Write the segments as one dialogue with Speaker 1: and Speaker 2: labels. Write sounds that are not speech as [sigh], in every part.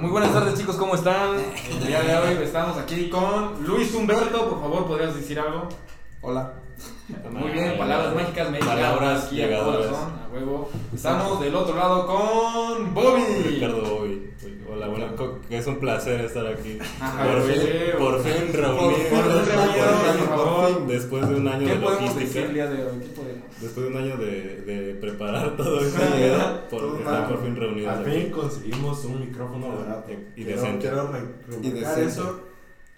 Speaker 1: Muy buenas tardes chicos, ¿cómo están? El día de hoy estamos aquí con Luis Humberto, por favor, ¿podrías decir algo?
Speaker 2: Hola.
Speaker 1: Muy bien, palabras mágicas, me
Speaker 3: Palabras
Speaker 1: aquí al
Speaker 3: llegadoras.
Speaker 1: corazón, a huevo. Estamos del otro lado con Bobby.
Speaker 3: Ricardo Bobby. Hola, bueno, co- es un placer estar aquí.
Speaker 1: Ajá,
Speaker 3: por,
Speaker 1: sí,
Speaker 3: fin,
Speaker 1: güey.
Speaker 3: por fin reunidos.
Speaker 1: fin
Speaker 3: por
Speaker 1: reunidos,
Speaker 3: fin,
Speaker 1: por
Speaker 3: por fin,
Speaker 1: favor.
Speaker 3: Después de un año
Speaker 1: ¿Qué
Speaker 3: de
Speaker 1: podemos decir el
Speaker 3: logística,
Speaker 1: día de hoy? ¿Qué podemos?
Speaker 3: después de un año de, de preparar [laughs] todo este miedo,
Speaker 2: Todo
Speaker 3: por, están
Speaker 2: mal.
Speaker 3: por fin reunidos
Speaker 4: Al
Speaker 3: aquí.
Speaker 4: fin conseguimos un micrófono barato.
Speaker 3: Y
Speaker 4: Quiero-
Speaker 3: decente.
Speaker 4: Quiero re-
Speaker 2: Y
Speaker 4: remarcar
Speaker 2: decente.
Speaker 4: eso.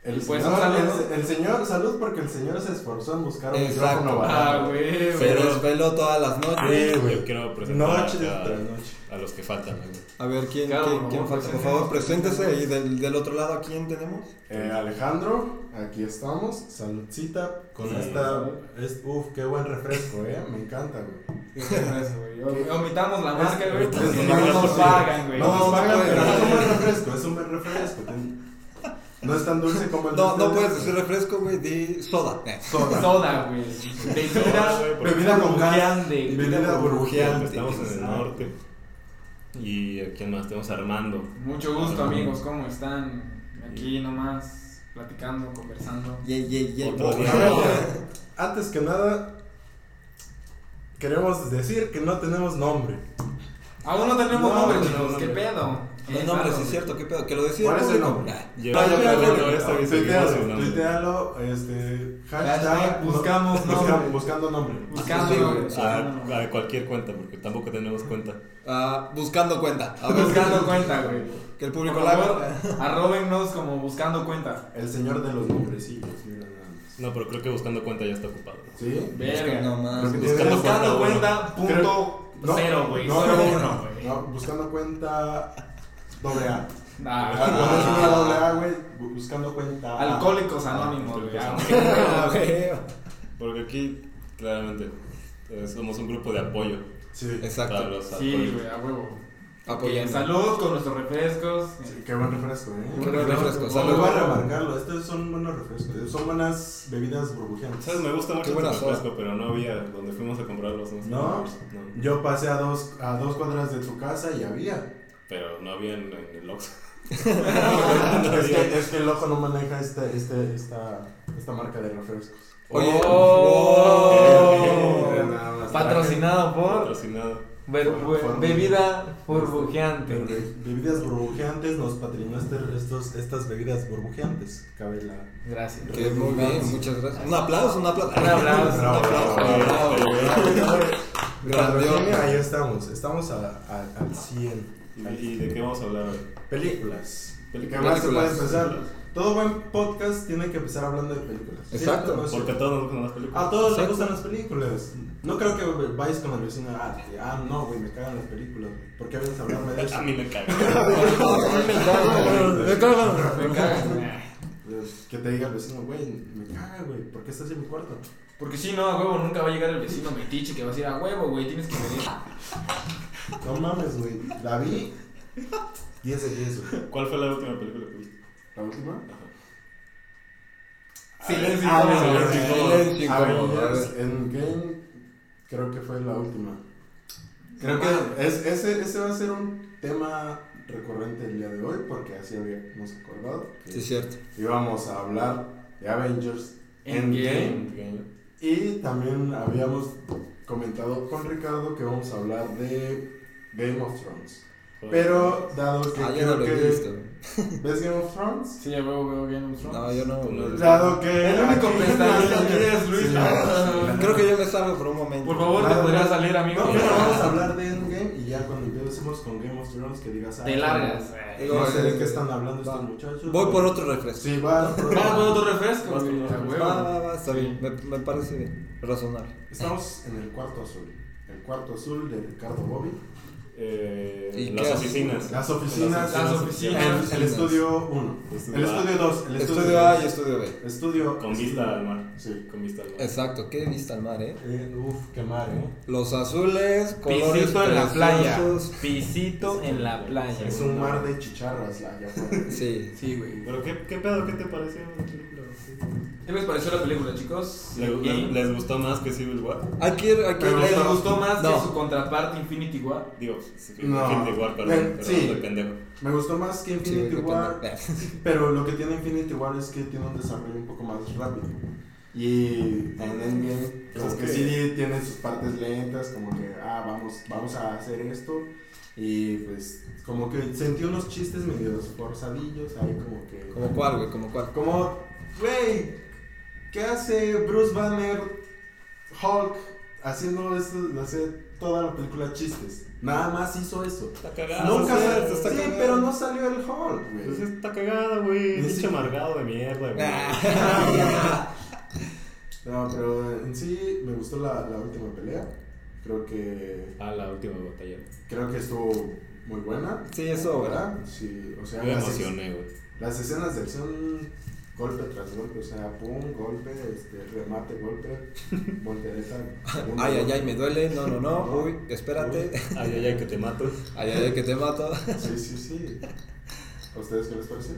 Speaker 4: El,
Speaker 1: Y pues,
Speaker 4: señor,
Speaker 1: un saludo.
Speaker 4: el- el señor, salud porque el señor se esforzó en buscar un
Speaker 2: Exacto.
Speaker 4: micrófono
Speaker 1: Ah,
Speaker 4: barato.
Speaker 1: huevo.
Speaker 2: Se
Speaker 3: Pero-
Speaker 2: desveló todas las noches.
Speaker 3: Sí, güey, Yo quiero presentar
Speaker 4: noche
Speaker 3: a,
Speaker 4: tras noche.
Speaker 3: a los que faltan. güey.
Speaker 2: A ver, ¿quién,
Speaker 1: Claro,
Speaker 2: quién,
Speaker 1: por
Speaker 2: quién
Speaker 1: favor,
Speaker 2: falta? Por
Speaker 1: preséntese.
Speaker 2: favor, preséntese. Y del, del otro lado, ¿a quién tenemos?
Speaker 4: Eh, Alejandro, aquí estamos. Saludcita. Con
Speaker 3: Sí.
Speaker 4: esta. Es, uf, qué buen refresco, eh. Me encanta, güey.
Speaker 1: Qué bueno eso, güey. Om- Omitamos la marca, güey.
Speaker 4: Es-
Speaker 1: porque
Speaker 4: es-
Speaker 1: no
Speaker 4: no,
Speaker 1: nos
Speaker 4: sí.
Speaker 1: pagan, güey.
Speaker 4: No,
Speaker 2: no
Speaker 4: vagan,
Speaker 2: puede.
Speaker 4: pero es un buen refresco. Es un buen refresco. Ten- No es tan dulce como el
Speaker 2: No,
Speaker 4: de
Speaker 2: no
Speaker 4: Pues ustedes,
Speaker 2: puedes decir refresco, güey. Di soda. Eh.
Speaker 1: Soda, güey.
Speaker 3: Ahora,
Speaker 1: Bebida
Speaker 3: güey, por-
Speaker 4: Bebida con gas.
Speaker 1: grande.
Speaker 4: Bebida burbujeante.
Speaker 3: Estamos en el
Speaker 2: Ah.
Speaker 4: Exacto.
Speaker 3: norte. Y eh, quién más? Tenemos a Armando.
Speaker 1: Mucho gusto, amigos. ¿Cómo están? Aquí nomás, platicando, conversando.
Speaker 2: Yeah, yeah, yeah.
Speaker 3: Otro
Speaker 4: A ver, [laughs] güey, Antes que nada, queremos decir que no tenemos nombre.
Speaker 1: Aún no tenemos
Speaker 4: No,
Speaker 1: nombre,
Speaker 4: no,
Speaker 1: chicos.
Speaker 3: no,
Speaker 1: ¿Qué
Speaker 3: no.
Speaker 1: pedo? ¿Qué
Speaker 2: No, no, hombre,
Speaker 1: pedo?
Speaker 2: sí es cierto. ¿Qué pedo? Que lo decía
Speaker 4: ¿Cuál es el
Speaker 2: público.
Speaker 4: nombre?
Speaker 2: Ah,
Speaker 3: Llevamos
Speaker 2: ya, ya,
Speaker 3: planeando
Speaker 2: ya.
Speaker 3: esto y seguimos sin
Speaker 4: Tuitealo,
Speaker 3: nombre.
Speaker 4: este, tuitealo, este,
Speaker 1: Hashtag
Speaker 4: hashtag,
Speaker 1: buscamos
Speaker 4: busca-
Speaker 1: nombre.
Speaker 4: buscando nombre.
Speaker 1: Buscando,
Speaker 2: Sí, güey.
Speaker 1: güey.
Speaker 3: A, a cualquier cuenta, porque tampoco tenemos cuenta.
Speaker 2: Ah, buscando cuenta. A ver,
Speaker 1: Buscando cuenta, güey.
Speaker 2: Que el
Speaker 1: Por
Speaker 2: público la
Speaker 1: favor,
Speaker 2: haga.
Speaker 1: arróbennos como buscando cuenta.
Speaker 4: El señor de los nombrecillos, mira nada más.
Speaker 3: No, pero creo que buscando cuenta ya está ocupado.
Speaker 4: ¿Sí?
Speaker 1: Verga.
Speaker 2: No más.
Speaker 4: Creo que-
Speaker 3: Buscando
Speaker 1: Buscando
Speaker 3: cuenta
Speaker 1: cuenta, punto
Speaker 4: No,
Speaker 1: cero, güey.
Speaker 4: no,
Speaker 1: Cero
Speaker 4: no,
Speaker 1: uno, güey.
Speaker 4: No, buscando cuenta doble A.
Speaker 1: Ah,
Speaker 4: Cuando es una doble A, güey, bu- buscando cuenta A.
Speaker 1: Alcohólicos anónimos, güey.
Speaker 3: Ah,
Speaker 1: [laughs]
Speaker 2: Ah, güey.
Speaker 3: Porque aquí, claramente, eh, somos un grupo de apoyo
Speaker 4: Sí.
Speaker 3: para
Speaker 2: Exacto.
Speaker 3: los
Speaker 1: Sí,
Speaker 3: alcohólicos.
Speaker 1: güey, a huevo.
Speaker 2: Apoyando.
Speaker 1: Salud con nuestros refrescos.
Speaker 4: Sí, Qué buen refresco,
Speaker 2: Qué
Speaker 4: eh.
Speaker 2: buen refresco.
Speaker 4: Salud. Vuelvo
Speaker 2: Salud.
Speaker 4: a remarcarlo, estos son buenos refrescos, son buenas bebidas burbujeantes.
Speaker 3: ¿Sabes? Me gusta
Speaker 2: Qué
Speaker 3: mucho el
Speaker 2: buena
Speaker 3: refresco, pero no había donde fuimos a comprarlos.
Speaker 4: ¿No?
Speaker 3: No.
Speaker 4: Yo pasé a dos, a dos cuadras de tu casa y había.
Speaker 3: Pero no había en, en el Oxxo.
Speaker 4: [laughs] es, que, [laughs] es que el ojo no maneja este, este, esta, esta marca de refrescos.
Speaker 2: Oye.
Speaker 1: Oh.
Speaker 4: Eh, nada más
Speaker 1: Patrocinado por
Speaker 3: Patrocinado.
Speaker 1: be-
Speaker 4: Por- por-
Speaker 1: Bebida
Speaker 4: traje.
Speaker 1: Burbujeante.
Speaker 4: Pero Bebidas burbujeantes, nos patrocinó este- estos, estas bebidas burbujeantes. Cabe la.
Speaker 1: Gracias.
Speaker 2: Que muy bien, muchas gracias. Un aplauso, un aplauso.
Speaker 1: Un aplauso.
Speaker 2: [laughs] Un aplauso.
Speaker 3: Bravo,
Speaker 2: Bravo.
Speaker 3: bravo.
Speaker 4: Patrocinio,
Speaker 2: Grandioso.
Speaker 4: Ahí estamos, estamos a- a- al 100.
Speaker 3: ¿Y, y de qué vamos a hablar hoy?
Speaker 4: Películas. ¿Qué
Speaker 3: Películas.
Speaker 4: más se puede
Speaker 2: Películas.
Speaker 4: empezar? Todo buen podcast tiene que empezar hablando de películas. ¿Sí?
Speaker 2: Exacto.
Speaker 4: No es
Speaker 3: Porque a todos nos gustan las
Speaker 4: A
Speaker 3: películas.
Speaker 4: todos les
Speaker 2: Exacto.
Speaker 4: gustan las películas. No creo que vayas con la vecina. Ah, que- ah, no, güey, me cagan las películas. güey. ¿Por qué vienes a hablarme de eso?
Speaker 3: [laughs] A mí me caga.
Speaker 2: Me cago.
Speaker 1: Me cagan.
Speaker 4: Pues, Que te diga el vecino, güey, me caga, güey. ¿Por qué estás en mi cuarto?
Speaker 1: Porque si no, a huevo, nunca va a llegar el vecino metiche que va a decir, a huevo, güey, tienes que venir.
Speaker 4: No mames, güey. La vi 10 de 10, güey.
Speaker 3: ¿Cuál fue la última película que viste?
Speaker 4: ¿La última?
Speaker 1: Silencio.
Speaker 4: Ah,
Speaker 1: incómodo,
Speaker 4: bueno,
Speaker 1: güey.
Speaker 3: sí.
Speaker 2: Silencio. incómodo. A
Speaker 4: Avengers
Speaker 2: ver.
Speaker 4: Endgame creo que fue la última. Creo que es, ese, ese va a ser un tema recurrente el día de hoy porque así habíamos acordado. que
Speaker 2: Sí, es cierto.
Speaker 4: Íbamos a hablar de Avengers
Speaker 1: Endgame.
Speaker 4: Y también habíamos comentado con Ricardo que vamos a hablar de Game of Thrones. Pero dado que
Speaker 2: Ah, yo no
Speaker 4: creo
Speaker 2: lo he
Speaker 4: que
Speaker 2: visto.
Speaker 4: ves Game of Thrones,
Speaker 1: Sí, a huevo, veo bien.
Speaker 2: No, yo no.
Speaker 4: dado que
Speaker 1: El único
Speaker 4: aquí-
Speaker 1: pestañeante aquí es Luis.
Speaker 4: Sí, no.
Speaker 2: Creo que yo me salgo por un momento.
Speaker 1: Por favor, te
Speaker 4: Nada,
Speaker 1: podrías
Speaker 4: nada.
Speaker 1: salir, amigo.
Speaker 4: No, pero vamos a hablar de Endgame y ya cuando empecemos con Game of Thrones que digas ah,
Speaker 1: Te largas.
Speaker 2: Digo,
Speaker 4: No sé de
Speaker 2: eh,
Speaker 4: qué están hablando
Speaker 2: va.
Speaker 4: estos muchachos.
Speaker 2: Voy por otro refresco.
Speaker 4: Sí, va.
Speaker 1: Vamos con otro refresco,
Speaker 3: Vas
Speaker 1: güey,
Speaker 3: con otro
Speaker 1: a
Speaker 3: refresco.
Speaker 2: Va,
Speaker 1: huevo.
Speaker 2: va, va, está bien. Me, me parece bien. Razonable.
Speaker 4: Estamos en el cuarto azul. El cuarto azul de Ricardo Bobby.
Speaker 3: Eh,
Speaker 2: ¿Y
Speaker 3: las
Speaker 2: qué
Speaker 3: oficinas.
Speaker 4: Las oficinas.
Speaker 1: Las
Speaker 4: El,
Speaker 1: oficinas.
Speaker 4: el estudio 1. El
Speaker 3: Estudio A.
Speaker 4: estudio 2. El
Speaker 2: Estudio
Speaker 4: estudio
Speaker 2: A y estudio B.
Speaker 4: Estudio.
Speaker 3: Este, ah, Con vista al mar.
Speaker 4: Sí.
Speaker 3: Con vista al mar.
Speaker 2: Exacto, qué vista al mar, eh.
Speaker 4: Eh, uf, qué mal, ¿eh?
Speaker 2: Los azules, colores
Speaker 1: Pisito en la playa.
Speaker 2: preciosos.
Speaker 1: Pisito en la playa.
Speaker 4: Es un mar de chicharras la allá afuera.
Speaker 2: Sí.
Speaker 1: Sí, güey.
Speaker 3: Pero qué, qué pedo, ¿qué te pareció la película?
Speaker 1: ¿Qué les pareció la película, chicos?
Speaker 3: ¿Le-
Speaker 1: Y-
Speaker 3: le- ¿Les gustó más que Civil War?
Speaker 2: Hay que ir, hay que
Speaker 1: ¿Les
Speaker 2: ir-
Speaker 1: gustó más
Speaker 2: No.
Speaker 1: que su contraparte Infinity War?
Speaker 3: Digo,
Speaker 4: No.
Speaker 3: Infinity War, perdón,
Speaker 4: Eh,
Speaker 3: perdón,
Speaker 4: sí.
Speaker 3: soy pendejo.
Speaker 4: Me gustó más que
Speaker 2: Sí,
Speaker 4: Infinity
Speaker 2: qué
Speaker 4: War,
Speaker 2: pendejo.
Speaker 4: pero lo que tiene Infinity War es que tiene un desarrollo un poco más rápido. Y en Endgame,
Speaker 3: Pues
Speaker 4: como
Speaker 3: es
Speaker 4: que,
Speaker 3: que-
Speaker 4: sí tiene sus partes lentas, como que, ah, vamos, vamos a hacer esto. Y pues, como que sentí unos chistes medio forzadillos ahí, como que.
Speaker 2: ¿Como cuál, güey? ¿Como cuál?
Speaker 4: Como, güey, ¿qué hace Bruce Banner, Hulk, haciendo esto, hacer toda la película chistes? Nada más hizo eso.
Speaker 3: Está cagada.
Speaker 4: Nunca
Speaker 3: sí,
Speaker 4: sal-
Speaker 3: está
Speaker 4: Sí,
Speaker 3: cagada.
Speaker 4: pero no salió el Hulk,
Speaker 3: Pues
Speaker 4: güey.
Speaker 3: está cagada, güey.
Speaker 4: Sí.
Speaker 3: Pinche amargado de mierda, güey.
Speaker 2: Ah.
Speaker 4: No, pero en sí me gustó la, la última pelea. Creo que
Speaker 3: Ah, la última batalla.
Speaker 4: creo que estuvo muy buena.
Speaker 2: Sí, eso,
Speaker 4: ¿verdad? Sí, o sea,
Speaker 3: Yo me
Speaker 4: las,
Speaker 3: emocioné, güey.
Speaker 4: las escenas de acción golpe tras golpe, o sea, pum, golpe, este, remate,
Speaker 3: [laughs]
Speaker 4: golpe, voltereta. pum,
Speaker 2: Ay, ay, ay, me duele. No, no, no. Uy, espérate.
Speaker 3: Ay, ay, ay, que te mato. [laughs]
Speaker 2: Ay, ay, ay, que te mato.
Speaker 4: Sí, sí, sí. ¿A ustedes qué les parece?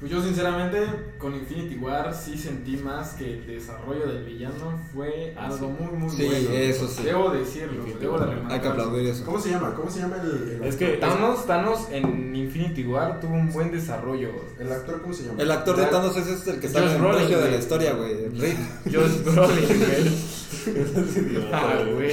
Speaker 1: Pues yo sinceramente con Infinity War sí sentí más que el desarrollo del villano fue
Speaker 3: Ah,
Speaker 1: algo
Speaker 3: sí.
Speaker 1: muy muy
Speaker 2: Sí,
Speaker 1: bueno.
Speaker 2: eso sí.
Speaker 1: Debo decirlo,
Speaker 3: Infinity
Speaker 1: debo
Speaker 3: War.
Speaker 1: remarcar.
Speaker 2: Hay que aplaudir eso.
Speaker 4: ¿Cómo se llama? ¿Cómo se llama el, el
Speaker 3: Es
Speaker 4: actor?
Speaker 3: que.
Speaker 1: Thanos, Thanos en Infinity War tuvo un buen desarrollo.
Speaker 4: ¿El actor cómo se llama?
Speaker 2: El actor de Thanos ese es este, el que sale
Speaker 1: Josh
Speaker 2: en
Speaker 1: Brolin,
Speaker 2: medio de la
Speaker 1: güey.
Speaker 2: historia, güey. Rick.
Speaker 1: [laughs] Josh Brolin, güey.
Speaker 3: es
Speaker 1: Ah,
Speaker 3: idiota, güey.
Speaker 1: güey.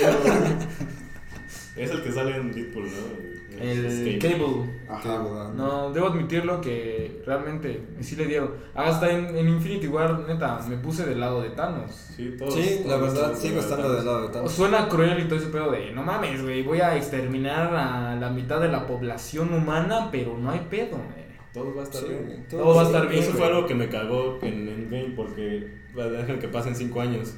Speaker 3: Es el que sale en Deadpool, ¿no?
Speaker 1: El
Speaker 3: Escape.
Speaker 1: Cable.
Speaker 2: Qué
Speaker 4: Ajá.
Speaker 2: bodón.
Speaker 1: No, debo admitirlo que realmente sí le dieron. Hasta en, en Infinity War, neta, me puse del lado de Thanos.
Speaker 3: Sí, todos.
Speaker 2: Sí, la
Speaker 3: todos
Speaker 2: verdad,
Speaker 3: estamos
Speaker 2: sigo estando del lado de Thanos.
Speaker 1: Suena cruel y todo ese pedo de, no mames, güey, voy a exterminar a la mitad de la población humana, pero no hay pedo, güey.
Speaker 3: Todo va a estar
Speaker 2: Sí,
Speaker 3: bien.
Speaker 2: güey.
Speaker 1: Todo va a estar bien,
Speaker 3: Eso fue
Speaker 1: güey.
Speaker 3: algo que me cagó en Endgame porque va, dejan que pasen 5 años.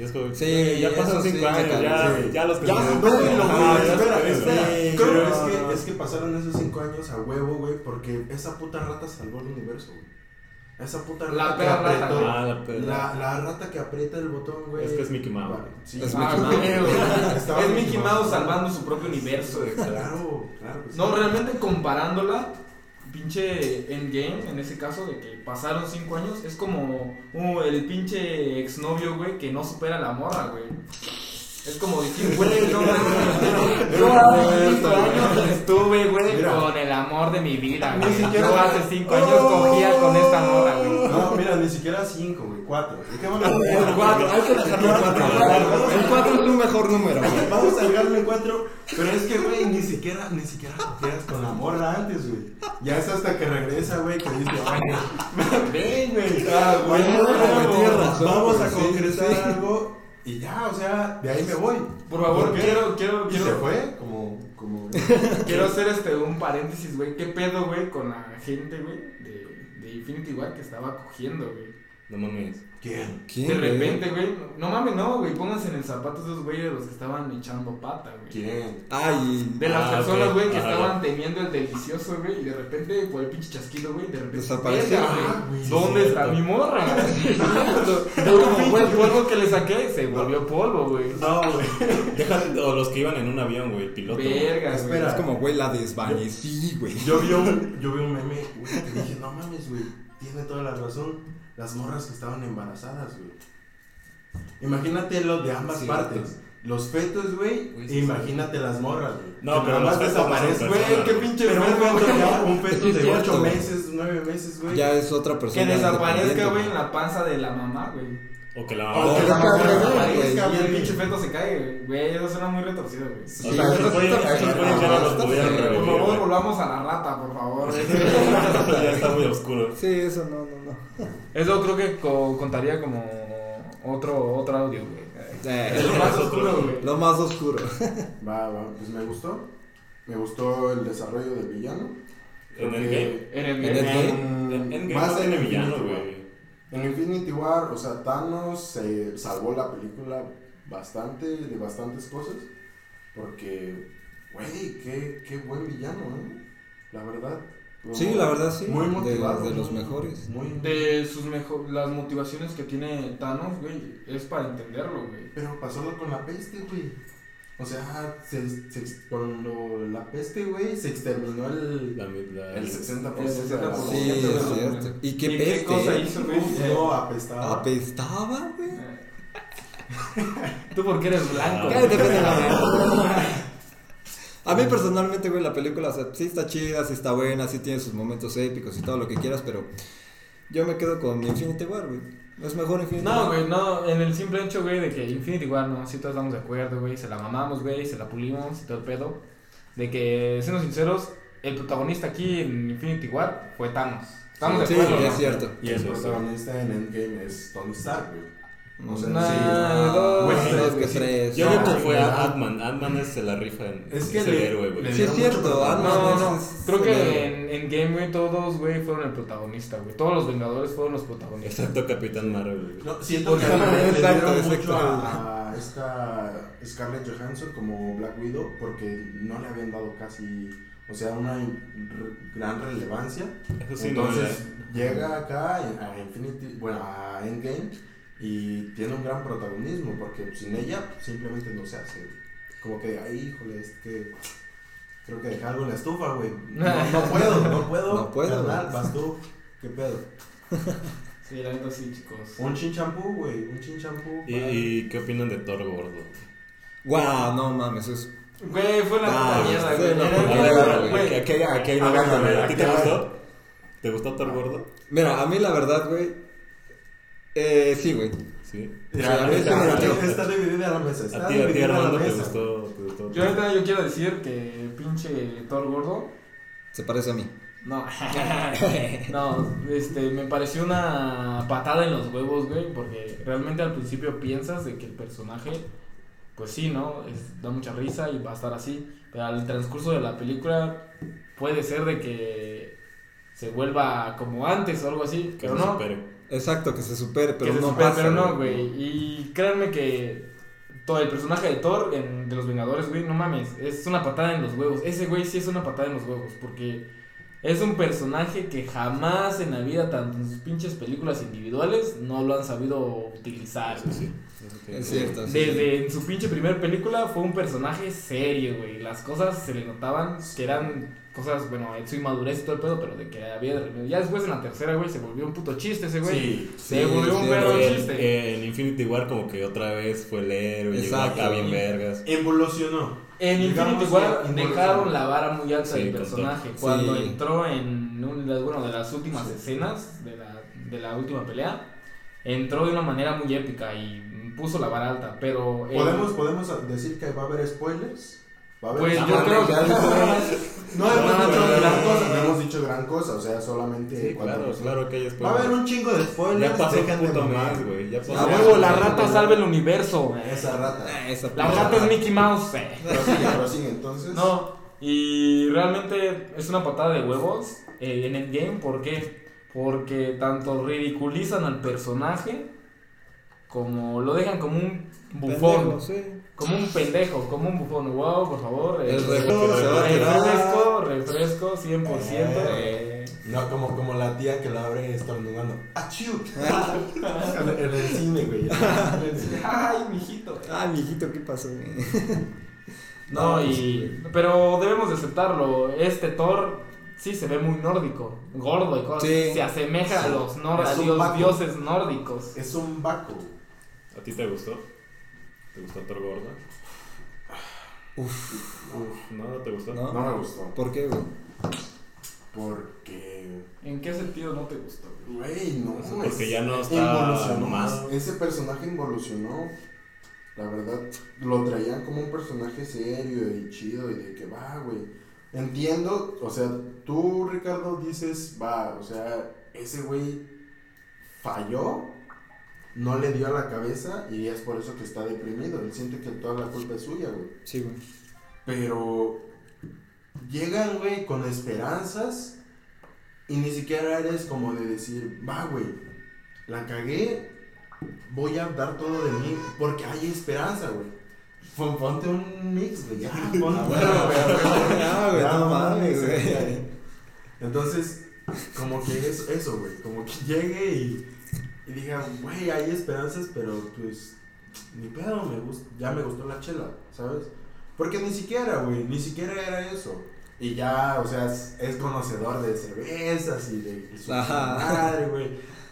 Speaker 3: Y es como,
Speaker 2: Sí,
Speaker 3: "Güey, ya pasan
Speaker 2: eso sí
Speaker 3: 5
Speaker 2: me
Speaker 3: años,
Speaker 2: cagó,
Speaker 3: ya,
Speaker 2: sí. Ah,
Speaker 3: ya los que
Speaker 4: Ya,
Speaker 3: se- Ah,
Speaker 4: no, no,
Speaker 3: Ajá,
Speaker 4: no,
Speaker 3: ya
Speaker 4: espera,
Speaker 3: se-
Speaker 4: espera.
Speaker 2: Sí,
Speaker 4: Pero
Speaker 2: no,
Speaker 4: es que,
Speaker 2: no.
Speaker 4: es que pasaron esos cinco años a huevo, güey, porque esa puta rata salvó el universo, güey. Esa puta rata
Speaker 1: La
Speaker 4: que
Speaker 1: perra rata,
Speaker 4: apretó.
Speaker 1: güey.
Speaker 3: Ah, la perra.
Speaker 4: La, la rata que aprieta el botón, güey.
Speaker 3: Es que es Mickey Mouse.
Speaker 4: Sí,
Speaker 2: Es
Speaker 4: ah,
Speaker 2: Mickey
Speaker 4: mames,
Speaker 2: Mouse.
Speaker 1: [laughs]
Speaker 4: güey. Estaba
Speaker 1: Es Mickey Mouse salvando su propio universo. güey.
Speaker 4: Claro, claro. que sí.
Speaker 1: No,
Speaker 4: [laughs]
Speaker 1: realmente comparándola, pinche Endgame, en ese caso de que pasaron cinco años, es como uh, el pinche exnovio, güey, que no supera a la morra, güey. Es como decir, güey, no [laughs] mames, yo hace cinco años estuve, güey,
Speaker 4: Mira.
Speaker 1: con el amor de mi vida,
Speaker 4: Ni
Speaker 1: güey.
Speaker 4: siquiera-
Speaker 1: Yo hace cinco años cogía con esta morra, güey.
Speaker 4: No, mira, ni siquiera cinco, güey, cuatro. Dejémoslo en
Speaker 2: El 4, hay que dejarlo en 4. El 4 es un mejor número, güey.
Speaker 4: Vamos a dejarle cuatro, pero es que, güey, ni siquiera, ni siquiera quedas con la morra antes, güey. Ya es hasta que regresa, güey, que dice, "Oye, ven, güey. Ah, güey,
Speaker 2: güey, güey, tienes razón,
Speaker 4: vamos a
Speaker 2: güey, sí,
Speaker 4: concretar
Speaker 2: sí.
Speaker 4: algo y ya, o sea, de ahí me voy.
Speaker 1: Por favor,
Speaker 4: qué?
Speaker 1: quiero, quiero,
Speaker 4: Y se
Speaker 1: quiero,
Speaker 4: fue, como, como.
Speaker 1: quiero hacer este un paréntesis, güey. ¿Qué pedo, güey, con la gente, güey, de, de Infinity War que estaba cogiendo, güey?
Speaker 3: No mames.
Speaker 4: ¿Quién?
Speaker 1: De repente, güey. No mames, no, güey. Pónganse en el zapato de esos güeyes de los que estaban echando pata, güey.
Speaker 4: ¿Quién?
Speaker 2: Ay,
Speaker 1: De las
Speaker 3: Ah,
Speaker 1: personas,
Speaker 3: ok.
Speaker 1: güey, que
Speaker 3: Ajá,
Speaker 1: estaban teniendo el delicioso, güey. Y de repente, por el pinche chasquido, güey. De repente.
Speaker 2: Desapareció.
Speaker 1: "Verga,
Speaker 4: Ah,
Speaker 1: güey,
Speaker 4: güey,
Speaker 1: ¿Dónde
Speaker 3: sí,
Speaker 1: está
Speaker 3: cierto.
Speaker 1: mi morra?
Speaker 3: [laughs]
Speaker 1: [laughs] Yo como fue el polvo que le saqué, se volvió polvo, güey.
Speaker 4: No, güey.
Speaker 3: Deja, o los que iban en un avión, güey, el piloto. güey.
Speaker 1: Verga, güey.
Speaker 4: Espera.
Speaker 2: es como, güey, la desvanecí, güey.
Speaker 4: Yo vi un, yo vi un meme, güey, que dije, no mames, güey, tiene toda la razón. Las morras que estaban embarazadas, güey. Imagínate lo de ambas
Speaker 2: Sí,
Speaker 4: partes. Los fetos, güey,
Speaker 3: Güey,
Speaker 4: e
Speaker 3: sí,
Speaker 4: imagínate las morras, güey.
Speaker 3: No,
Speaker 4: Que
Speaker 3: pero
Speaker 4: nada
Speaker 3: los
Speaker 4: más
Speaker 3: fetos no son
Speaker 4: desaparecen,
Speaker 3: personas.
Speaker 4: güey. Qué pinche
Speaker 1: Pero
Speaker 4: meme,
Speaker 1: un
Speaker 4: güey, ya, Un feto
Speaker 2: Sí, es
Speaker 4: de
Speaker 2: cierto,
Speaker 4: ocho
Speaker 2: güey.
Speaker 4: meses, nueve meses, güey.
Speaker 2: Ya es otra persona.
Speaker 1: Que desaparezca,
Speaker 2: independiente,
Speaker 1: güey, en la panza de la mamá, güey.
Speaker 3: O que la
Speaker 4: O
Speaker 3: mamá.
Speaker 4: que la
Speaker 2: Cabrón,
Speaker 4: mamá
Speaker 2: güey.
Speaker 4: desaparezca,
Speaker 1: Y el
Speaker 4: güey.
Speaker 1: pinche feto se cae, güey. güey. Eso suena muy retorcido, güey.
Speaker 3: O
Speaker 2: Sí,
Speaker 3: sea,
Speaker 2: eso
Speaker 3: esos güeyes
Speaker 2: está
Speaker 3: esos
Speaker 2: cabrón.
Speaker 3: güeyes ya no los
Speaker 2: Está
Speaker 3: podían
Speaker 2: feo.
Speaker 1: Por
Speaker 3: revivir.
Speaker 1: favor,
Speaker 3: [laughs] güey.
Speaker 1: volvamos a la rata, por favor.
Speaker 3: Ya está muy oscuro.
Speaker 2: Sí, eso no, no, no.
Speaker 1: [laughs] Eso creo que co- contaría como otro, otro audio, güey.
Speaker 2: Eh,
Speaker 1: Es lo más oscuro, güey.
Speaker 2: lo más oscuro.
Speaker 4: Va, va, pues me gustó. Me gustó el desarrollo del villano.
Speaker 3: En
Speaker 4: Creo
Speaker 3: el
Speaker 4: que-
Speaker 3: game.
Speaker 1: En el-
Speaker 2: En el-
Speaker 4: en-
Speaker 3: En no
Speaker 4: más en
Speaker 3: tiene
Speaker 4: Infinity
Speaker 3: villano,
Speaker 4: War.
Speaker 3: güey.
Speaker 4: En Infinity War, o sea, Thanos se salvó la película bastante, de bastantes cosas. Porque, güey, qué, qué buen villano, ¿eh? La verdad.
Speaker 2: Sí, la verdad, sí.
Speaker 4: Muy
Speaker 2: De-
Speaker 4: motivado.
Speaker 2: de
Speaker 4: muy-
Speaker 2: los mejores.
Speaker 4: Muy,
Speaker 1: De sus mejor, las motivaciones que tiene Thanos, güey, es para entenderlo, [laughs] güey.
Speaker 4: Pero pasó lo con la peste, güey. O sea, se- se- con lo- la peste, güey, se exterminó el,
Speaker 3: La- la-
Speaker 4: el 60%.
Speaker 1: El
Speaker 4: de
Speaker 1: 60%.
Speaker 4: la población.
Speaker 2: Sí, es
Speaker 1: güey.
Speaker 2: cierto. Y qué
Speaker 1: ¿Y qué cosa
Speaker 2: peste. eh.
Speaker 1: hizo, güey?
Speaker 4: Uf, no, apestaba.
Speaker 2: Apestaba, güey.
Speaker 1: Tú porque eres blanco.
Speaker 3: Ah,
Speaker 2: [laughs]
Speaker 1: güey.
Speaker 2: Cállate, pendeja. A mí personalmente, güey, la película, o sea, sí está chida, sí está buena, sí tiene sus momentos épicos y todo lo que quieras, pero yo me quedo con Infinity War, güey. Es mejor Infinity
Speaker 1: No,
Speaker 2: War.
Speaker 1: güey, no, en el simple hecho, güey, de que Infinity War, no, si todos estamos de acuerdo, güey, se la mamamos, güey, se la pulimos y todo el pedo. De que, siendo sinceros, el protagonista aquí en Infinity War fue Thanos. Estamos
Speaker 2: Sí,
Speaker 1: de acuerdo.
Speaker 2: sí,
Speaker 1: ¿no?
Speaker 2: es cierto.
Speaker 4: Y el protagonista en Endgame es Tony Stark, güey. O sea,
Speaker 1: Una,
Speaker 4: sí.
Speaker 1: dos,
Speaker 4: Güey,
Speaker 2: Güey, dos,
Speaker 4: sí,
Speaker 2: que
Speaker 4: sí.
Speaker 2: tres.
Speaker 3: Yo creo
Speaker 4: No,
Speaker 3: que fue
Speaker 4: no.
Speaker 3: Ant-Man. Ant-Man se la rifa en
Speaker 4: Ah, Es que
Speaker 3: es el
Speaker 4: le-
Speaker 3: héroe,
Speaker 4: le-
Speaker 3: güey.
Speaker 2: Sí, es cierto, Ah,
Speaker 4: No,
Speaker 2: Ant-Man
Speaker 1: No,
Speaker 2: es-
Speaker 1: no,
Speaker 2: es-
Speaker 1: creo que
Speaker 2: es-
Speaker 1: en, en Game, güey, todos, güey, fueron el protagonista, güey. Todos los Vengadores fueron los protagonistas.
Speaker 3: Excepto Capitán Marvel. güey.
Speaker 4: No, siento
Speaker 2: Porque
Speaker 4: que le- le
Speaker 2: exacto,
Speaker 4: dieron
Speaker 2: exacto.
Speaker 4: mucho a, a esta Scarlett Johansson como Black Widow porque no le habían dado casi, o sea, una in- re- gran relevancia.
Speaker 3: Eso sí, no,
Speaker 4: Entonces llega acá a Infinity, bueno, a Endgame y tiene un gran protagonismo porque sin ella pues, simplemente no se hace. güey. Como que, ay, híjole, es que creo que dejé algo en la estufa, güey. No,
Speaker 3: [laughs]
Speaker 4: no puedo, no puedo.
Speaker 2: No puedo,
Speaker 4: carnal,
Speaker 2: güey.
Speaker 4: vas tú, ¿qué pedo?
Speaker 1: Sí, la neta sí, chicos.
Speaker 4: Un chinchampú, güey, un chinchampú.
Speaker 3: ¿Y, ¿Y qué opinan de Thor gordo?
Speaker 2: Guau, no mames, eso es.
Speaker 1: Güey, fue la
Speaker 2: Ah,
Speaker 1: puta mierda,
Speaker 2: sí,
Speaker 1: güey.
Speaker 2: no,
Speaker 1: Era-
Speaker 2: porque-
Speaker 1: era-
Speaker 2: güey,
Speaker 1: güey,
Speaker 3: aquí, aquí hay
Speaker 4: A ver, a ver,
Speaker 3: ¿A ti te
Speaker 4: aquí-
Speaker 3: gustó? ¿Te gustó Thor gordo?
Speaker 2: Mira, a mí la verdad, güey. Eh, sí, güey.
Speaker 3: Sí.
Speaker 2: Sí, a mí sí me
Speaker 4: está,
Speaker 2: latió.
Speaker 4: está dividida la mesa. Está
Speaker 3: ¿A ti, a ti
Speaker 4: dividida la
Speaker 3: Armando, te
Speaker 4: mesa.
Speaker 3: gustó, te gustó?
Speaker 1: Yo ahorita yo quiero decir que pinche Thor gordo.
Speaker 2: Se parece a mí.
Speaker 1: No. [laughs] no, este, me pareció una patada en los huevos, güey, porque realmente al principio piensas de que el personaje, pues sí, ¿no? Es- da mucha risa y va a estar así, pero al transcurso de la película puede ser de que se vuelva como antes o algo así,
Speaker 3: Que
Speaker 1: pero
Speaker 3: no
Speaker 1: no,
Speaker 3: supere.
Speaker 2: Exacto, que se supere, pero
Speaker 1: que se
Speaker 2: no
Speaker 1: supere,
Speaker 2: pasa.
Speaker 1: pero no, güey, y créanme que todo el personaje de Thor en, de los Vengadores, güey, no mames, es una patada en los huevos, ese güey sí es una patada en los huevos, porque es un personaje que jamás en la vida, tanto en sus pinches películas individuales, no lo han sabido utilizar.
Speaker 3: Eso sí. Eso sí.
Speaker 2: Es cierto. sí.
Speaker 1: Desde en su pinche primer película fue un personaje serio, güey. Las cosas se le notaban que eran cosas, bueno, en su inmadurez y todo el pedo, pero de que había de repente. Ya después en la tercera, güey, se volvió un puto chiste ese güey.
Speaker 4: Sí.
Speaker 1: se volvió un
Speaker 2: sí,
Speaker 1: perro
Speaker 2: güey.
Speaker 3: En,
Speaker 1: chiste.
Speaker 3: en Infinity War como que otra vez fue el héroe,
Speaker 2: Exacto.
Speaker 3: llegó acá bien vergas.
Speaker 4: Evolucionó.
Speaker 1: En
Speaker 4: Digamos
Speaker 1: Infinity
Speaker 4: que
Speaker 1: War
Speaker 4: involucra-
Speaker 1: dejaron la vara muy alta
Speaker 3: Sí,
Speaker 1: del
Speaker 3: con
Speaker 1: personaje.
Speaker 2: todo.
Speaker 1: Cuando
Speaker 2: Sí.
Speaker 1: entró en un- de- bueno, de las últimas
Speaker 4: Sí.
Speaker 1: escenas de la, de la última pelea, entró de una manera muy épica y puso la vara alta. Pero eh,
Speaker 4: ¿Podemos, podemos decir que va a haber spoilers. Va a haber
Speaker 1: Pues yo
Speaker 4: spoilers.
Speaker 1: creo que-
Speaker 4: Ya después- no hemos
Speaker 1: No,
Speaker 4: dicho
Speaker 1: no,
Speaker 4: gran
Speaker 1: no,
Speaker 4: cosa.
Speaker 1: no.
Speaker 4: Ah, No hemos dicho gran cosa. O sea, solamente.
Speaker 3: Sí,
Speaker 4: cuando- pues,
Speaker 3: claro, claro que hay
Speaker 4: Va
Speaker 3: spoilers.
Speaker 4: a haber un chingo de spoilers.
Speaker 3: Ya pasó un
Speaker 4: dejen de
Speaker 3: punto
Speaker 4: mamar.
Speaker 3: más, güey. Ya pasó.
Speaker 1: [laughs] a
Speaker 4: Ah,
Speaker 1: huevo, la
Speaker 4: Sí.
Speaker 1: rata salva el universo.
Speaker 4: Esa rata.
Speaker 2: Ah, esa
Speaker 1: La
Speaker 2: pinche
Speaker 1: rata es Mickey Mouse. eh.
Speaker 4: Prosigue, prosigue. Entonces.
Speaker 1: No, y realmente es una patada de huevos eh, en el game, ¿por qué? Porque tanto ridiculizan al personaje como lo dejan como un bufón,
Speaker 2: Pendejo, sí.
Speaker 1: como un pendejo, como un bufón. Wow, por favor. eh,
Speaker 2: El
Speaker 3: que
Speaker 2: reloj se va a tirar.
Speaker 1: refresco, refresco, 100%.
Speaker 4: Eh. No, como, como la tía que la abre estornudando. ¡Achiu! [laughs] en, en el cine, güey.
Speaker 1: Ay, mijito.
Speaker 2: Ay, mijito, ¿qué pasó? güey?
Speaker 1: [laughs] No, y. Pero debemos de aceptarlo. Este Thor sí se ve muy nórdico, gordo y cosas.
Speaker 2: Sí.
Speaker 1: Se asemeja a los nor-
Speaker 4: Es
Speaker 1: a
Speaker 4: un
Speaker 1: los
Speaker 4: vaco.
Speaker 1: dioses nórdicos.
Speaker 4: Es un vaco.
Speaker 3: ¿A ti te gustó? ¿Te gustó Thor gordo?
Speaker 4: Uf,
Speaker 3: No, no te gustó.
Speaker 2: No.
Speaker 4: no me gustó.
Speaker 2: ¿Por qué, güey?
Speaker 4: Porque.
Speaker 1: ¿En qué sentido no te gustó?
Speaker 4: Güey, no.
Speaker 3: Eso porque
Speaker 4: es-
Speaker 3: ya no está más.
Speaker 4: Ese personaje involucionó. La verdad, lo traían como un personaje serio y chido y de que va, güey. Entiendo, o sea, tú, Ricardo, dices, va, o sea, ese güey falló, no le dio a la cabeza y es por eso que está deprimido. Él siente que toda la culpa es suya, güey.
Speaker 2: Sí, güey.
Speaker 4: Pero llegan, güey, con esperanzas y ni siquiera eres como de decir, va, güey, la cagué, voy a dar todo de mí porque hay esperanza, güey. Pon- Ponte un mix, güey, ya, [laughs] ponte.
Speaker 2: bueno, Ah, güey, ya, güey, [laughs]
Speaker 4: Ya,
Speaker 2: no mames,
Speaker 4: güey.
Speaker 2: güey.
Speaker 4: Entonces, como que eso, eso, güey, como que [laughs] llegue y, y diga, güey, hay esperanzas, pero pues, ni pedo, me gust- ya me gustó la chela, ¿sabes? Porque ni siquiera, güey, ni siquiera era eso. Y ya, o sea, es, es conocedor de cervezas y de su
Speaker 2: Ajá.
Speaker 4: madre, güey.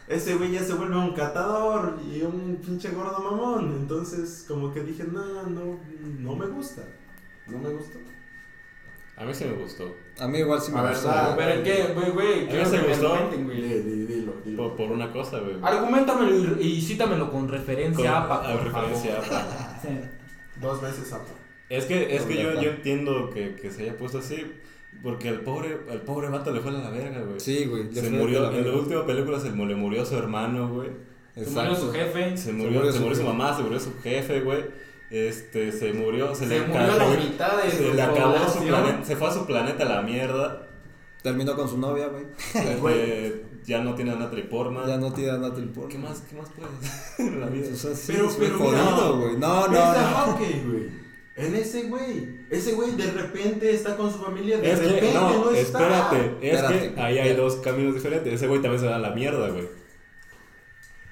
Speaker 4: Ese güey ya se vuelve un catador y un pinche gordo mamón. Entonces, como que dije, no, no, no me gusta. No me gusta.
Speaker 3: A mí sí me gustó.
Speaker 2: A mí igual sí me
Speaker 4: A ver,
Speaker 2: gustó.
Speaker 3: Ah,
Speaker 4: dale.
Speaker 2: güey.
Speaker 1: Pero es que, güey, güey,
Speaker 3: ¿A
Speaker 1: quiero
Speaker 3: ella
Speaker 1: que
Speaker 3: se
Speaker 1: me
Speaker 3: gustó?
Speaker 1: argumenten, güey.
Speaker 4: Dile, dile, dilo, dilo.
Speaker 3: Por, por una cosa, güey.
Speaker 1: Argumentamelo y, y cítamelo con
Speaker 3: Con-
Speaker 1: referencia APA,
Speaker 3: a
Speaker 1: por
Speaker 3: referencia
Speaker 1: favor. Ah,
Speaker 3: APA.
Speaker 1: Sí.
Speaker 4: Dos veces apta.
Speaker 3: Es que, es que yo,
Speaker 2: Con
Speaker 3: yo entiendo que, que se haya puesto así, porque al pobre, al pobre vato le fue a la verga, güey.
Speaker 2: Sí, güey. le
Speaker 3: se
Speaker 2: fue de
Speaker 3: murió,
Speaker 2: la
Speaker 3: en la
Speaker 2: verga.
Speaker 3: última película se mu- le murió a su hermano, güey.
Speaker 1: Se murió su jefe.
Speaker 3: Se murió,
Speaker 2: murió
Speaker 3: se
Speaker 2: su
Speaker 3: murió su
Speaker 2: jefe.
Speaker 3: mamá, se murió su jefe, güey. Este, se murió, se,
Speaker 1: Se,
Speaker 3: le
Speaker 1: murió a
Speaker 3: acabó,
Speaker 1: la mitad de
Speaker 3: se
Speaker 1: su
Speaker 3: le acabó su
Speaker 1: población.
Speaker 3: planeta, se fue a su planeta a la mierda.
Speaker 2: Terminó con su novia, güey.
Speaker 3: este, ya no tiene a Natalie Portman.
Speaker 2: Ya no tira nada el por.
Speaker 3: ¿Qué más, qué más puedes [laughs] hacer en la vida?
Speaker 2: O sea, sí,
Speaker 4: Pero-
Speaker 2: es muy
Speaker 4: pero
Speaker 2: jodido,
Speaker 4: no.
Speaker 2: güey. No,
Speaker 4: Ves
Speaker 2: no,
Speaker 4: a
Speaker 2: no.
Speaker 4: Hawkeye, güey. En ese güey. Ese güey de repente está con su familia. De
Speaker 3: Es
Speaker 4: repente
Speaker 3: que,
Speaker 4: no,
Speaker 3: no,
Speaker 4: está.
Speaker 3: espérate, es que
Speaker 2: Espérate.
Speaker 3: ahí hay dos caminos diferentes. Ese güey también se da a la mierda, güey.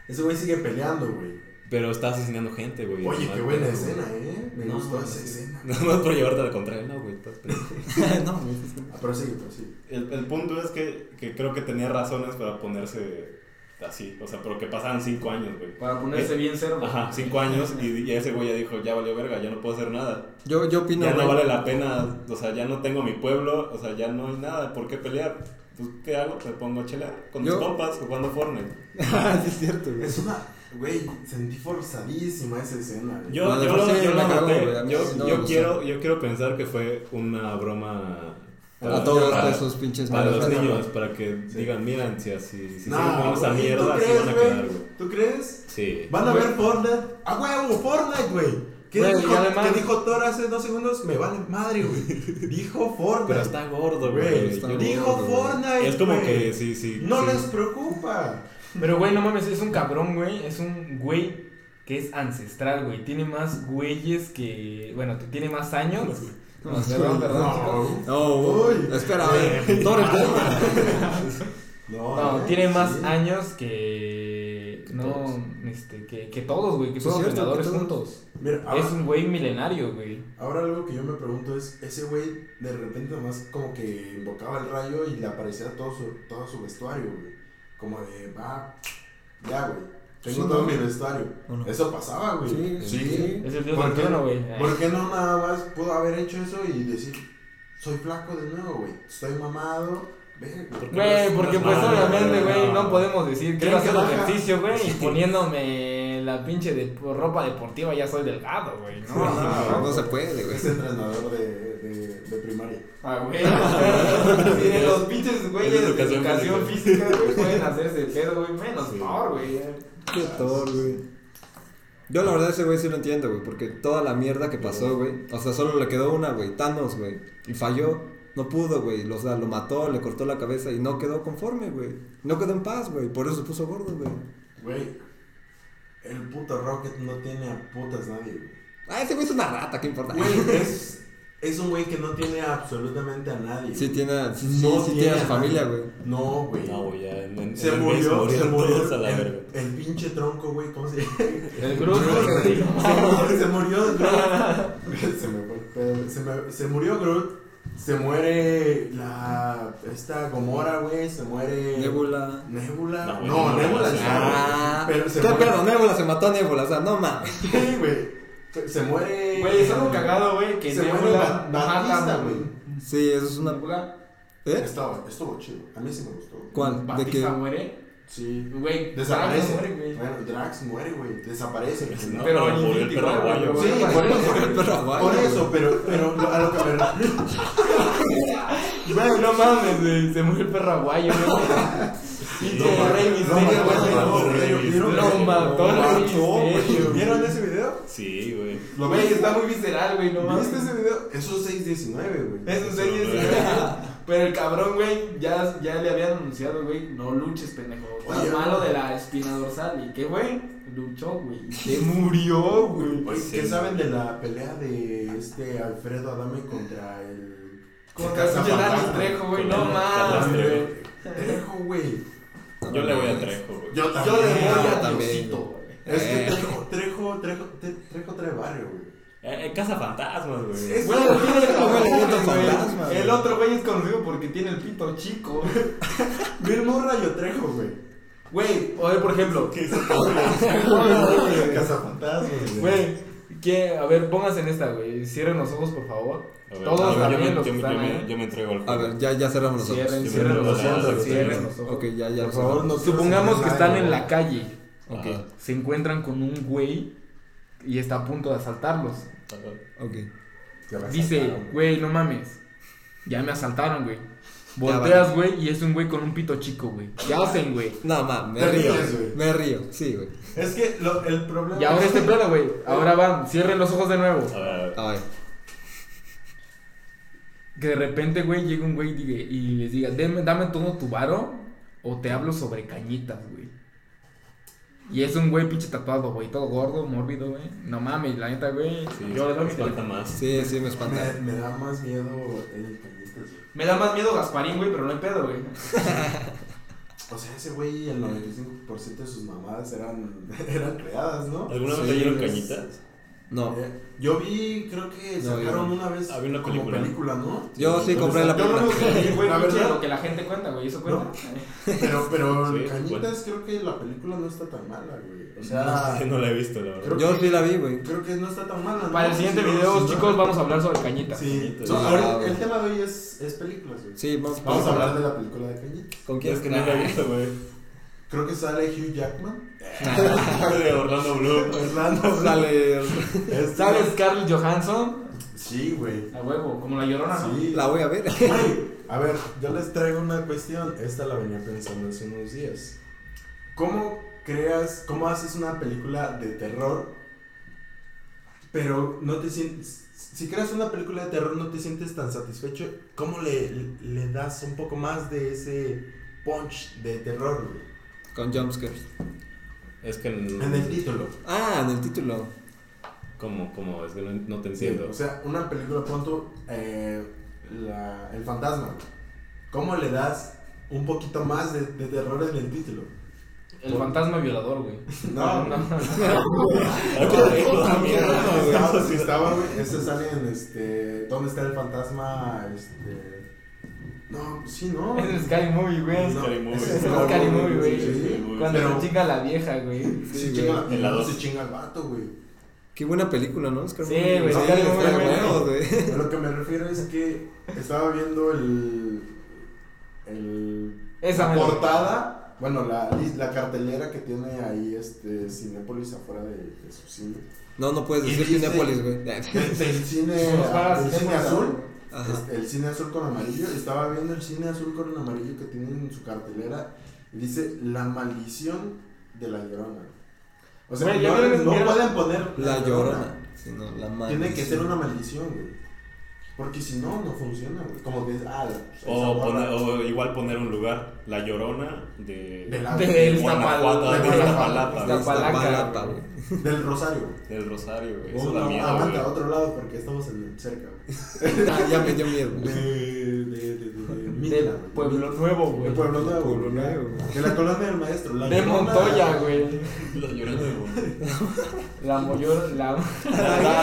Speaker 4: Ese güey sigue peleando, güey.
Speaker 3: Pero está asesinando gente, güey.
Speaker 4: Oye,
Speaker 3: Mal
Speaker 4: qué buena
Speaker 3: pedo,
Speaker 4: escena,
Speaker 3: güey.
Speaker 4: ¿eh? Me
Speaker 3: No,
Speaker 4: gustó
Speaker 3: no,
Speaker 4: esa
Speaker 3: sí.
Speaker 4: escena.
Speaker 3: [laughs] Nada más por llevarte al contrario, no, güey. estás pendejo.
Speaker 2: [laughs] No, güey, es que-
Speaker 4: Ah, pero sí, pero sí.
Speaker 3: El, el punto es que, que creo que tenía razones para ponerse así. O sea, pero que pasaban cinco años, güey.
Speaker 1: Para ponerse bien cerdo.
Speaker 3: Eh, Ajá, cinco años y, y ese güey ya dijo, ya valió verga, ya no puedo hacer nada.
Speaker 2: Yo, yo opino,
Speaker 3: ya no
Speaker 2: güey. [laughs]
Speaker 3: vale la pena, o sea, ya no tengo mi pueblo, o sea, ya no hay nada, ¿por qué pelear? Pues, ¿qué hago? Me pongo a chelar con mis
Speaker 2: Yo-
Speaker 3: compas jugando Fortnite.
Speaker 2: Ah, sí, es cierto, güey.
Speaker 4: Es una. Güey, sentí forzadísima esa escena, güey.
Speaker 3: Yo,
Speaker 2: No, de
Speaker 3: yo,
Speaker 2: por
Speaker 3: lo-
Speaker 2: sí
Speaker 3: yo
Speaker 2: me
Speaker 3: lo
Speaker 2: cagó,
Speaker 3: noté.
Speaker 2: güey, a mí
Speaker 3: yo,
Speaker 2: sí no me
Speaker 3: yo
Speaker 2: gustó.
Speaker 3: quiero, yo quiero pensar que fue una broma
Speaker 2: A todos
Speaker 3: para-
Speaker 2: esos pinches
Speaker 3: para los
Speaker 2: malos.
Speaker 3: niños, para que
Speaker 4: Sí.
Speaker 3: digan, miren, si así, si
Speaker 4: No,
Speaker 3: seguimos con esa
Speaker 4: güey, ¿tú
Speaker 3: mierda, así
Speaker 4: crees,
Speaker 3: van a
Speaker 4: güey?
Speaker 3: quedar, güey.
Speaker 4: ¿Tú crees?
Speaker 3: Sí.
Speaker 4: Van a
Speaker 1: Güey.
Speaker 4: ver Fortnite. ¡A huevo! ¡Fortnite, güey! ¿Qué,
Speaker 1: Güey,
Speaker 4: dijo,
Speaker 1: y además-
Speaker 4: qué dijo Thor hace dos segundos? Me vale
Speaker 3: [laughs]
Speaker 4: madre, güey.
Speaker 3: Pero
Speaker 4: dijo Fortnite.
Speaker 3: está gordo,
Speaker 4: Güey,
Speaker 3: güey.
Speaker 2: está
Speaker 3: Yo-
Speaker 4: Dijo
Speaker 2: gordo, güey.
Speaker 4: Fortnite.
Speaker 3: Es como
Speaker 4: güey.
Speaker 3: que sí, sí.
Speaker 4: No
Speaker 3: sí.
Speaker 4: les preocupa.
Speaker 1: Pero, güey, no mames, es un cabrón, güey. Es un güey que es ancestral, güey. Tiene más güeyes que. Bueno, que tiene más años.
Speaker 2: No, perdón, perdón, chicos. No,
Speaker 4: Uy.
Speaker 2: güey. Espera, a ver.
Speaker 4: [laughs]
Speaker 2: Thor
Speaker 4: No,
Speaker 1: No,
Speaker 4: eh,
Speaker 1: tiene más
Speaker 4: sí.
Speaker 1: años que. No, este, que, que todos, güey. Que
Speaker 2: Sí, es
Speaker 1: todos los
Speaker 2: cierto,
Speaker 1: ganadores
Speaker 2: que todos.
Speaker 1: juntos.
Speaker 4: Mira, ahora,
Speaker 1: Es un güey milenario, güey.
Speaker 4: ahora algo que yo me pregunto es, ese güey de repente nomás como que invocaba el rayo y le aparecía todo su, todo su vestuario, güey. Como de, va, ya, güey. Tengo
Speaker 2: Sí,
Speaker 4: todo
Speaker 2: ¿no?
Speaker 4: mi vestuario.
Speaker 2: ¿O no?
Speaker 4: Eso pasaba, güey.
Speaker 2: Sí, sí.
Speaker 1: Es el dios
Speaker 4: ¿Por
Speaker 1: del
Speaker 4: qué?
Speaker 1: trueno, güey.
Speaker 4: ¿Por qué no nada más pudo haber hecho eso y decir, soy flaco de nuevo, güey? Estoy mamado. Ve, güey.
Speaker 1: Güey, porque pues
Speaker 3: No,
Speaker 1: obviamente,
Speaker 3: no,
Speaker 1: güey,
Speaker 3: no.
Speaker 1: no podemos decir quiero
Speaker 4: ¿Creen que
Speaker 1: hacer
Speaker 4: baja?
Speaker 1: ejercicio, güey, y poniéndome la pinche de ropa deportiva ya soy delgado, güey, ¿no?
Speaker 4: No,
Speaker 2: No, no se puede, güey.
Speaker 4: Es entrenador de, de, de primaria.
Speaker 1: Ah, güey. Si de los pinches güeyes de
Speaker 3: educación
Speaker 1: educación física, güey, pueden hacerse pedo, güey, menos
Speaker 3: Sí.
Speaker 1: por, güey.
Speaker 2: Qué Thor, güey. Yo la verdad ese güey sí lo entiendo, güey, porque toda la mierda que pasó, güey, o sea, solo le quedó una, güey, Thanos, güey, y falló, no pudo, güey, lo- o sea, lo mató, le cortó la cabeza y no quedó conforme, güey, no quedó en paz, güey, por eso se puso gordo, güey.
Speaker 4: Güey, el puto Rocket no tiene a putas nadie, güey.
Speaker 2: Ah, ese güey es una rata, ¿qué importa?
Speaker 4: Güey, es, es un güey que no tiene absolutamente a nadie.
Speaker 2: Sí
Speaker 4: güey.
Speaker 2: tiene, sí, sí,
Speaker 4: No
Speaker 2: sí
Speaker 4: tiene
Speaker 2: tiene a su
Speaker 4: nada.
Speaker 2: familia, güey.
Speaker 4: No, güey.
Speaker 3: No, güey, ya en, en-
Speaker 4: Se
Speaker 3: en el mes
Speaker 4: murió, [laughs] se
Speaker 3: murieron
Speaker 4: murió
Speaker 3: todos a la verga.
Speaker 4: el, el pinche tronco, güey, ¿cómo se llama?
Speaker 1: El grupo
Speaker 4: se,
Speaker 1: se
Speaker 4: murió- se murió Groot. Se me fue el pedo. Se, me- se murió Groot. Se muere la... esta Gomora, güey. Se muere...
Speaker 2: Nebula.
Speaker 4: Nebula.
Speaker 3: No,
Speaker 4: No,
Speaker 3: güey, Nebula
Speaker 4: Nebula
Speaker 3: se-
Speaker 4: sí,
Speaker 2: Ah,
Speaker 4: güey. Pero se
Speaker 2: ¿qué
Speaker 4: muere-
Speaker 2: pedo? Nebula se mató a Nebula, o sea, no mames.
Speaker 4: Sí, güey. Se muere...
Speaker 1: Güey, es algo cagado, güey, que
Speaker 4: se muere
Speaker 1: Nebula
Speaker 4: Bat- Batista, güey.
Speaker 2: Sí, eso es una...
Speaker 1: Nebula,
Speaker 2: ¿Eh?
Speaker 4: Estaba, estuvo chido. A mí sí me gustó. güey.
Speaker 2: ¿Cuál? ¿De qué?
Speaker 1: Batista muere,
Speaker 4: Sí.
Speaker 1: güey, Drax
Speaker 4: Desaparece.
Speaker 1: muere, güey.
Speaker 4: Bueno, Drax muere, güey. Desaparece. Pues, güey.
Speaker 3: No,
Speaker 1: Pero
Speaker 3: pero
Speaker 1: en
Speaker 3: murió el
Speaker 1: Infinity
Speaker 3: perro
Speaker 1: War,
Speaker 3: aguayo,
Speaker 1: güey.
Speaker 3: güey.
Speaker 1: Sí, por eso,
Speaker 2: Pero aguayo,
Speaker 4: Por
Speaker 2: güey.
Speaker 4: eso, pero, pero lo- a lo que
Speaker 1: [laughs]
Speaker 4: me refiero.
Speaker 1: Güey, no mames, güey, se murió el perro aguayo,
Speaker 4: [laughs]
Speaker 1: güey. Pinche
Speaker 4: No,
Speaker 1: Rey
Speaker 4: no,
Speaker 1: Misterio,
Speaker 4: no,
Speaker 1: güey.
Speaker 4: no,
Speaker 3: no,
Speaker 4: güey,
Speaker 3: Rey
Speaker 1: Misterio.
Speaker 4: ¿vieron?
Speaker 1: Lo mató
Speaker 4: Lo
Speaker 1: Rey
Speaker 4: mató, güey.
Speaker 1: Misterio.
Speaker 4: ¿Vieron ese video?
Speaker 3: Sí, güey.
Speaker 4: ¿Lo
Speaker 1: Güey,
Speaker 4: viste?
Speaker 1: está muy visceral, güey, no mames.
Speaker 4: ¿Viste ese video? Eso es 619, güey.
Speaker 1: Es un serio, ese,
Speaker 3: Sí,
Speaker 1: güey. [laughs] Pero el cabrón, güey, ya, ya le habían anunciado, güey, no luches, pendejo.
Speaker 4: Oye.
Speaker 1: Estás malo de la espina dorsal. ¿Y qué, güey? Luchó, güey. Se murió, güey.
Speaker 4: Oye, ¿qué
Speaker 3: Sí.
Speaker 4: saben de la pelea de este Alfredo Adame contra el.
Speaker 1: Con
Speaker 4: Casa
Speaker 1: Castillo Dani
Speaker 4: Fantasma?
Speaker 1: Trejo, güey, no
Speaker 3: Con Carlos
Speaker 1: mames,
Speaker 3: Trejo.
Speaker 1: güey.
Speaker 4: Trejo, güey.
Speaker 3: Yo le voy a Trejo, güey.
Speaker 4: Yo
Speaker 1: Yo le voy
Speaker 2: Yo
Speaker 1: a
Speaker 2: también.
Speaker 1: Diosito, güey.
Speaker 4: Es que
Speaker 2: Eh.
Speaker 4: Trejo, Trejo, Trejo, Tre- Trejo trae barrio, güey.
Speaker 3: Eh, eh, Casa Fantasmas, güey.
Speaker 4: Es-
Speaker 1: Güey, tiene
Speaker 2: Güey,
Speaker 1: razón,
Speaker 2: puto
Speaker 1: güey.
Speaker 2: fantasma, güey.
Speaker 1: El otro güey es conocido porque tiene el pito chico.
Speaker 4: Bill Murray o Trejo, güey.
Speaker 1: [laughs]
Speaker 4: [laughs]
Speaker 1: Güey, o ver, por ejemplo,
Speaker 3: ¿Qué es?
Speaker 4: Cazafantasmas,
Speaker 1: Güey, ¿Qué? A ver, pónganse en esta, güey. Cierren los ojos, por favor.
Speaker 3: A ver,
Speaker 1: Todos
Speaker 3: yo- yo,
Speaker 1: también
Speaker 3: me,
Speaker 1: los que
Speaker 3: yo me-
Speaker 1: están
Speaker 3: yo me-
Speaker 1: ahí.
Speaker 3: yo me entrego al
Speaker 2: A ver, ya, ya cerramos los ojos.
Speaker 1: Cierren,
Speaker 3: yo-
Speaker 1: cierren los
Speaker 3: yo-
Speaker 1: ojos,
Speaker 3: yo-
Speaker 1: cierren
Speaker 3: yo-
Speaker 1: los ojos.
Speaker 2: Ok, ya, ya.
Speaker 1: Por
Speaker 2: cerramos.
Speaker 1: favor, no-
Speaker 4: cierren
Speaker 1: supongamos que
Speaker 4: nada,
Speaker 1: están en
Speaker 4: güey.
Speaker 1: la calle.
Speaker 2: Ok,
Speaker 3: Ajá.
Speaker 1: Se encuentran con un güey y está a punto de asaltarlos.
Speaker 2: ok.
Speaker 4: Te la
Speaker 1: Dice,
Speaker 4: sacaron,
Speaker 1: güey, no mames. Ya me asaltaron, güey. Volteas, güey, y es un güey con un pito chico, güey. ¿Qué hacen, güey?
Speaker 2: No, ma, me
Speaker 4: Te
Speaker 2: río.
Speaker 4: ríes, güey.
Speaker 2: Me río, sí, güey.
Speaker 4: Es que lo- el problema.
Speaker 1: Y ahora
Speaker 4: es-
Speaker 1: este plano, güey. Ahora van, cierren los ojos de nuevo.
Speaker 3: A ver, a ver.
Speaker 2: A ver.
Speaker 1: Que de repente, güey, llega un güey y diga- y les diga, "Deme- dame todo tu varo o te hablo sobre cañitas, güey. Y es un güey pinche tatuado, güey, todo gordo, mórbido, güey. No mames, la neta, güey.
Speaker 3: Sí,
Speaker 1: yo le doy mi
Speaker 3: me falta
Speaker 1: teléfono.
Speaker 3: más.
Speaker 2: Sí, sí, me espanta.
Speaker 4: Me, me da más miedo el Cañitas, güey.
Speaker 1: Me da más miedo Gasparín, güey, pero no hay pedo, güey.
Speaker 4: O sea, ese güey, el 95% de sus mamadas eran, [laughs] eran creadas, ¿no?
Speaker 3: ¿Alguna vez
Speaker 2: Sí,
Speaker 3: leyeron
Speaker 4: es-
Speaker 3: cañitas?
Speaker 2: No.
Speaker 4: Eh, Yo vi, creo que
Speaker 2: No, yo
Speaker 4: sacaron
Speaker 2: no.
Speaker 4: una vez
Speaker 3: Había una
Speaker 4: como
Speaker 3: película.
Speaker 4: película, ¿no?
Speaker 2: Yo sí compré la
Speaker 1: Yo no
Speaker 2: película.
Speaker 1: lo sé, güey,
Speaker 4: La
Speaker 1: pinche
Speaker 4: verdad.
Speaker 1: lo que la gente cuenta, güey, eso cuenta.
Speaker 4: Pero, pero
Speaker 3: [laughs] Sí,
Speaker 4: Cañitas creo que la película no está tan mala, güey. O
Speaker 3: No
Speaker 4: sea,
Speaker 3: sé, no la he visto, la verdad.
Speaker 4: Ah. creo
Speaker 2: Yo
Speaker 4: que-
Speaker 2: sí la vi, güey.
Speaker 4: creo que no está tan mala. ¿no?
Speaker 1: Para el siguiente
Speaker 4: Si no-
Speaker 1: video,
Speaker 4: si no-
Speaker 1: chicos, vamos a hablar sobre cañitas.
Speaker 4: Sí,
Speaker 3: Cañitas.
Speaker 4: No,
Speaker 2: Sí,
Speaker 4: ahora
Speaker 2: claro.
Speaker 4: el tema de hoy es, es películas, güey.
Speaker 2: Sí, vamos,
Speaker 4: Vamos a hablar de la película de Cañitas.
Speaker 2: ¿Con quién
Speaker 3: Es que no la he visto, güey.
Speaker 4: Creo que sale Hugh
Speaker 2: [laughs]
Speaker 4: Jackman.
Speaker 3: De Orlando Bloom.
Speaker 4: Orlando.
Speaker 2: Sale.
Speaker 4: Este-
Speaker 1: ¿Sabes Scarlett Johansson?
Speaker 4: Sí, güey.
Speaker 1: A huevo, como la llorona, ¿no?
Speaker 4: Sí.
Speaker 2: La voy a ver.
Speaker 4: Güey, a ver, yo les traigo una cuestión. Esta la venía pensando hace unos días. ¿Cómo creas, cómo haces una película de terror, pero no te sientes... Si creas una película de terror no te sientes tan satisfecho, ¿cómo le, le das un poco más de ese punch de terror güey?
Speaker 2: Con jumpscares.
Speaker 3: Es que.
Speaker 4: en el título?
Speaker 2: Ah, en el título.
Speaker 3: ¿Cómo? ¿Cómo? Es que no, no te
Speaker 4: Sí,
Speaker 3: entiendo.
Speaker 4: o sea, una película, pronto, eh, la- el fantasma. güey. ¿Cómo le das un poquito más de, de terror en el título?
Speaker 1: El fantasma violador, güey.
Speaker 4: No, no. Estaba, sí,
Speaker 3: También.
Speaker 4: estaba, güey. Ese sale en este. ¿Dónde está el fantasma? Este. No, sí, no.
Speaker 1: Es el Sky Movie, güey.
Speaker 4: No,
Speaker 3: Scary Movie.
Speaker 4: ese
Speaker 1: Es el
Speaker 4: no,
Speaker 1: Scary Movie, güey.
Speaker 4: Sí, güey.
Speaker 1: Cuando
Speaker 4: Pero-
Speaker 1: se chinga la vieja, güey.
Speaker 4: Se
Speaker 2: Sí,
Speaker 4: chinga
Speaker 2: güey.
Speaker 4: la-
Speaker 3: En la
Speaker 4: no,
Speaker 3: dos.
Speaker 4: se chinga el vato, güey.
Speaker 2: Qué buena película, ¿no? Oscar?
Speaker 1: Sí, güey,
Speaker 2: Sí,
Speaker 1: está
Speaker 2: está
Speaker 1: muy
Speaker 2: bueno, güey.
Speaker 4: A lo que me refiero es que estaba viendo el. El.
Speaker 1: Esa
Speaker 4: la
Speaker 1: me la-
Speaker 4: portada. Bueno, la, lis- la cartelera que tiene ahí este Cinépolis afuera de, de su cine.
Speaker 2: No, no puedes
Speaker 4: Y
Speaker 2: decir
Speaker 4: dice-
Speaker 2: Cinépolis, güey.
Speaker 4: Del [laughs] del cine,
Speaker 1: Nos pagas
Speaker 4: del cine
Speaker 1: Cinépolis,
Speaker 4: azul.
Speaker 2: Ajá.
Speaker 4: Este, El cine azul con amarillo, estaba viendo el cine azul con amarillo que tienen en su cartelera y dice La maldición de la llorona. O sea,
Speaker 1: Güey, ya
Speaker 4: no,
Speaker 1: vieron-
Speaker 4: no
Speaker 1: vieron-
Speaker 4: pueden poner
Speaker 2: La llorona. Sí, no, la madre.
Speaker 4: Tiene que ser una maldición, güey. Porque si no, no funciona, güey. Como que es, ah, pues, esa
Speaker 3: O, poner-
Speaker 4: morra
Speaker 3: o igual poner un lugar, La Llorona de,
Speaker 4: De la-
Speaker 1: De
Speaker 3: Guanajuato,
Speaker 1: Iztapalapa.
Speaker 3: de Iztapalapa,
Speaker 2: Está palapa,
Speaker 1: Iztapalapa,
Speaker 2: güey.
Speaker 1: güey.
Speaker 4: del Rosario. güey.
Speaker 3: del Rosario, güey. Eso
Speaker 4: O
Speaker 3: da
Speaker 4: Oh, no,
Speaker 3: miedo,
Speaker 4: aguanta, a
Speaker 3: güey.
Speaker 4: otro lado porque estamos en, cerca, güey.
Speaker 2: Ya- Ya me dio miedo.
Speaker 4: [laughs] De,
Speaker 2: güey. [laughs]
Speaker 4: de, de, de, de Mitla,
Speaker 1: De
Speaker 4: güey.
Speaker 1: Pueblo Nuevo,
Speaker 4: De
Speaker 1: güey.
Speaker 4: Pueblo Nuevo.
Speaker 2: Pueblo
Speaker 4: güey.
Speaker 2: Nuevo, güey.
Speaker 4: De la colonia del maestro. La
Speaker 1: De
Speaker 4: Llorona.
Speaker 1: Montoya, güey.
Speaker 3: La Llorona de Guanajuato.
Speaker 1: La mayor, la...
Speaker 3: Da,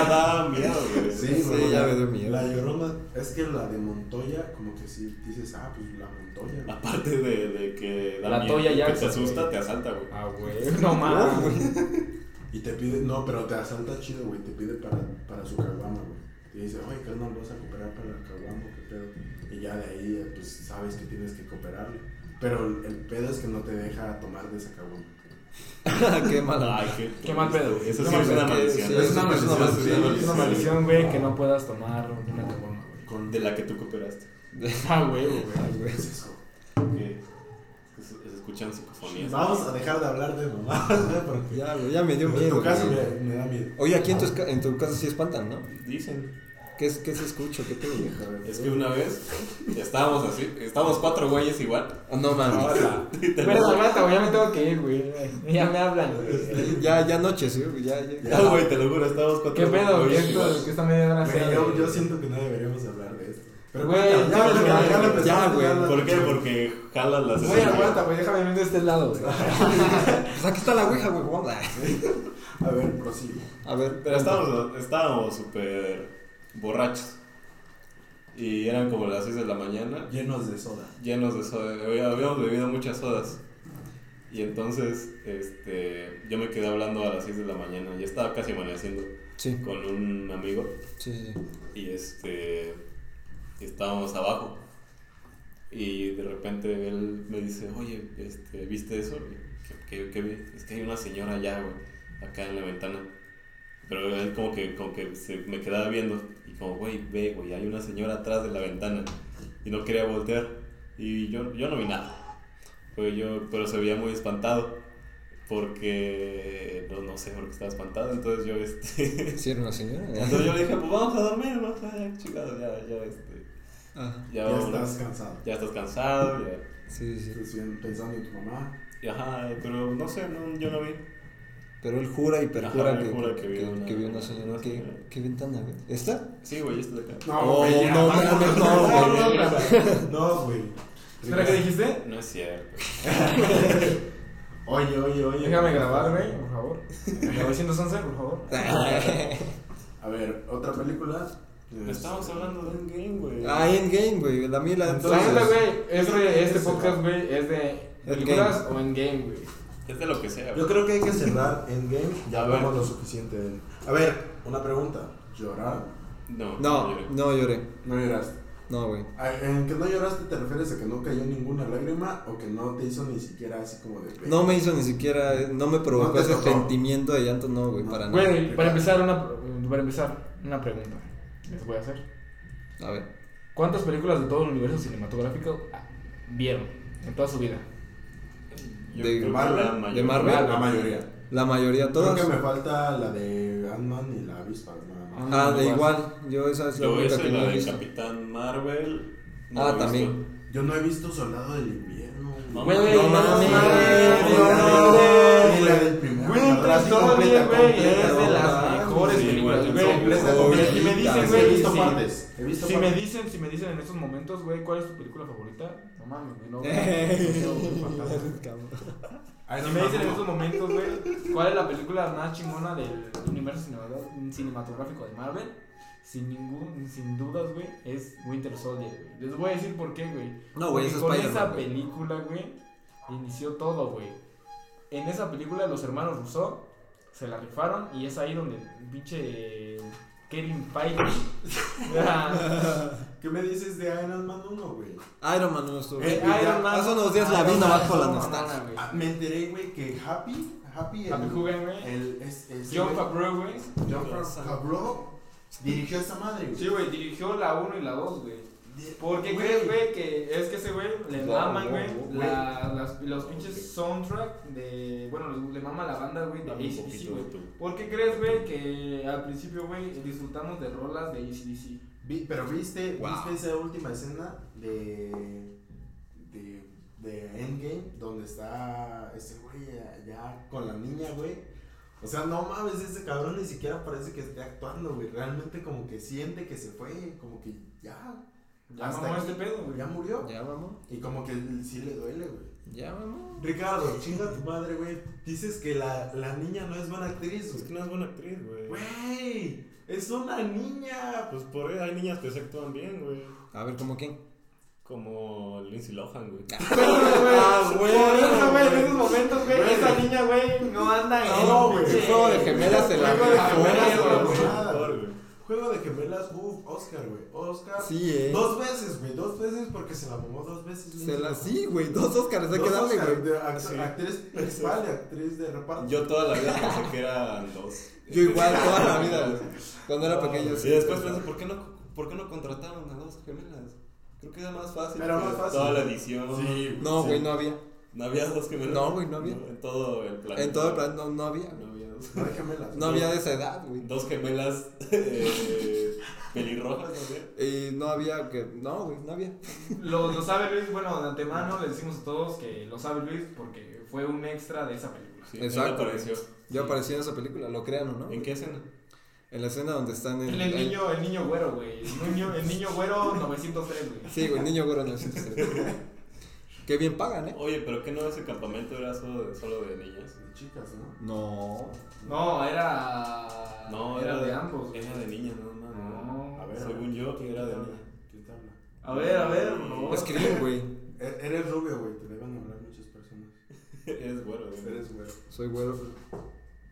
Speaker 3: da miedo, güey.
Speaker 4: Sí,
Speaker 2: Sí,
Speaker 4: güey,
Speaker 2: ya
Speaker 4: la-
Speaker 2: me dio miedo.
Speaker 4: La llorona, es que la de Montoya, como que si dices, ah, pues la Montoya. güey.
Speaker 3: Aparte de, de que da
Speaker 1: La
Speaker 3: miedo,
Speaker 1: Toya
Speaker 3: que te
Speaker 1: Jackson,
Speaker 3: asusta,
Speaker 1: güey.
Speaker 3: te asalta, güey.
Speaker 1: Ah, güey. No mames.
Speaker 4: Y te pide, no, pero te asalta chido, güey, te pide para, para su caguama, güey. Y dice, oye, ¿qué no vas a cooperar para el caguama? ¿Qué pedo? Y ya de ahí, pues sabes que tienes que cooperarle. Pero el, el pedo es que no te deja tomar de esa caguama.
Speaker 2: Qué mala. [laughs]
Speaker 3: [laughs] Ay, qué,
Speaker 1: Qué mal pedo, güey.
Speaker 3: Eso
Speaker 2: No
Speaker 3: sí es
Speaker 2: mames,
Speaker 3: una
Speaker 2: que-
Speaker 3: maldición.
Speaker 2: sí,
Speaker 3: güey.
Speaker 2: es una maldición, sí,
Speaker 1: Es una maldición, güey, que no puedas tomar una caguama,
Speaker 4: [laughs]
Speaker 1: güey.
Speaker 4: Con
Speaker 3: De la que tú cooperaste.
Speaker 1: Ah, güey, güey.
Speaker 2: Ay, güey.
Speaker 4: ¿Qué es eso?
Speaker 3: Que se se escuchan psicofonías.
Speaker 4: Vamos a dejar de hablar de mamadas, güey, porque
Speaker 2: Ya, güey, ya me dio
Speaker 4: en
Speaker 2: miedo.
Speaker 4: tu caso
Speaker 2: güey.
Speaker 4: me, me da miedo.
Speaker 2: Oye, aquí en tu, esca- en tu casa sí espantan, ¿no?
Speaker 3: Dicen.
Speaker 2: ¿Qué, es- qué se escucha? ¿Qué te
Speaker 4: [laughs]
Speaker 2: digo?
Speaker 3: Es que una vez estábamos así, estábamos cuatro güeyes igual.
Speaker 2: Ah, no mames.
Speaker 4: Ahora,
Speaker 3: Y te-
Speaker 1: Pero aguanta, güey, ya me tengo que ir, güey. Ya me hablan,
Speaker 4: Este,
Speaker 1: güey.
Speaker 2: Ya, ya noche, sí, güey, ya, ya.
Speaker 3: No, güey, te lo juro, estábamos cuatro
Speaker 1: ¿Qué pedo?
Speaker 3: güeyes
Speaker 1: güey? esto?
Speaker 3: igual.
Speaker 1: ¿Qué esta media hora?
Speaker 4: Güey,
Speaker 1: sea,
Speaker 4: yo,
Speaker 1: güey?
Speaker 4: yo siento que no deberíamos hablar de esto. Pero
Speaker 1: Güey,
Speaker 4: cuéntame,
Speaker 1: ya
Speaker 4: lo
Speaker 1: me
Speaker 4: empezamos,
Speaker 1: acabé,
Speaker 4: lo
Speaker 2: ya,
Speaker 4: empezamos,
Speaker 2: güey.
Speaker 4: lo-
Speaker 3: ¿Por qué? Porque jalan las
Speaker 1: Güey, aguanta, güey, déjame venir de este lado, güey.
Speaker 2: [laughs] Pues aquí está la ouija, güey, vamos.
Speaker 4: A ver, prosigue.
Speaker 2: A ver,
Speaker 3: Pero estábamos estábamos súper borrachos. Y eran como las 6 de la mañana,
Speaker 4: Llenos de soda.
Speaker 3: llenos de soda. Había- Habíamos bebido muchas sodas. Y entonces, este, yo me quedé hablando a las 6 de la mañana. Ya estaba casi amaneciendo.
Speaker 2: Sí,
Speaker 3: con un amigo
Speaker 2: sí, sí.
Speaker 3: y este y estábamos abajo y de repente él me dice oye este viste eso Y, ¿Qué, qué- qué vi?" es que hay una señora allá güey acá en la ventana pero él como que como que se me quedaba viendo y como güey ve güey hay una señora atrás de la ventana y no quería voltear y yo yo no vi nada pero yo pero se veía muy espantado porque no, no sé por qué estaba espantado entonces yo este
Speaker 2: sí. ¿Sí era una señora?
Speaker 3: entonces yo le dije, pues vamos a dormir, ¿no? Ya, chingado, ya, ya, este,
Speaker 2: Ajá.
Speaker 3: ya,
Speaker 4: ya
Speaker 3: vámonos.
Speaker 4: estás cansado.
Speaker 3: Ya estás cansado, ya.
Speaker 2: Sí, sí, sí.
Speaker 4: Estás bien pensando en tu mamá.
Speaker 3: Y ajá, pero no sé, no, yo no vi.
Speaker 2: Pero él jura y perjura
Speaker 3: Ajá,
Speaker 2: que,
Speaker 3: él jura
Speaker 2: que,
Speaker 3: que vio
Speaker 2: que-
Speaker 3: una-
Speaker 2: que vio una
Speaker 3: una
Speaker 2: señora. ¿Qué,
Speaker 3: señora.
Speaker 2: ¿Qué ventana, güey? ¿Esta? [laughs]
Speaker 3: Sí, güey, esto de acá.
Speaker 4: No,
Speaker 2: Oh,
Speaker 4: güey, ya,
Speaker 2: no,
Speaker 4: vamos a
Speaker 2: mames, no,
Speaker 4: regresar,
Speaker 2: güey.
Speaker 4: vamos a regresar. No, güey.
Speaker 1: Espera, ¿qué dijiste?
Speaker 3: No es cierto.
Speaker 4: Oye, oye, oye.
Speaker 1: Déjame grabar, güey, por favor. 911, por favor.
Speaker 4: A ver, otra película.
Speaker 2: Este,
Speaker 3: Estábamos hablando de un game, güey.
Speaker 2: Ah, Endgame, güey. La mía la
Speaker 1: Entonces,
Speaker 2: entonces.
Speaker 1: güey, este, este podcast, güey, es de películas o en game, güey.
Speaker 3: Es de lo que sea,
Speaker 4: Yo
Speaker 3: güey.
Speaker 4: creo que hay que cerrar Endgame. Ya
Speaker 3: A ver.
Speaker 4: hablamos lo suficiente de él. A ver, una pregunta. ¿Llorar?
Speaker 3: No,
Speaker 2: No,
Speaker 3: yo-
Speaker 2: no lloré.
Speaker 4: No lloraste.
Speaker 2: No, güey.
Speaker 4: Ah, ¿En que no lloraste te refieres a que no cayó ninguna lágrima o que no te hizo ni siquiera así como de...
Speaker 2: No me hizo ni siquiera, no me provocó
Speaker 4: No te
Speaker 2: ese
Speaker 4: tocó.
Speaker 2: sentimiento de llanto, no, güey,
Speaker 4: No.
Speaker 2: para nada.
Speaker 1: Güey, para empezar, una, para empezar, una pregunta les voy a hacer.
Speaker 2: A ver,
Speaker 1: ¿Cuántas películas de todo el universo cinematográfico ah, vieron en toda su vida?
Speaker 3: yo
Speaker 2: de
Speaker 3: creo que
Speaker 4: Marvel,
Speaker 3: la mayor-
Speaker 2: de Marvel.
Speaker 4: La mayoría.
Speaker 2: la mayoría, Ah,
Speaker 4: Creo que
Speaker 2: todas.
Speaker 4: me falta la de Ant-Man y la avispa. nada más.
Speaker 2: Ah, de igual, yo esa es la
Speaker 3: Yo
Speaker 2: única
Speaker 3: esa
Speaker 2: que
Speaker 3: y
Speaker 2: no
Speaker 3: la
Speaker 2: he
Speaker 3: de
Speaker 2: visto.
Speaker 3: Capitán Marvel. no
Speaker 2: Ah,
Speaker 3: la he
Speaker 2: también.
Speaker 4: Yo no he visto Soldado del Invierno.
Speaker 3: No
Speaker 4: güey.
Speaker 1: Güey,
Speaker 2: No mames,
Speaker 1: mames,
Speaker 2: no
Speaker 1: mames.
Speaker 4: Ni la del primero.
Speaker 1: Güey,
Speaker 4: La verdad, sí,
Speaker 1: Trastonia,
Speaker 4: completa,
Speaker 1: güey,
Speaker 4: completa,
Speaker 1: es de
Speaker 4: no
Speaker 1: las
Speaker 4: mames.
Speaker 1: mejores
Speaker 3: Sí,
Speaker 1: películas,
Speaker 3: güey,
Speaker 1: güey.
Speaker 4: Completa,
Speaker 2: Uy,
Speaker 4: completa.
Speaker 1: Y me dicen,
Speaker 4: He
Speaker 1: güey,
Speaker 4: visto
Speaker 1: sí.
Speaker 4: partes. He visto
Speaker 1: Si me
Speaker 4: partes.
Speaker 1: dicen, si me dicen en estos momentos, güey, ¿cuál es tu película favorita? No mames, güey, no. güey. Si
Speaker 4: Ay, no
Speaker 1: me dicen en
Speaker 4: mames.
Speaker 1: estos momentos, güey, ¿cuál es la película más chingona del universo cinematogra- cinematográfico de Marvel? Sin ningún, sin dudas, güey, es Winter Soldier, güey. Les voy a decir por qué, güey.
Speaker 2: [laughs] No,
Speaker 1: Porque
Speaker 2: güey, esa es
Speaker 1: con
Speaker 2: Spider-Man.
Speaker 1: esa
Speaker 2: güey.
Speaker 1: película, güey, inició todo, güey. En esa película los hermanos Rousseau se la rifaron y es ahí donde pinche Kevin Feige Ah,
Speaker 4: ¿Qué me dices de Iron Man 1, güey?
Speaker 2: Iron Man no estuvo.
Speaker 4: Eh,
Speaker 1: Iron Man.
Speaker 2: Hace unos días la
Speaker 1: Iron
Speaker 2: vi
Speaker 1: Man,
Speaker 2: nomás por la
Speaker 1: Ah, no,
Speaker 2: nostalgia.
Speaker 1: no, no,
Speaker 4: Ah,
Speaker 1: güey.
Speaker 4: Me enteré, güey, que Happy, Happy, el,
Speaker 1: Papi Hugan, güey.
Speaker 4: el, es, es-
Speaker 1: John
Speaker 4: güey,
Speaker 1: Favreau, güey.
Speaker 4: John Favreau Favreau dirigió esta madre, güey.
Speaker 1: Sí, güey, dirigió la 1 y la 2, güey.
Speaker 4: De-
Speaker 1: ¿Por qué crees, güey, que es que ese güey le
Speaker 2: No,
Speaker 1: maman,
Speaker 2: no,
Speaker 1: güey,
Speaker 2: no,
Speaker 1: la- las- los pinches soundtrack de. Bueno, les- le mama la banda, güey, de
Speaker 3: Dame un
Speaker 1: ACDC,
Speaker 3: poquito
Speaker 1: güey.
Speaker 3: de tu.
Speaker 1: ¿Por qué crees, güey, que al principio, güey, disfrutamos de rolas de ACDC?
Speaker 4: Vi- pero viste,
Speaker 2: Wow.
Speaker 4: viste esa última escena de, de, de Endgame, donde está ese güey ya- ya con la niña, güey. O sea, no mames, ese cabrón ni siquiera parece que esté actuando, güey. Realmente como que siente que se fue, como que ya,
Speaker 1: Ya
Speaker 4: Hasta
Speaker 1: mamó
Speaker 4: aquí.
Speaker 1: este pedo, [laughs] güey.
Speaker 4: ya murió.
Speaker 2: Ya, mamón.
Speaker 4: Y como que sí le duele, güey.
Speaker 2: Ya, mamón.
Speaker 4: Ricardo, chinga tu madre, güey. Dices que la, la niña no es buena actriz,
Speaker 3: Es que
Speaker 4: güey.
Speaker 3: no es buena actriz, güey.
Speaker 4: Güey, es una niña.
Speaker 3: Pues por ahí hay niñas que se actúan bien, güey.
Speaker 2: A ver, ¿cómo quién?
Speaker 3: Como Lindsay Lohan,
Speaker 2: [laughs]
Speaker 3: güey.
Speaker 2: Ah,
Speaker 1: Por eso, güey, en esos momentos, güey, esa niña, güey, no anda en
Speaker 4: No, güey,
Speaker 1: pinche-
Speaker 2: Juego de gemelas se la
Speaker 1: Juego de
Speaker 2: rifó,
Speaker 1: gemelas,
Speaker 2: güey.
Speaker 1: güey.
Speaker 3: Mejor, güey.
Speaker 4: Juego de gemelas, uff, Oscar, güey. Oscar.
Speaker 2: Sí, eh.
Speaker 4: Dos veces, güey, dos veces porque se la mamó dos veces.
Speaker 2: Se
Speaker 4: güey.
Speaker 2: la sí, güey. Dos Oscars hay
Speaker 4: Dos
Speaker 2: que darle,
Speaker 4: Oscar,
Speaker 2: güey.
Speaker 4: de act-
Speaker 3: Sí.
Speaker 4: Actriz principal y actriz de reparto.
Speaker 3: Yo toda la vida pensé que eran dos.
Speaker 2: Yo igual, toda la vida, güey. Cuando era
Speaker 4: No,
Speaker 2: pequeño,
Speaker 4: güey.
Speaker 3: Y
Speaker 2: sí.
Speaker 3: después pensé, ¿por qué no, por qué no contrataron a dos gemelas? Creo que era más fácil.
Speaker 4: Era
Speaker 3: pues,
Speaker 4: más fácil.
Speaker 3: Toda la edición.
Speaker 2: No,
Speaker 3: Sí.
Speaker 2: güey, no había.
Speaker 3: No había dos gemelas.
Speaker 2: No, güey, no había.
Speaker 3: en todo el planeta.
Speaker 2: En todo el plan no, no había. güey.
Speaker 3: No había dos.
Speaker 4: No de gemelas.
Speaker 2: No había de esa edad, güey.
Speaker 3: Dos gemelas eh, pelirrojas, no sé.
Speaker 2: Y no había que. No, güey, no había.
Speaker 1: Lo, lo sabe Luis, bueno, de antemano le decimos a todos que lo sabe Luis porque fue un extra de esa película.
Speaker 3: Sí, él
Speaker 2: Exacto.
Speaker 3: apareció.
Speaker 2: Yo aparecí en esa película, lo crean o no.
Speaker 3: ¿En qué escena?
Speaker 2: En la escena donde están en.
Speaker 1: El, el niño, el niño güero, güey. El niño, el niño güero 903, güey.
Speaker 2: Sí, güey, niño gordo en el 103. Qué bien pagan, ¿eh?
Speaker 3: Oye, pero que no ese campamento era solo de, solo de niñas.
Speaker 4: De chicas, ¿no?
Speaker 2: No.
Speaker 1: No, era.
Speaker 3: No,
Speaker 1: era, de ambos. güey.
Speaker 3: Era de niñas, no, no, no.
Speaker 1: No.
Speaker 4: A ver.
Speaker 3: Según yo, que era de niñas. [laughs]
Speaker 4: ¿Quién te habla?
Speaker 1: A ver, a ver, por favor.
Speaker 2: Es Cream, güey.
Speaker 4: E- Eres rubio, güey, te deben hablar muchas personas.
Speaker 3: Eres bueno, güey.
Speaker 4: Eres güero.
Speaker 2: Soy güero.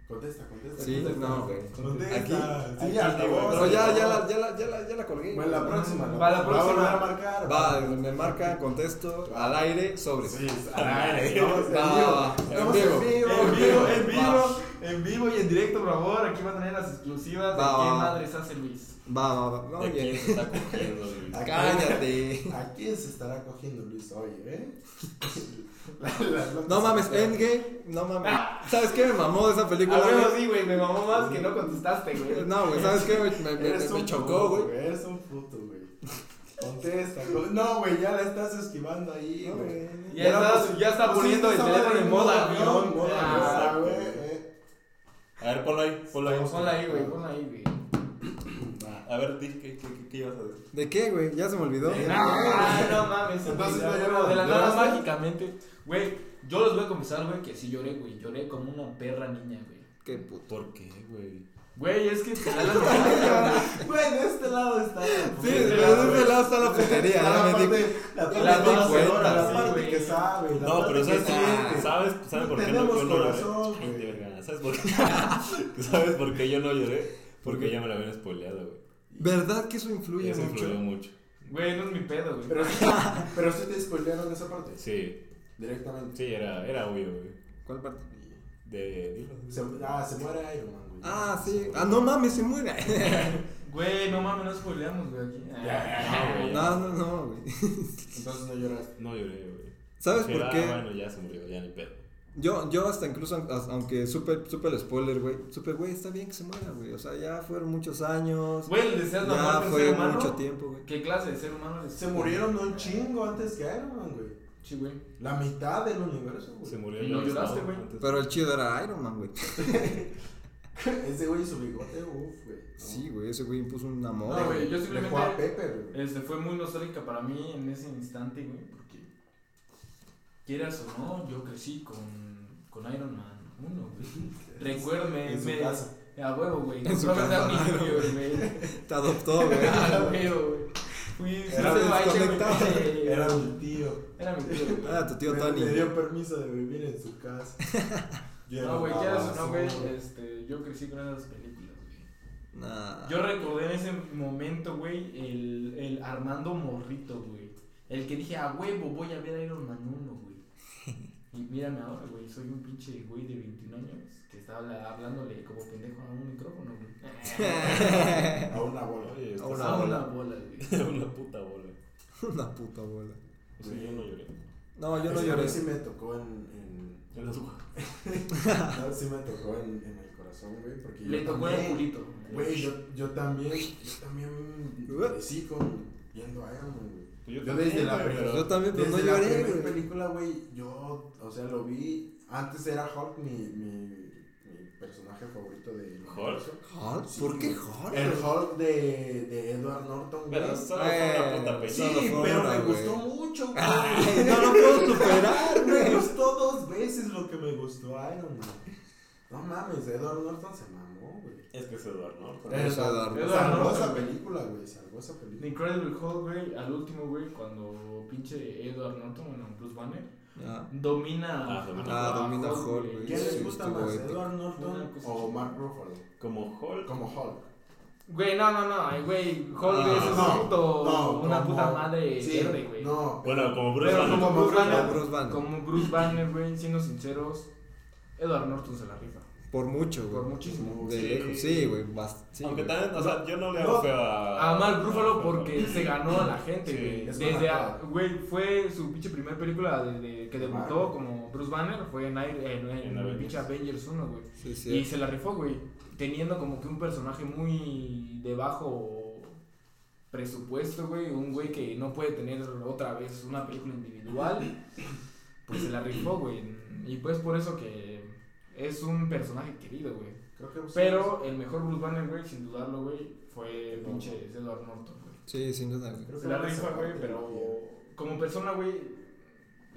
Speaker 4: Contesta, contesta.
Speaker 2: Sí,
Speaker 4: contesta.
Speaker 2: no, güey.
Speaker 5: Contesta.
Speaker 2: Aquí.
Speaker 5: Sí,
Speaker 4: Ahí
Speaker 5: ya,
Speaker 4: está,
Speaker 5: llegó.
Speaker 4: güey.
Speaker 2: Pero ya, ya, la, ya, la, ya, la, ya la colgué.
Speaker 4: Bueno, la próxima.
Speaker 1: Va, la
Speaker 4: Va a volver
Speaker 1: próxima.
Speaker 4: a marcar.
Speaker 2: Va, me marca, contesto, al aire, sobre.
Speaker 4: Sí,
Speaker 3: Ay,
Speaker 4: estamos en
Speaker 2: va,
Speaker 4: vivo.
Speaker 2: va,
Speaker 4: Estamos
Speaker 2: en
Speaker 4: en vivo.
Speaker 1: En vivo, en
Speaker 2: Va.
Speaker 1: vivo, en vivo y en directo, por favor. Aquí van a tener las exclusivas de
Speaker 2: Va,
Speaker 1: qué
Speaker 2: va.
Speaker 1: madres hace Luis.
Speaker 2: Va, va, va. No,
Speaker 3: ¿De quién
Speaker 2: oye.
Speaker 3: se está cogiendo, Luis?
Speaker 4: Aquí.
Speaker 2: Cállate.
Speaker 4: ¿A quién se estará cogiendo Luis hoy, eh? [laughs] La- la- la-
Speaker 2: No mames, Endgame, no mames. ¿Sabes qué me mamó de esa película?
Speaker 1: A huevo
Speaker 2: güey?
Speaker 1: sí, güey, me mamó más que no contestaste, güey.
Speaker 2: No, güey, ¿sabes qué? Me, me- me-
Speaker 4: Eres
Speaker 2: me
Speaker 4: un
Speaker 2: chocó,
Speaker 4: puto,
Speaker 2: güey.
Speaker 4: Eres un puto, güey. Contesta. con- No, güey, ya la estás esquivando ahí,
Speaker 2: No,
Speaker 4: güey.
Speaker 2: güey.
Speaker 1: Ya está,
Speaker 4: pues,
Speaker 1: ya está
Speaker 4: pues,
Speaker 1: poniendo el
Speaker 4: esa madre
Speaker 1: teléfono en moda
Speaker 4: ¿no?
Speaker 1: avión.
Speaker 4: Moda
Speaker 1: Ah,
Speaker 4: avión, güey.
Speaker 3: exacto.
Speaker 4: eh.
Speaker 3: A ver, ponlo ahí, ponlo ahí.
Speaker 1: Ponla ahí, güey, ponla ahí, güey.
Speaker 3: A ver, di, ¿qué, qué, qué, qué ibas a decir?
Speaker 2: ¿De qué, güey? Ya se me olvidó.
Speaker 1: Ah, no mames,
Speaker 4: Entonces,
Speaker 1: entonces
Speaker 4: no lloró,
Speaker 1: de la nada
Speaker 4: ¿lloraste?
Speaker 1: mágicamente. Güey, yo les voy a confesar, güey, que sí lloré, güey. Lloré como una perra niña, güey.
Speaker 2: Qué puto.
Speaker 3: ¿Por qué, güey?
Speaker 1: Güey, es que te da [laughs] la nostalgia,
Speaker 4: [laughs] Güey, de este lado está.
Speaker 2: Sí, pero de este lado está la putería.
Speaker 4: La
Speaker 2: Ya me di
Speaker 4: parte- la parte
Speaker 2: ya me di
Speaker 4: conocedora,
Speaker 2: cuenta,
Speaker 4: La
Speaker 1: sí,
Speaker 4: parte
Speaker 1: güey.
Speaker 4: que sabe.
Speaker 3: No,
Speaker 4: la parte
Speaker 3: pero
Speaker 4: que
Speaker 3: ¿sabes, ¿sabes,
Speaker 4: siente.
Speaker 3: ¿sabes, ¿sabes por qué no,
Speaker 4: Tenemos
Speaker 3: yo no lloré?
Speaker 4: corazón,
Speaker 3: Ay,
Speaker 4: güey.
Speaker 3: de verga, ¿Sabes por qué? [laughs] ¿Sabes por qué yo no lloré? Porque ya me la habían spoileado, güey.
Speaker 2: ¿Verdad que eso influye
Speaker 3: Eso influyó
Speaker 2: mucho?
Speaker 3: mucho.
Speaker 1: Güey, no es mi pedo, güey.
Speaker 4: Pero, pero sí te spoilearon esa parte.
Speaker 3: Sí,
Speaker 4: Directamente.
Speaker 3: sí, era, era obvio, güey.
Speaker 2: ¿Cuál parte?
Speaker 3: De, dilo.
Speaker 4: Se, ah, se muere Iron Man, güey.
Speaker 2: Ah, sí. Ah, no mames, se muere.
Speaker 1: Güey, no mames, no spoileamos, güey, aquí.
Speaker 3: Ya, güey.
Speaker 2: No, no, no, güey.
Speaker 4: Entonces no lloraste.
Speaker 3: No lloré, güey.
Speaker 2: ¿Sabes
Speaker 3: Dije,
Speaker 2: por
Speaker 3: "Ah,
Speaker 2: qué?
Speaker 3: bueno, ya se murió, ya ni pedo.
Speaker 2: Yo, yo hasta incluso, as- aunque supe, supe el spoiler, güey, supe, güey, está bien que se muera, güey. O sea, ya fueron muchos años.
Speaker 1: Ah. Güey, le deseas la
Speaker 2: ya
Speaker 1: muerte a un ser
Speaker 2: fue
Speaker 1: humano.
Speaker 2: mucho tiempo, güey.
Speaker 1: ¿Qué clase de ser humano es?
Speaker 4: Se murieron un chingo antes que Iron Man, güey.
Speaker 1: Sí, güey.
Speaker 4: La mitad del universo, güey.
Speaker 3: Se murió.
Speaker 1: ¿Y
Speaker 3: yo
Speaker 1: no lloraste,
Speaker 3: estaba
Speaker 1: güey?
Speaker 3: antes.
Speaker 2: Pero el chido era Iron Man, güey.
Speaker 4: Ese güey y su bigote, uff, güey. No.
Speaker 2: Sí, güey, ese güey impuso un amor.
Speaker 1: No,
Speaker 2: güey.
Speaker 1: güey, yo
Speaker 4: Le fue a
Speaker 1: simplemente.
Speaker 4: Pepper, güey.
Speaker 1: Este fue muy nostálgica para mí en ese instante, güey, porque. Quieras o no, yo crecí con, con Iron Man 1,
Speaker 4: [laughs]
Speaker 1: güey. Recuerdo, me.
Speaker 4: En su
Speaker 1: me-
Speaker 4: casa.
Speaker 1: A huevo, güey.
Speaker 2: En su
Speaker 1: Fue a
Speaker 2: casa,
Speaker 1: ver Downey
Speaker 2: Iron
Speaker 1: Jr., güey.
Speaker 2: Te adoptó,
Speaker 4: [laughs]
Speaker 2: güey.
Speaker 1: A huevo, güey. Fui- fui
Speaker 2: Era
Speaker 1: ese bache, güey, [laughs]
Speaker 2: desconectado.
Speaker 1: pinche-
Speaker 4: Era mi tío.
Speaker 1: Era mi tío, güey.
Speaker 2: Ah, tu tío
Speaker 4: me,
Speaker 2: Tony.
Speaker 4: me dio permiso de vivir en su
Speaker 2: [laughs]
Speaker 4: casa. Yo
Speaker 1: No, güey,
Speaker 4: era
Speaker 1: quieras o no,
Speaker 4: baboso,
Speaker 1: güey. Este, yo crecí con esas películas, güey.
Speaker 2: Nah. [laughs]
Speaker 1: Yo recordé en ese momento, güey, el, el Armando Morrito, güey. El que dije, a huevo, voy a ver Iron Man 1, güey. Y mírame ahora, güey, soy un pinche güey de 21 años que estaba habla- hablándole como pendejo a un micrófono,
Speaker 2: [laughs]
Speaker 1: güey.
Speaker 4: A una bola.
Speaker 3: Oye, estás
Speaker 2: Una
Speaker 1: A
Speaker 2: bola.
Speaker 1: una bola, güey.
Speaker 3: [laughs] una puta bola.
Speaker 2: Una puta bola.
Speaker 3: O sea, yo no lloré.
Speaker 2: No, yo no
Speaker 4: Ese
Speaker 2: lloré.
Speaker 4: güey sí me tocó en.
Speaker 3: En las
Speaker 4: en no, sí me tocó en, en el corazón, güey. Porque
Speaker 1: Le
Speaker 4: yo
Speaker 1: tocó el
Speaker 4: también-
Speaker 1: culito.
Speaker 4: Güey, yo, yo también. Yo también. Crecí con. Viendo a Iron Man, güey.
Speaker 3: Pues yo
Speaker 4: Yo
Speaker 3: también,
Speaker 4: desde la
Speaker 3: güey,
Speaker 4: primera-
Speaker 2: Yo también, pero
Speaker 4: Desde
Speaker 2: no
Speaker 4: la
Speaker 2: lloré,
Speaker 4: primera
Speaker 2: güey.
Speaker 4: película, güey, yo, o sea, lo vi. Antes era Hulk mi, mi, mi personaje favorito de.
Speaker 3: ¿Hulk?
Speaker 2: ¿Hulk?
Speaker 4: Sí,
Speaker 2: ¿Por qué
Speaker 4: güey.
Speaker 2: Hulk?
Speaker 4: El Hulk de, de Edward Norton, güey.
Speaker 3: Pero solo fue una puta
Speaker 2: Eh,
Speaker 3: película.
Speaker 4: Sí,
Speaker 2: solo fue
Speaker 4: pero
Speaker 2: una,
Speaker 4: me
Speaker 2: güey.
Speaker 4: gustó mucho,
Speaker 2: [laughs]
Speaker 4: güey.
Speaker 2: Ay, no lo puedo superar,
Speaker 4: [laughs] me
Speaker 2: güey.
Speaker 4: gustó dos veces lo que me gustó Iron Man. No mames, Edward Norton se mamó, güey.
Speaker 3: Es que es Eduardo Norton.
Speaker 2: Eh, Eso, Edward.
Speaker 4: Salvó
Speaker 1: Edward Norton,
Speaker 4: esa
Speaker 1: güey.
Speaker 4: película, güey. Salvó esa película.
Speaker 1: The Incredible Hulk, güey, al último, güey, cuando pinche Edward Norton, bueno, Bruce Banner,
Speaker 2: Ah,
Speaker 1: domina.
Speaker 3: Ah, domina.
Speaker 2: Ah, domina Hulk, güey.
Speaker 4: ¿Quién
Speaker 2: Sí,
Speaker 4: les gusta
Speaker 2: estuvo
Speaker 4: más,
Speaker 2: épico.
Speaker 4: Edward Norton
Speaker 1: Una cosa
Speaker 4: o
Speaker 1: así.
Speaker 4: Mark Ruffalo?
Speaker 3: Como Hulk.
Speaker 4: Como Hulk.
Speaker 1: Güey, no, no, no, ay, güey, Hulk
Speaker 2: Ah,
Speaker 1: es un
Speaker 4: no,
Speaker 1: puto,
Speaker 4: no,
Speaker 1: una
Speaker 4: como-
Speaker 1: puta madre
Speaker 4: sí,
Speaker 1: verde, güey.
Speaker 4: No,
Speaker 3: Bueno, como Bruce
Speaker 1: Pero
Speaker 3: Banner.
Speaker 1: como
Speaker 4: Como
Speaker 1: Bruce
Speaker 4: Bruce
Speaker 1: Banner,
Speaker 2: Bruce Banner.
Speaker 1: como Bruce Banner, güey, siendo sinceros, Edward Norton se la rifa.
Speaker 2: Por mucho, güey.
Speaker 1: Por muchísimo.
Speaker 2: De
Speaker 3: Sí.
Speaker 2: lejos, sí, güey. bast- sí,
Speaker 3: Aunque
Speaker 2: güey.
Speaker 3: también, o sea, yo no le hago
Speaker 4: No.
Speaker 3: feo a.
Speaker 1: A Mark Ruffalo
Speaker 3: a-
Speaker 1: porque se ganó a la gente,
Speaker 3: Sí,
Speaker 1: güey.
Speaker 4: es
Speaker 1: Desde,
Speaker 4: una-
Speaker 1: a- güey, fue su pinche primera película desde que debutó como Bruce Banner, fue en, Air- en, en-
Speaker 3: En
Speaker 1: en
Speaker 3: Avengers.
Speaker 1: pinche Avengers 1, güey.
Speaker 2: Sí, sí.
Speaker 1: Y se la rifó, güey. Teniendo como que un personaje muy de bajo presupuesto, güey. Un güey que no puede tener otra vez una película individual. Pues se la rifó, güey. Y pues por eso que es un personaje querido, güey.
Speaker 4: creo que
Speaker 1: Pero el mejor Bruce Banner, güey, sin dudarlo, güey, fue pinche Edward Norton, güey.
Speaker 2: Sí, sin duda, güey.
Speaker 4: creo que
Speaker 1: Se la
Speaker 4: vamos a
Speaker 1: rifa, güey,
Speaker 4: parte
Speaker 1: pero
Speaker 4: de-
Speaker 1: como persona, güey,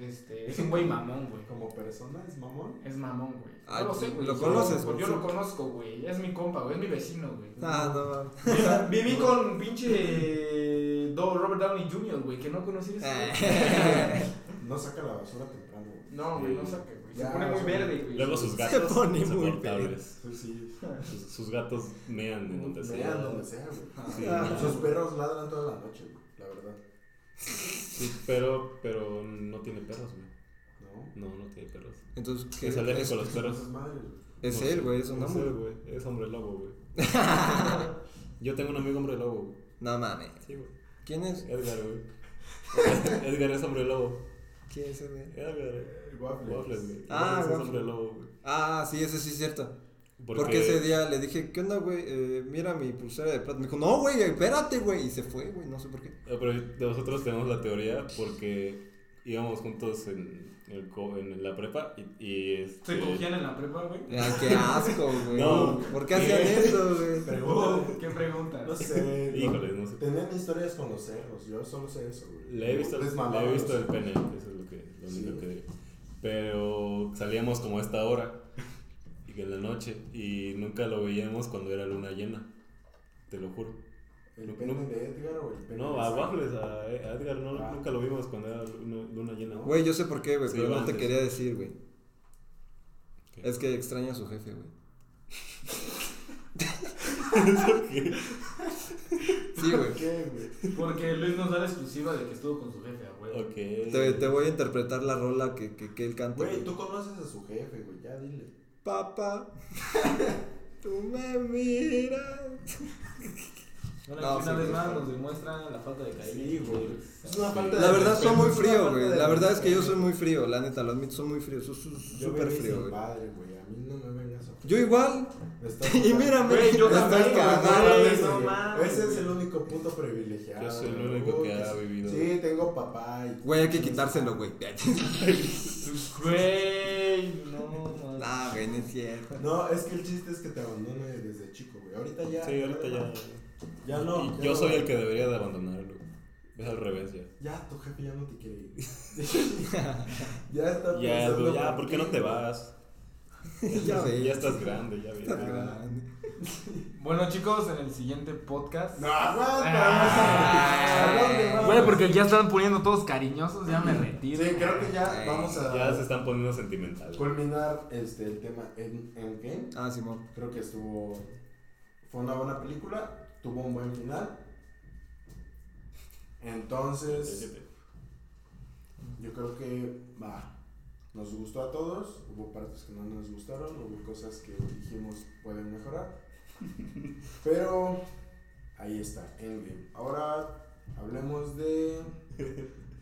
Speaker 1: este, es un güey mamón, güey.
Speaker 4: Como persona es mamón.
Speaker 1: Es mamón, güey.
Speaker 2: Ay,
Speaker 1: no lo sé, güey.
Speaker 2: lo
Speaker 1: Yo-
Speaker 2: conoces,
Speaker 1: Yo,
Speaker 2: güey.
Speaker 1: lo conozco, güey. Es mi compa, güey. Es mi vecino, güey.
Speaker 2: Ah, no mames.
Speaker 1: Viví con pinche Do- Robert Downey Jr., güey, que no conocí. ese, güey.
Speaker 2: Eh.
Speaker 4: No saca la basura temprano, güey.
Speaker 1: No, güey, no saque, güey. Se
Speaker 4: Ya,
Speaker 1: pone muy
Speaker 4: sí.
Speaker 1: verde, güey.
Speaker 3: Luego sus
Speaker 2: Se
Speaker 3: gatos
Speaker 2: pone muy
Speaker 3: insoportables.
Speaker 4: Sí, sí.
Speaker 3: Sus, sus gatos mean en donde
Speaker 4: Vean
Speaker 3: sea.
Speaker 4: donde sea, güey.
Speaker 3: Sí,
Speaker 2: Ah.
Speaker 3: no.
Speaker 4: Sus perros ladran toda la noche, güey, la verdad.
Speaker 3: Sí, pero, pero no tiene perros, güey.
Speaker 4: ¿No?
Speaker 3: No, no tiene perros.
Speaker 2: Entonces, ¿qué?
Speaker 3: Es alérgico a los
Speaker 4: Pero
Speaker 3: perros.
Speaker 4: esas madres, güey.
Speaker 2: Es
Speaker 3: No sé.
Speaker 2: él, güey, es un
Speaker 3: Es él,
Speaker 2: hombre.
Speaker 3: güey. Es hombre lobo, güey. Yo tengo un amigo hombre lobo, güey.
Speaker 2: No mames.
Speaker 3: Sí, güey.
Speaker 2: ¿Quién es?
Speaker 3: Edgar, güey. Edgar es hombre lobo.
Speaker 2: ¿Quién es ese?
Speaker 3: Edgar, güey.
Speaker 4: Eh, Waffles.
Speaker 3: Waffles, güey.
Speaker 2: Ah,
Speaker 3: Waffles es
Speaker 2: Waffles.
Speaker 3: hombre lobo, güey.
Speaker 2: Ah, sí, ese sí es cierto. Porque ese día le dije, ¿qué onda, güey? Eh, mira mi pulsera de plata. Me dijo, no, güey, espérate, güey. Y se fue, güey, no sé por qué.
Speaker 3: Ah, Pero nosotros tenemos la teoría porque íbamos juntos en, el co- en la prepa y... y,
Speaker 1: Se
Speaker 3: este,
Speaker 1: cogían en la prepa, güey.
Speaker 2: Ah, qué asco, güey.
Speaker 3: No.
Speaker 2: ¿Por qué hacían eso, güey?
Speaker 3: [laughs]
Speaker 1: Oh, qué pregunta.
Speaker 4: No sé. no-
Speaker 3: Híjole, no sé.
Speaker 4: Tenían historias con los cerros, yo solo sé eso, güey.
Speaker 3: Le he visto,
Speaker 4: Les
Speaker 3: le
Speaker 4: mamaban
Speaker 3: he visto
Speaker 4: los
Speaker 3: el pene, eso es lo, que, lo
Speaker 4: Sí.
Speaker 3: único que diré. Pero salíamos como a esta hora, y que en la noche, y nunca lo veíamos cuando era luna llena, te lo juro.
Speaker 4: ¿El pene
Speaker 3: No.
Speaker 4: de Edgar o el pene
Speaker 3: No,
Speaker 4: de
Speaker 3: a
Speaker 4: Sam?
Speaker 3: Waffles, a eh, a Edgar, no,
Speaker 4: Ah.
Speaker 3: nunca lo vimos cuando era luna, luna llena.
Speaker 2: Güey, yo sé por qué, güey,
Speaker 3: Sí,
Speaker 2: pero no
Speaker 3: iba
Speaker 2: te
Speaker 3: antes.
Speaker 2: quería decir, güey.
Speaker 3: ¿Qué?
Speaker 2: Es que extraña a su jefe, [laughs] güey. Sí, güey.
Speaker 4: ¿Por qué, güey?
Speaker 1: Porque Luis nos da la exclusiva de que estuvo con su jefe, güey.
Speaker 3: Ok.
Speaker 2: Te, te voy a interpretar la rola que, que, que él canta.
Speaker 4: Güey, tú conoces a su jefe, güey, ya dile.
Speaker 2: [laughs] Papá, tú me miras.
Speaker 1: Bueno,
Speaker 2: No,
Speaker 1: aquí una
Speaker 2: sí,
Speaker 1: vez
Speaker 2: güey,
Speaker 1: más
Speaker 2: está.
Speaker 1: nos demuestra la falta de cariño.
Speaker 4: Sí, güey. Es una
Speaker 1: Sí.
Speaker 4: falta
Speaker 2: La verdad soy muy frío, güey. La verdad es que yo soy
Speaker 4: soy
Speaker 2: muy frío, la neta, lo admito, soy muy frío, soy su-
Speaker 4: Yo
Speaker 2: súper
Speaker 4: viví
Speaker 2: frío,
Speaker 4: sin
Speaker 2: güey.
Speaker 4: padre, güey. A mí no me vengas a
Speaker 2: Yo igual.
Speaker 4: Me
Speaker 2: [laughs]
Speaker 4: estás-
Speaker 2: Y mírame.
Speaker 1: Güey, yo
Speaker 2: me estás
Speaker 1: también,
Speaker 2: tomando
Speaker 1: güey,
Speaker 2: la
Speaker 1: no
Speaker 2: vez, güey.
Speaker 1: mames.
Speaker 4: Ese es el único punto privilegiado.
Speaker 3: Yo soy el
Speaker 4: güey.
Speaker 3: único
Speaker 4: Uy,
Speaker 3: que ha
Speaker 4: sí.
Speaker 3: vivido.
Speaker 4: Sí, tengo papá y.
Speaker 2: Güey, hay que quitárselo, [laughs] güey.
Speaker 1: Güey, no, no.
Speaker 2: Ah, güey, no es cierto.
Speaker 4: No, es que el chiste es que te abandone desde chico, güey. Ahorita ya.
Speaker 3: Sí, ahorita ya.
Speaker 4: Ya no.
Speaker 3: Y
Speaker 4: ya
Speaker 3: yo
Speaker 4: no.
Speaker 3: soy el que debería de abandonarlo. Es al revés ya.
Speaker 4: Ya, tu jefe ya no te quiere
Speaker 3: [laughs]
Speaker 4: ir. ya está
Speaker 3: Ya,
Speaker 4: pensando
Speaker 3: güey, ya, ¿por qué no
Speaker 4: ti,
Speaker 3: te
Speaker 4: güey.
Speaker 3: vas?
Speaker 2: Ya ves.
Speaker 3: Ya estás grande, ya ves.
Speaker 2: Estás grande.
Speaker 1: Bueno, chicos, en el siguiente podcast.
Speaker 4: No, aguanta.
Speaker 1: Ah.
Speaker 4: ¿A dónde vas?
Speaker 1: Güey, porque ya están poniendo todos cariñosos, ya me
Speaker 4: Sí,
Speaker 1: retiro.
Speaker 4: creo que ya
Speaker 2: Ay,
Speaker 4: vamos a
Speaker 3: Ya se están poniendo sentimentales.
Speaker 4: culminar este, el tema en Endgame.
Speaker 2: Ah, Simón.
Speaker 4: Creo que estuvo. Fue una buena película, tuvo un buen final. Entonces, yo creo que va. Nos gustó a todos, hubo partes que no nos gustaron, hubo cosas que dijimos pueden
Speaker 3: [laughs]
Speaker 4: mejorar. Pero ahí está, Endgame. Ahora hablemos de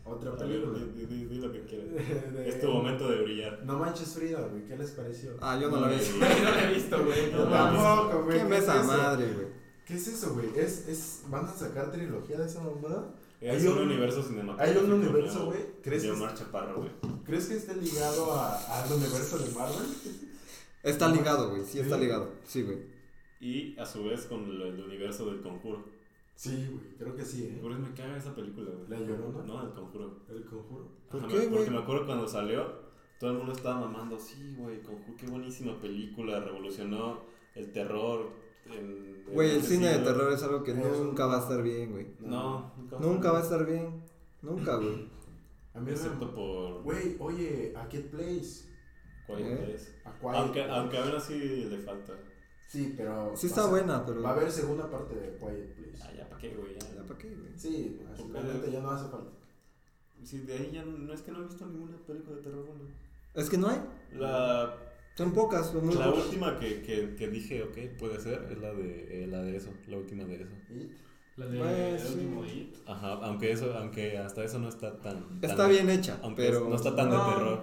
Speaker 4: otra película.
Speaker 3: Di lo que quieras.
Speaker 4: [laughs] De-
Speaker 3: Es tu Este momento de brillar.
Speaker 4: No manches Frida, güey, ¿qué les pareció?
Speaker 2: Ah, yo no la vi.
Speaker 1: Güey, no lo he visto, güey.
Speaker 4: Yo
Speaker 1: No
Speaker 3: no
Speaker 1: mames.
Speaker 4: tampoco, güey.
Speaker 2: ¿Quién
Speaker 4: ¿qué
Speaker 2: ve
Speaker 4: es
Speaker 2: esa
Speaker 4: eso?
Speaker 2: madre, güey?
Speaker 4: ¿Qué es eso, güey? ¿Es, es, ¿Van a sacar trilogía de esa mamada?
Speaker 3: Es
Speaker 4: Hay
Speaker 3: un
Speaker 4: un-
Speaker 3: universo cinematográfico.
Speaker 4: hay un universo,
Speaker 3: nuevo
Speaker 4: güey. ¿Crees
Speaker 3: De
Speaker 4: que-
Speaker 3: Omar Chaparro, güey.
Speaker 4: ¿Crees que esté ligado a- al universo de Marvel?
Speaker 2: Está ligado, güey. Sí, está
Speaker 4: Sí.
Speaker 2: ligado. Sí, güey.
Speaker 3: Y a su vez con el, el universo del conjuro.
Speaker 4: Sí, güey, creo que sí, ¿eh?
Speaker 3: Por eso me caga esa película, güey.
Speaker 4: ¿La Llorona?
Speaker 3: No, el conjuro.
Speaker 4: El conjuro.
Speaker 2: ¿Por
Speaker 3: Ajá,
Speaker 2: qué,
Speaker 3: me-
Speaker 2: güey?
Speaker 3: Porque me acuerdo cuando salió, todo el mundo estaba mamando. Sí, güey, conjuro, qué buenísima película. Revolucionó el terror. en- este en
Speaker 2: Güey, el cine de
Speaker 3: sentido.
Speaker 2: terror es algo que
Speaker 4: Es un-
Speaker 2: nunca va a estar bien, güey.
Speaker 3: No, nunca,
Speaker 2: Nunca va a estar bien. Nunca, güey.
Speaker 4: A mí
Speaker 3: Excepto
Speaker 4: me...
Speaker 3: por.
Speaker 4: Güey, oye, ¿a qué place?
Speaker 3: Quiet
Speaker 2: ¿Eh?
Speaker 3: Place.
Speaker 4: ¿A Quiet
Speaker 3: Aunque,
Speaker 4: Place.
Speaker 3: aunque aún así le falta.
Speaker 4: Sí, pero...
Speaker 2: Sí
Speaker 4: va
Speaker 2: está
Speaker 4: a-
Speaker 2: buena, pero...
Speaker 4: Va a haber segunda parte de Quiet
Speaker 3: Ah,
Speaker 4: Place.
Speaker 3: ya, ¿para qué, güey? Ya.
Speaker 2: ¿Ya para qué, güey?
Speaker 4: Sí, así
Speaker 3: Ok.
Speaker 4: realmente ya no hace falta.
Speaker 3: Sí, de ahí ya no, no es que no he visto ninguna película de terror, güey.
Speaker 2: Es que no hay.
Speaker 3: La,
Speaker 2: Son pocas, son muy
Speaker 3: la
Speaker 2: pocas.
Speaker 3: última que, que, que dije, ok, puede ser, es la de, eh, la de eso, la última de eso.
Speaker 4: ¿Y?
Speaker 1: La de
Speaker 2: Pues,
Speaker 1: el
Speaker 2: sí.
Speaker 1: último hit.
Speaker 3: Ajá, aunque eso, aunque hasta eso no está tan... tan-
Speaker 2: Está bien hecha,
Speaker 3: Aunque
Speaker 2: pero...
Speaker 3: es- no está tan de
Speaker 1: No.
Speaker 3: terror.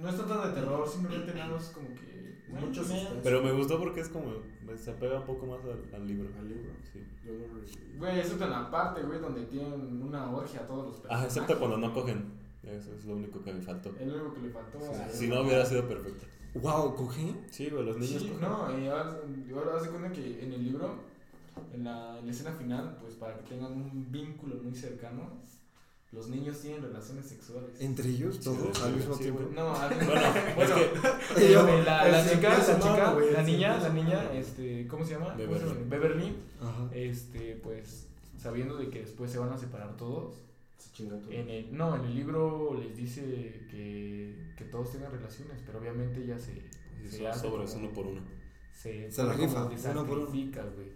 Speaker 1: No está tan de terror, simplemente nada más como que.
Speaker 4: Mucho suspenso.
Speaker 3: Pero me gustó porque es como, se apega un poco más al, al libro.
Speaker 4: Al libro.
Speaker 3: Sí.
Speaker 4: Yo no lo recibí.
Speaker 1: Güey, excepto en la parte, güey, donde tienen una orgia a todos los
Speaker 3: Ah,
Speaker 1: personajes.
Speaker 3: excepto cuando no cogen. Eso es lo único que me faltó.
Speaker 1: Es lo único que le faltó. a-
Speaker 3: Si no hubiera sido perfecto.
Speaker 2: Wow, ¿cogí?
Speaker 3: Sí, güey, los niños
Speaker 1: Sí,
Speaker 3: cogen.
Speaker 1: no, y ahora, ahora se cuenta que en el libro, en la, en la escena final, pues para que tengan un vínculo muy cercano, los niños tienen relaciones sexuales.
Speaker 2: ¿Entre ellos todos
Speaker 3: sí,
Speaker 2: al
Speaker 3: sí,
Speaker 2: mismo
Speaker 3: sí,
Speaker 2: tiempo?
Speaker 1: No,
Speaker 3: [laughs]
Speaker 1: al-
Speaker 3: Bueno, es
Speaker 1: [laughs]
Speaker 3: que
Speaker 1: Eh,
Speaker 2: Yo-
Speaker 1: güey, la, la
Speaker 4: el
Speaker 1: chica,
Speaker 4: simple
Speaker 1: la
Speaker 4: humano,
Speaker 1: chica,
Speaker 4: güey,
Speaker 1: la
Speaker 4: el
Speaker 1: niña,
Speaker 4: simple
Speaker 1: la niña,
Speaker 4: humano.
Speaker 1: este, ¿cómo se llama? ¿Cómo se
Speaker 3: Beverly.
Speaker 1: llama? Beverly,
Speaker 2: Ajá.
Speaker 1: este, pues, sabiendo de que después se van a separar todos,
Speaker 4: Se chinga todo.
Speaker 1: En el, no, en el libro les dice que, que todos tengan relaciones, pero obviamente ella se.
Speaker 3: Eso
Speaker 1: se hace
Speaker 3: sobres
Speaker 1: como-
Speaker 3: uno por uno.
Speaker 1: Se,
Speaker 2: Se la
Speaker 1: como
Speaker 2: rifa,
Speaker 1: que
Speaker 2: uno por uno.
Speaker 1: sacrifica, [laughs] güey.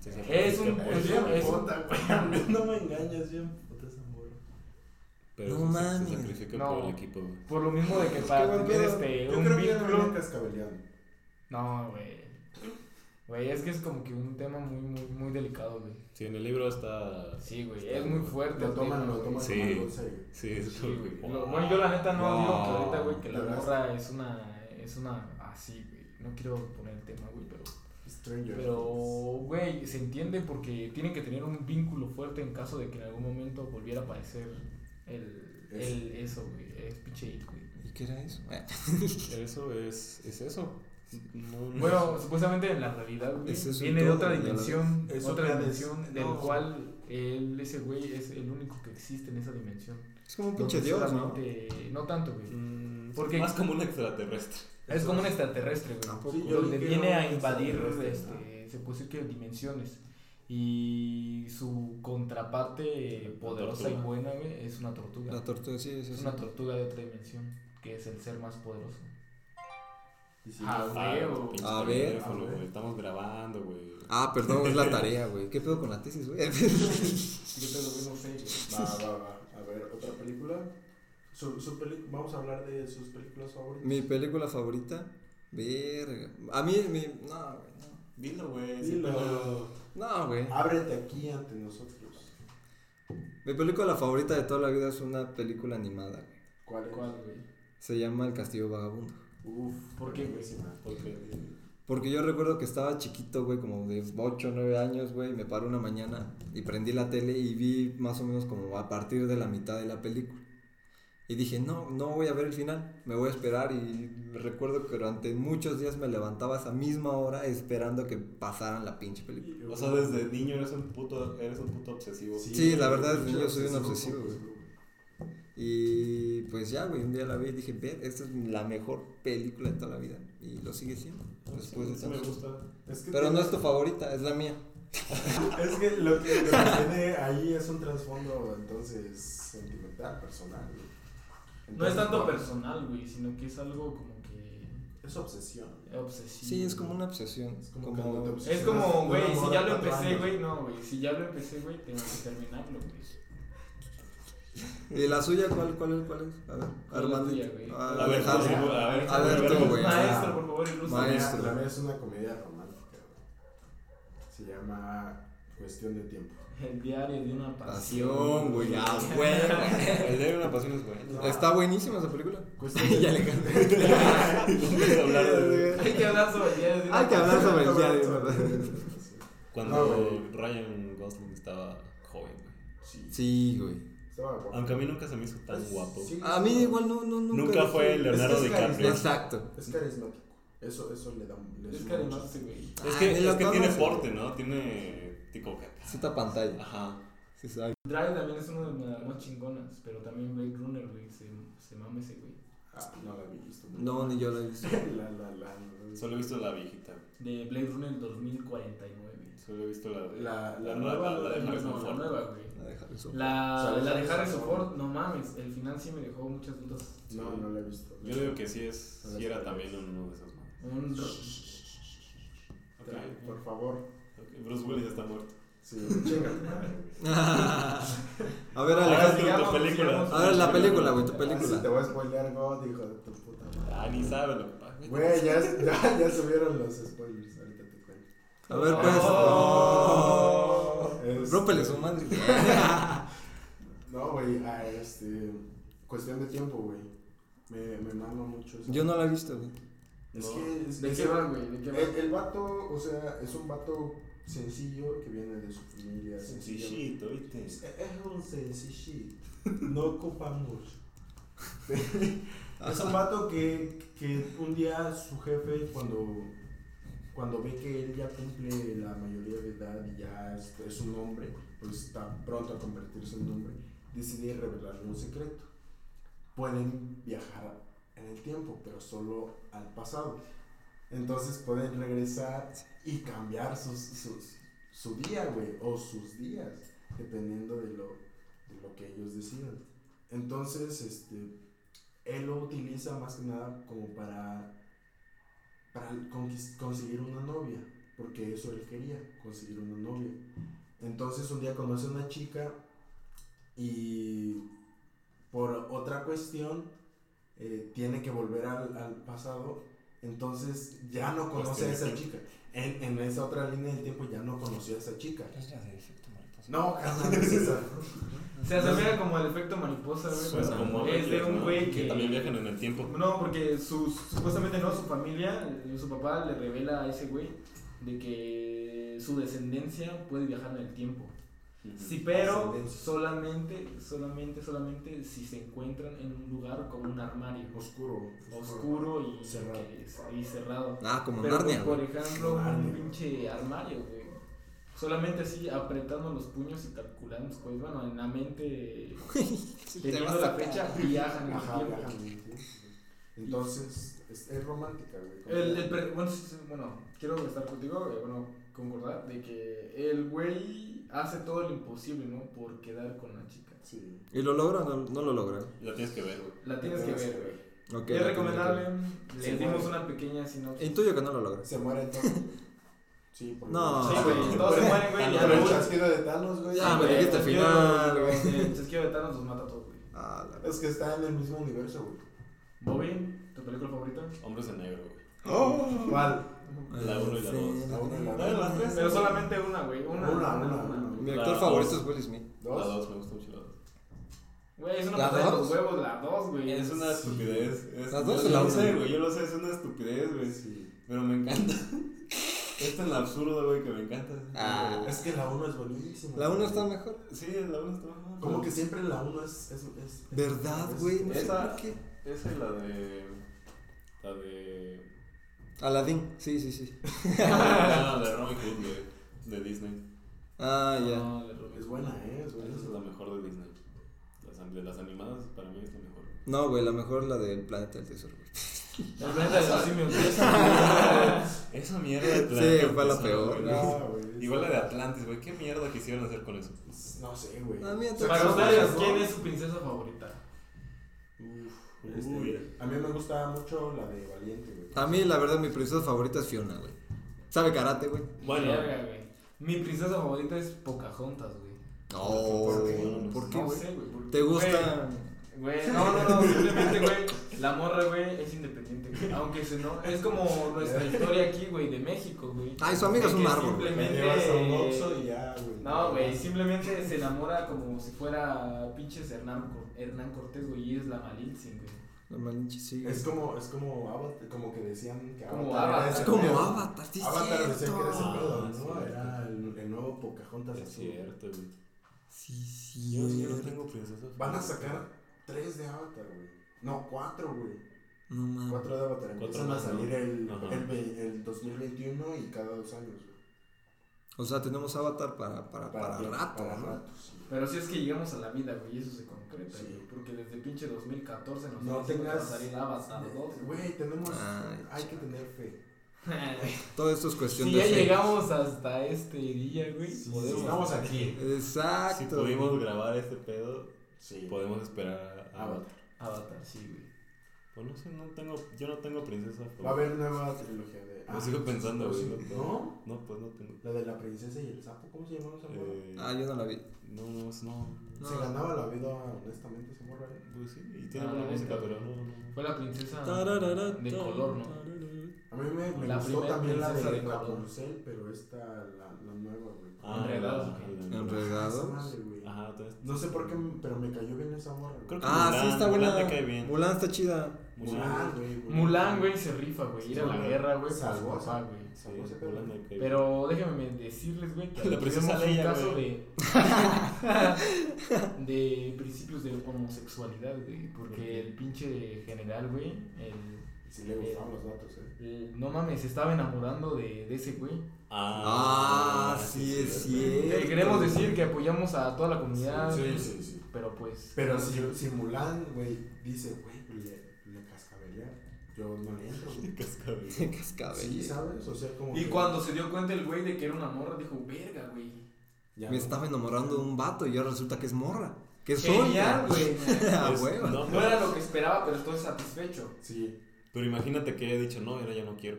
Speaker 3: Se
Speaker 1: Es un-
Speaker 3: sacrifica,
Speaker 4: Pues
Speaker 1: es-
Speaker 3: güey.
Speaker 1: es-
Speaker 3: güey. No me engañas, bien puta esa morra. Pero
Speaker 2: No
Speaker 3: se- se,
Speaker 2: mames.
Speaker 3: sacrifica
Speaker 1: No.
Speaker 3: por el equipo, güey.
Speaker 1: Por lo mismo de que
Speaker 4: Qué
Speaker 1: para
Speaker 4: buen
Speaker 1: tener
Speaker 4: pedo.
Speaker 1: este,
Speaker 4: Yo
Speaker 1: un
Speaker 4: creo que ya
Speaker 1: vínculo.
Speaker 4: deberían cascabeleando.
Speaker 1: No, güey. Güey, es que es como que un tema muy, muy, muy delicado, güey.
Speaker 3: Sí, en el libro está.
Speaker 1: Sí, güey,
Speaker 3: está
Speaker 1: es muy
Speaker 3: muy-
Speaker 1: fuerte.
Speaker 4: Lo
Speaker 1: el
Speaker 4: toman,
Speaker 1: tema,
Speaker 4: lo toman
Speaker 1: güey.
Speaker 3: Sí.
Speaker 4: como algo en serio.
Speaker 3: Sí, es
Speaker 1: Sí, güey.
Speaker 3: como-
Speaker 1: Lo- bueno, yo la neta no
Speaker 2: Wow.
Speaker 1: digo que ahorita, güey, que la
Speaker 4: Ya ves.
Speaker 1: morra es una. Es una. Así, güey. No quiero poner el tema, güey, pero.
Speaker 4: Stranger
Speaker 1: Pero,
Speaker 4: Things.
Speaker 1: güey, se entiende porque tienen que tener un vínculo fuerte en caso de que en algún momento volviera a aparecer el,
Speaker 4: Eso.
Speaker 1: el eso, güey. Es pinche hit, güey.
Speaker 2: ¿Y qué era eso? Eh,
Speaker 3: Eso es, es eso. No- no-
Speaker 1: Bueno, supuestamente en la realidad, güey,
Speaker 2: Mm. Ese es un
Speaker 1: viene de
Speaker 2: todo,
Speaker 1: otra
Speaker 2: güey,
Speaker 1: dimensión.
Speaker 5: Eso
Speaker 1: Otra
Speaker 5: ya des-
Speaker 1: dimensión del
Speaker 5: no.
Speaker 1: cual él, ese güey es el único que existe en esa dimensión.
Speaker 2: Es como un
Speaker 1: Donde
Speaker 2: pinche dios, ¿no?
Speaker 1: solamente- No tanto, güey.
Speaker 3: Mm,
Speaker 1: Porque-
Speaker 3: Más como un extraterrestre.
Speaker 1: Es como un extraterrestre, güey.
Speaker 2: Tampoco.
Speaker 4: Sí, yo
Speaker 1: donde
Speaker 4: vi que
Speaker 1: viene
Speaker 4: era
Speaker 1: a
Speaker 4: un
Speaker 1: invadir,
Speaker 4: extraterrestre,
Speaker 1: este, se puede decir que dimensiones. Y su contraparte poderosa y
Speaker 3: tortuga.
Speaker 1: buena, güey, es una tortuga.
Speaker 2: La tortuga, sí,
Speaker 1: es
Speaker 2: es eso.
Speaker 1: una tortuga de otra dimensión, que es el ser más poderoso.
Speaker 4: Y sí,
Speaker 1: Ah,
Speaker 4: no,
Speaker 1: güey.
Speaker 3: tu pinche
Speaker 2: A ver,
Speaker 3: teléfono,
Speaker 4: a ver.
Speaker 3: güey, Estamos grabando, güey.
Speaker 2: Ah, perdón,
Speaker 3: [laughs]
Speaker 2: es la tarea, güey. ¿Qué pedo con la tesis, güey?
Speaker 1: Yo
Speaker 2: [laughs]
Speaker 1: te lo veo no sé, güey.
Speaker 4: Va, va, va. A ver, otra película. Su, su peli- Vamos a hablar de sus películas favoritas.
Speaker 2: Mi película favorita, verga. A mí, mi. No, güey, no.
Speaker 3: Dilo, güey.
Speaker 4: Dilo.
Speaker 2: No, güey.
Speaker 4: Ábrete aquí ante nosotros.
Speaker 2: Mi película favorita de toda la vida es una película animada, güey.
Speaker 4: ¿Cuál? es?
Speaker 1: ¿Cuál, güey?
Speaker 2: Se llama El Castillo Vagabundo.
Speaker 4: Uf,
Speaker 1: ¿Por qué, güey?
Speaker 4: buenísima.
Speaker 2: Porque yo recuerdo que estaba chiquito, güey, como de 8 o 9 años, güey, me paro una mañana y prendí la tele y vi más o menos como a partir de la mitad de la película. Y dije, no, no voy a ver el final, me voy a esperar y recuerdo que durante muchos días me levantaba a esa misma hora esperando que pasaran la pinche película.
Speaker 3: O sea, desde niño eres un puto, eres un puto obsesivo.
Speaker 2: Sí, la verdad,
Speaker 4: pinche
Speaker 2: yo soy un
Speaker 4: obsesivo,
Speaker 2: obsesivo,
Speaker 4: pues,
Speaker 2: Y pues ya, güey, un día la vi y dije, ver, esta es la mejor película de toda la vida. Y lo sigue siendo.
Speaker 3: No, sí,
Speaker 2: Después de
Speaker 3: sí me
Speaker 2: tanto.
Speaker 3: gusta.
Speaker 4: Es que
Speaker 2: Pero no
Speaker 4: tiene-
Speaker 2: es tu favorita, es la mía.
Speaker 4: Es que lo que, lo que tiene ahí es un trasfondo, entonces, sentimental, personal.
Speaker 1: No
Speaker 4: güey.
Speaker 1: es
Speaker 4: Entonces,
Speaker 1: tanto
Speaker 4: bueno,
Speaker 1: personal, güey, sino que es algo como que
Speaker 4: Es obsesión.
Speaker 1: obsesivo.
Speaker 2: Sí, es como una obsesión.
Speaker 4: Es como cuando te obsesionas
Speaker 1: Es como,
Speaker 4: con una
Speaker 1: güey, si
Speaker 4: morra
Speaker 1: ya
Speaker 4: de
Speaker 1: lo
Speaker 4: cuatro
Speaker 1: empecé,
Speaker 4: años.
Speaker 1: güey, no, güey, si ya lo empecé, güey, tengo que terminarlo, güey.
Speaker 2: ¿Y la suya cuál, cuál es? ¿Cuál es? A ver,
Speaker 1: ¿Cuál es la
Speaker 2: Armando.
Speaker 1: tuya, güey?
Speaker 2: Ah,
Speaker 3: A ver,
Speaker 2: Alejandro.
Speaker 3: tú, a ver,
Speaker 2: A ver, tú, güey.
Speaker 1: Maestro, por favor,
Speaker 4: La
Speaker 1: ilustra.
Speaker 2: Maestro.
Speaker 4: mía- La mía es una comedia romántica. güey. Se llama Cuestión de Tiempo.
Speaker 1: El diario de una pasión.
Speaker 2: Pasión, güey.
Speaker 1: [laughs]
Speaker 2: Ah, güey.
Speaker 3: El diario de una pasión es bueno.
Speaker 2: Está buenísima esa película. [laughs]
Speaker 4: Cuestión de
Speaker 2: Ya le gané.
Speaker 4: [laughs]
Speaker 3: Vamos a hablar
Speaker 1: [laughs]
Speaker 3: de-
Speaker 1: Hay que hablar sobre el diario de una
Speaker 2: Hay que hablar sobre el diario. ¿verdad?
Speaker 4: Tiempo.
Speaker 3: Cuando
Speaker 4: No, güey.
Speaker 3: Ryan Gosling estaba joven, güey.
Speaker 4: Sí,
Speaker 2: Sí, güey.
Speaker 4: estaba guapo.
Speaker 3: Aunque a mí nunca se me hizo tan
Speaker 4: Es-
Speaker 3: guapo.
Speaker 4: sí,
Speaker 2: A mí igual no, no, nunca.
Speaker 3: Nunca fue
Speaker 2: el
Speaker 3: Leonardo
Speaker 4: es que es
Speaker 3: DiCaprio.
Speaker 4: carismático.
Speaker 2: Exacto.
Speaker 4: Es carismático. Eso, eso le da le
Speaker 1: Es
Speaker 4: suma
Speaker 1: que
Speaker 4: mucho.
Speaker 1: además, sí, güey.
Speaker 3: Es
Speaker 2: Ah,
Speaker 3: que,
Speaker 2: en
Speaker 3: es
Speaker 2: las
Speaker 3: que tiene
Speaker 2: tomas,
Speaker 3: porte, ¿no? Tiene tico caca.
Speaker 2: Sí, esta pantalla.
Speaker 3: Ajá.
Speaker 2: Sí, sabe.
Speaker 1: Drive también es una de las más chingonas, pero también Blade Runner, güey, se, se mame ese, güey.
Speaker 4: Ah, no la había visto.
Speaker 2: No, ni yo la he visto.
Speaker 4: [laughs] La, la, la,
Speaker 3: Solo he visto la viejita. güey.
Speaker 1: De Blade Runner 2049.
Speaker 3: Solo he visto la de.
Speaker 4: La- la
Speaker 3: la,
Speaker 4: nueva,
Speaker 3: la- la de
Speaker 1: No,
Speaker 3: Harrison
Speaker 1: la
Speaker 3: Ford.
Speaker 1: nueva, güey.
Speaker 2: La de
Speaker 1: [laughs]
Speaker 2: Harrison.
Speaker 1: La,
Speaker 4: ¿Sabes?
Speaker 1: la de Harrison Ford, no mames, el final sí me dejó muchas dudas.
Speaker 4: No, no la he visto.
Speaker 3: Yo digo que sí es.
Speaker 4: Las
Speaker 3: Sí era también uno de esos madres.
Speaker 1: Un ro-
Speaker 3: Ok,
Speaker 4: Tra- Por favor.
Speaker 3: ok, Bruce Willis está muerto.
Speaker 4: Sí, [laughs] chinga tu madre, güey.
Speaker 2: a ver,
Speaker 3: Ahora
Speaker 2: Alejandro.
Speaker 3: sí.
Speaker 1: sigamos,
Speaker 3: película.
Speaker 1: sigamos.
Speaker 2: A ver, la película, güey, tu
Speaker 4: Ah,
Speaker 2: película.
Speaker 4: sí, te voy a spoilear God, hijo de tu puta madre.
Speaker 3: Ah, ni sabe lo que pasa.
Speaker 4: Güey, ya, ya, ya subieron los spoilers. Ahorita te cuento.
Speaker 2: A ver, pues.
Speaker 1: Oh.
Speaker 4: Este,
Speaker 2: Rómpele su madre. [laughs]
Speaker 4: No, güey, ah, este. Cuestión de tiempo, güey. Me, me mama mucho eso.
Speaker 2: Yo no la he visto, güey.
Speaker 4: Es
Speaker 3: No.
Speaker 4: que. Es,
Speaker 1: ¿De
Speaker 4: es
Speaker 1: qué
Speaker 4: el-
Speaker 1: va, güey? ¿De qué va?
Speaker 4: El, el vato, o sea, es un vato sencillo que viene de su familia. sencilla, güey.
Speaker 3: Sencillito, ¿viste?
Speaker 4: Es es un sencillito. No ocupa mucho. es un vato um que, que un día su jefe, cuando, cuando ve que él ya cumple la mayoría de este edad y ya es, es un hombre, pues está pronto a convertirse en hombre, decide revelarle un secreto. Pueden viajar en el tiempo, pero solo al pasado. Entonces e pueden regresar y cambiar sus, sus, su día, güey, o sus días, dependiendo de lo, de lo que ellos decidan. Entonces, este, él lo utiliza más que nada como para, para conquis- conseguir una novia, porque eso él quería, conseguir una novia. Entonces un día conoce a una chica y por otra cuestión eh, tiene que volver al, al pasado. Entonces ya no conoce a
Speaker 3: Cuestión
Speaker 4: esa
Speaker 3: de
Speaker 4: chica. En, en esa otra línea del tiempo ya no conoció a esa chica.
Speaker 2: Es la de efecto mariposa.
Speaker 4: No, carnal, es esa.
Speaker 1: Se asemeja como al efecto mariposa, güey.
Speaker 3: Suena
Speaker 1: pero
Speaker 3: como
Speaker 1: es de
Speaker 3: Hércules,
Speaker 1: un
Speaker 3: ¿no?
Speaker 1: güey
Speaker 3: que
Speaker 1: que.
Speaker 3: también viajan en el tiempo.
Speaker 1: No, porque su, supuestamente no, su familia, eh, su papá le revela a ese güey de que su descendencia puede viajar en el tiempo. Sí, pero
Speaker 4: Ascendencia.
Speaker 1: solamente, solamente, solamente si se encuentran en un lugar como un armario
Speaker 4: Oscuro.
Speaker 1: oscuro y que-
Speaker 4: Cerrado.
Speaker 1: y cerrado.
Speaker 2: Ah, como
Speaker 1: Pero,
Speaker 2: Narnia,
Speaker 1: por
Speaker 2: güey.
Speaker 1: ejemplo, un
Speaker 4: Narnia.
Speaker 1: pinche armario, güey. Solamente así apretando los puños y calculando, pues bueno, en la
Speaker 4: [laughs]
Speaker 1: mente, teniendo la fecha, viajan en el
Speaker 4: Ajá,
Speaker 1: tiempo.
Speaker 4: ajá, sí. Entonces, es, es romántica, güey.
Speaker 1: El, el pre- bueno, sí, sí, bueno, quiero estar contigo, eh, bueno, concordar de que el güey hace todo lo imposible, ¿no? Por quedar con la chica.
Speaker 4: Sí.
Speaker 2: ¿Y lo logra o no, no lo logra?
Speaker 3: La tienes que ver, güey.
Speaker 1: La tienes que ver, güey.
Speaker 2: Ok,
Speaker 1: es
Speaker 2: la
Speaker 1: recomendable.
Speaker 4: Sí,
Speaker 1: Le dimos
Speaker 4: güey.
Speaker 1: una pequeña sinopsis.
Speaker 2: tendré que- Intuyo que no lo logra.
Speaker 4: Se muere entonces. güey. Sí, por
Speaker 2: No.
Speaker 1: Sí, güey, todos se mueren, güey,
Speaker 4: Y
Speaker 1: y
Speaker 4: a
Speaker 1: al
Speaker 4: el
Speaker 1: último-
Speaker 4: chasquido de Thanos, güey.
Speaker 2: Ah, me
Speaker 1: güey,
Speaker 2: dijiste
Speaker 1: el
Speaker 2: final,
Speaker 1: chasquido-
Speaker 2: güey.
Speaker 1: El chasquido de Thanos los mata a todos, güey.
Speaker 2: Ah, la
Speaker 4: Es que está en el mismo universo, güey.
Speaker 1: Bobby, ¿tu película favorita?
Speaker 3: Hombres en negro, güey.
Speaker 4: ¿Cuál?
Speaker 3: La uno y la dos.
Speaker 4: La uno y la
Speaker 3: No,
Speaker 4: dos.
Speaker 3: las tres.
Speaker 1: Pero solamente una, güey. Una,
Speaker 4: Una, una, una.
Speaker 2: Mi
Speaker 3: La
Speaker 2: actor
Speaker 3: dos.
Speaker 2: favorito es Will Smith.
Speaker 3: La
Speaker 4: ¿Dos?
Speaker 3: dos, me gusta mucho la dos.
Speaker 1: Güey, es una
Speaker 2: ¿La
Speaker 1: patada de
Speaker 2: dos?
Speaker 1: los huevos, la dos, güey. Ah,
Speaker 3: Es una estupidez. Es,
Speaker 2: ¿La dos
Speaker 3: yo
Speaker 2: o la
Speaker 3: lo
Speaker 2: uno?
Speaker 3: sé, güey. Yo lo sé, es una estupidez, güey.
Speaker 4: Sí.
Speaker 3: Pero me encanta. [laughs] es tan absurdo, güey, que me encanta.
Speaker 2: Ah.
Speaker 4: Es que la 1 es buenísima.
Speaker 2: La 1
Speaker 4: güey.
Speaker 2: está mejor.
Speaker 3: Sí, la uno está mejor.
Speaker 4: Como que siempre la 1 es, es, es.
Speaker 2: ¿Verdad,
Speaker 4: es-
Speaker 2: güey? No sé
Speaker 3: Esa-
Speaker 2: por qué.
Speaker 3: Esa es la de. La de.
Speaker 2: [laughs] Aladdin, sí, sí, sí.
Speaker 3: no, la de Robin Hood, güey. De Disney.
Speaker 2: Ah, ya.
Speaker 1: No, le robé.
Speaker 4: Es buena, ¿eh? Es
Speaker 3: Esa es la
Speaker 4: buena.
Speaker 3: mejor de Disney. Las, an- de las animadas, para mí es la mejor.
Speaker 2: No, güey, la mejor es la del planeta del tesoro, güey.
Speaker 1: El planeta de los simios.
Speaker 2: [laughs]
Speaker 3: Esa mierda de
Speaker 2: Sí, fue la peor.
Speaker 3: güey.
Speaker 4: No, [laughs] güey.
Speaker 3: Igual la de Atlantis, güey. ¿Qué mierda quisieron hacer con eso?
Speaker 4: No sé, güey.
Speaker 2: La mía
Speaker 4: Sacaron
Speaker 1: Para ustedes,
Speaker 4: muchas, ¿no?
Speaker 1: ¿quién es su princesa favorita?
Speaker 4: Uf,
Speaker 3: Uy.
Speaker 4: este, a mí me gusta mucho la de Valiente, güey.
Speaker 2: A mí, la verdad, mi princesa favorita es Fiona, güey. Sabe karate, güey.
Speaker 3: Bueno,
Speaker 1: Verga, güey. Mi princesa favorita es Pocahontas, güey.
Speaker 2: No,
Speaker 4: ¿Por qué?
Speaker 2: ¿por qué,
Speaker 1: No
Speaker 2: güey?
Speaker 1: sé, güey. por-
Speaker 2: ¿Te gusta?
Speaker 1: Güey, güey, no, no, no, simplemente, güey, la morra, güey, es independiente, güey. Aunque se no, es como nuestra historia aquí, güey, de México, güey.
Speaker 2: Ay, Ah, su amiga es
Speaker 1: De
Speaker 2: un
Speaker 1: que
Speaker 2: árbol, güey.
Speaker 4: Me llevas a un Oxxo y ya, güey.
Speaker 1: No, güey, simplemente se enamora como si fuera pinches Hernán, Cor- Hernán Cortés, güey, y es la Malintzin, güey.
Speaker 2: La Malinche sí. güey.
Speaker 4: Es como, es como Avatar, como que decían que
Speaker 1: Como
Speaker 4: era
Speaker 1: Avatar.
Speaker 4: ese
Speaker 2: Es como
Speaker 4: pedo.
Speaker 2: Avatar, sí, es
Speaker 4: Avatar decían que era ese
Speaker 2: cierto.
Speaker 4: pedo,
Speaker 3: Sí,
Speaker 4: ¿no?
Speaker 3: cierto.
Speaker 4: Era el, el nuevo Pocahontas
Speaker 3: es
Speaker 4: azul.
Speaker 3: cierto, güey.
Speaker 2: Sí,
Speaker 3: Yo,
Speaker 2: sí.
Speaker 3: yo no tengo princesas.
Speaker 4: Van a sacar tres de Avatar, güey. No, cuatro, güey.
Speaker 2: No mames.
Speaker 4: Cuatro de Avatar. Empiezan
Speaker 3: más,
Speaker 4: a salir
Speaker 3: ¿no?
Speaker 4: el,
Speaker 3: Ajá.
Speaker 4: el, ve- el 2021 y cada dos años, güey.
Speaker 2: O sea, tenemos Avatar para, para, para,
Speaker 4: tiempo,
Speaker 2: rato,
Speaker 4: para
Speaker 2: ¿no?
Speaker 4: rato, sí.
Speaker 1: Pero si es que llegamos a la vida, güey, y eso se concreta,
Speaker 4: Sí.
Speaker 1: güey. Porque desde pinche 2014 nos
Speaker 4: No
Speaker 1: dicen que va a
Speaker 4: tengas.
Speaker 1: salir Avatar 2. güey.
Speaker 4: Güey, tenemos.
Speaker 2: Ay,
Speaker 4: hay que tener fe.
Speaker 1: [laughs]
Speaker 2: Todo esto es cuestión
Speaker 1: si
Speaker 2: de
Speaker 1: ya
Speaker 2: fe.
Speaker 1: llegamos hasta este día, güey,
Speaker 4: Sí,
Speaker 1: podemos.
Speaker 4: estamos aquí.
Speaker 3: Si
Speaker 2: Exacto.
Speaker 3: pudimos grabar este pedo,
Speaker 4: Sí. Ah,
Speaker 3: podemos esperar a
Speaker 4: Avatar.
Speaker 1: Avatar, sí, güey.
Speaker 3: Pues no sé, no tengo, yo no tengo princesa.
Speaker 4: Va a
Speaker 3: favorita.
Speaker 4: haber nueva trilogía de.
Speaker 3: Lo sigo pensando, güey.
Speaker 4: sí. ¿No?
Speaker 3: No, pues no tengo.
Speaker 4: La de la princesa y el sapo, ¿cómo se llamaba esa morra?
Speaker 3: Eh,
Speaker 2: Ah, yo no la vi.
Speaker 3: no, no, es- no.
Speaker 2: No.
Speaker 4: Se ganaba la vida, honestamente, esa morra. ¿eh?
Speaker 3: Pues sí, y tiene
Speaker 1: Ah,
Speaker 3: buena
Speaker 1: la
Speaker 3: música,
Speaker 1: neta.
Speaker 3: pero no. no.
Speaker 1: Fue la princesa
Speaker 2: Tararara,
Speaker 1: Ah, de color, ¿no?
Speaker 2: tararara.
Speaker 4: A mí me, me
Speaker 1: La
Speaker 4: gustó
Speaker 1: primera
Speaker 4: también la
Speaker 1: princesa
Speaker 4: de
Speaker 1: de color.
Speaker 4: Rapunzel, pero esta, la, la nueva, güey.
Speaker 3: Ah,
Speaker 1: Enredados,
Speaker 3: la-
Speaker 1: güey.
Speaker 3: la-
Speaker 2: Enredados.
Speaker 4: Esa madre, güey.
Speaker 3: Ajá, entonces.
Speaker 4: No sé por qué, pero me cayó bien esa morra,
Speaker 3: Creo
Speaker 4: güey.
Speaker 3: que-
Speaker 2: Ah, sí,
Speaker 3: Mulan,
Speaker 2: está buena.
Speaker 3: Mulan te cae bien.
Speaker 2: Mulan está chida.
Speaker 4: Mulan, güey.
Speaker 1: Mulan, güey, se rifa, güey. Ir a la
Speaker 4: Mulan.
Speaker 1: guerra, güey, por su
Speaker 4: Salvó,
Speaker 1: papá,
Speaker 4: salvó.
Speaker 1: güey.
Speaker 3: Sí,
Speaker 4: Salvó ese pedo.
Speaker 3: Mulan me cae bien.
Speaker 1: Pero déjenme decirles, güey, que
Speaker 3: La princesa
Speaker 1: tenemos
Speaker 3: Leia,
Speaker 1: un caso
Speaker 3: güey.
Speaker 1: de, de [laughs] principios de homosexualidad, güey. Porque el pinche general, güey, el,
Speaker 4: Sí le gustaban los datos, eh.
Speaker 1: el- no mames, se estaba enamorando de, de ese güey.
Speaker 2: Ah, sí, es
Speaker 1: Eh,
Speaker 2: cierto.
Speaker 1: queremos
Speaker 2: [laughs]
Speaker 1: decir que apoyamos a toda la comunidad,
Speaker 4: Sí,
Speaker 1: güey,
Speaker 4: sí, sí.
Speaker 1: pero pues...
Speaker 4: Pero si, si Mulan, güey, dice, güey, le, le cascabelea, yo no
Speaker 3: [laughs]
Speaker 4: le entro, güey.
Speaker 3: Cascabel.
Speaker 4: Sí,
Speaker 2: Cascabel.
Speaker 4: ¿sabes? O sea, como.
Speaker 1: Y
Speaker 4: que-
Speaker 1: cuando se dio cuenta el güey de que era una morra, dijo, verga, güey.
Speaker 4: Ya
Speaker 2: Me
Speaker 4: no.
Speaker 2: estaba enamorando de un vato y ahora resulta que es morra. Que
Speaker 1: Genial,
Speaker 2: soñar,
Speaker 1: güey.
Speaker 2: [laughs] [laughs] A
Speaker 3: Es-
Speaker 2: huevo.
Speaker 3: no,
Speaker 1: No era lo que esperaba, pero estoy satisfecho.
Speaker 4: Sí.
Speaker 3: Pero imagínate que haya dicho, no, ahora ya no quiero.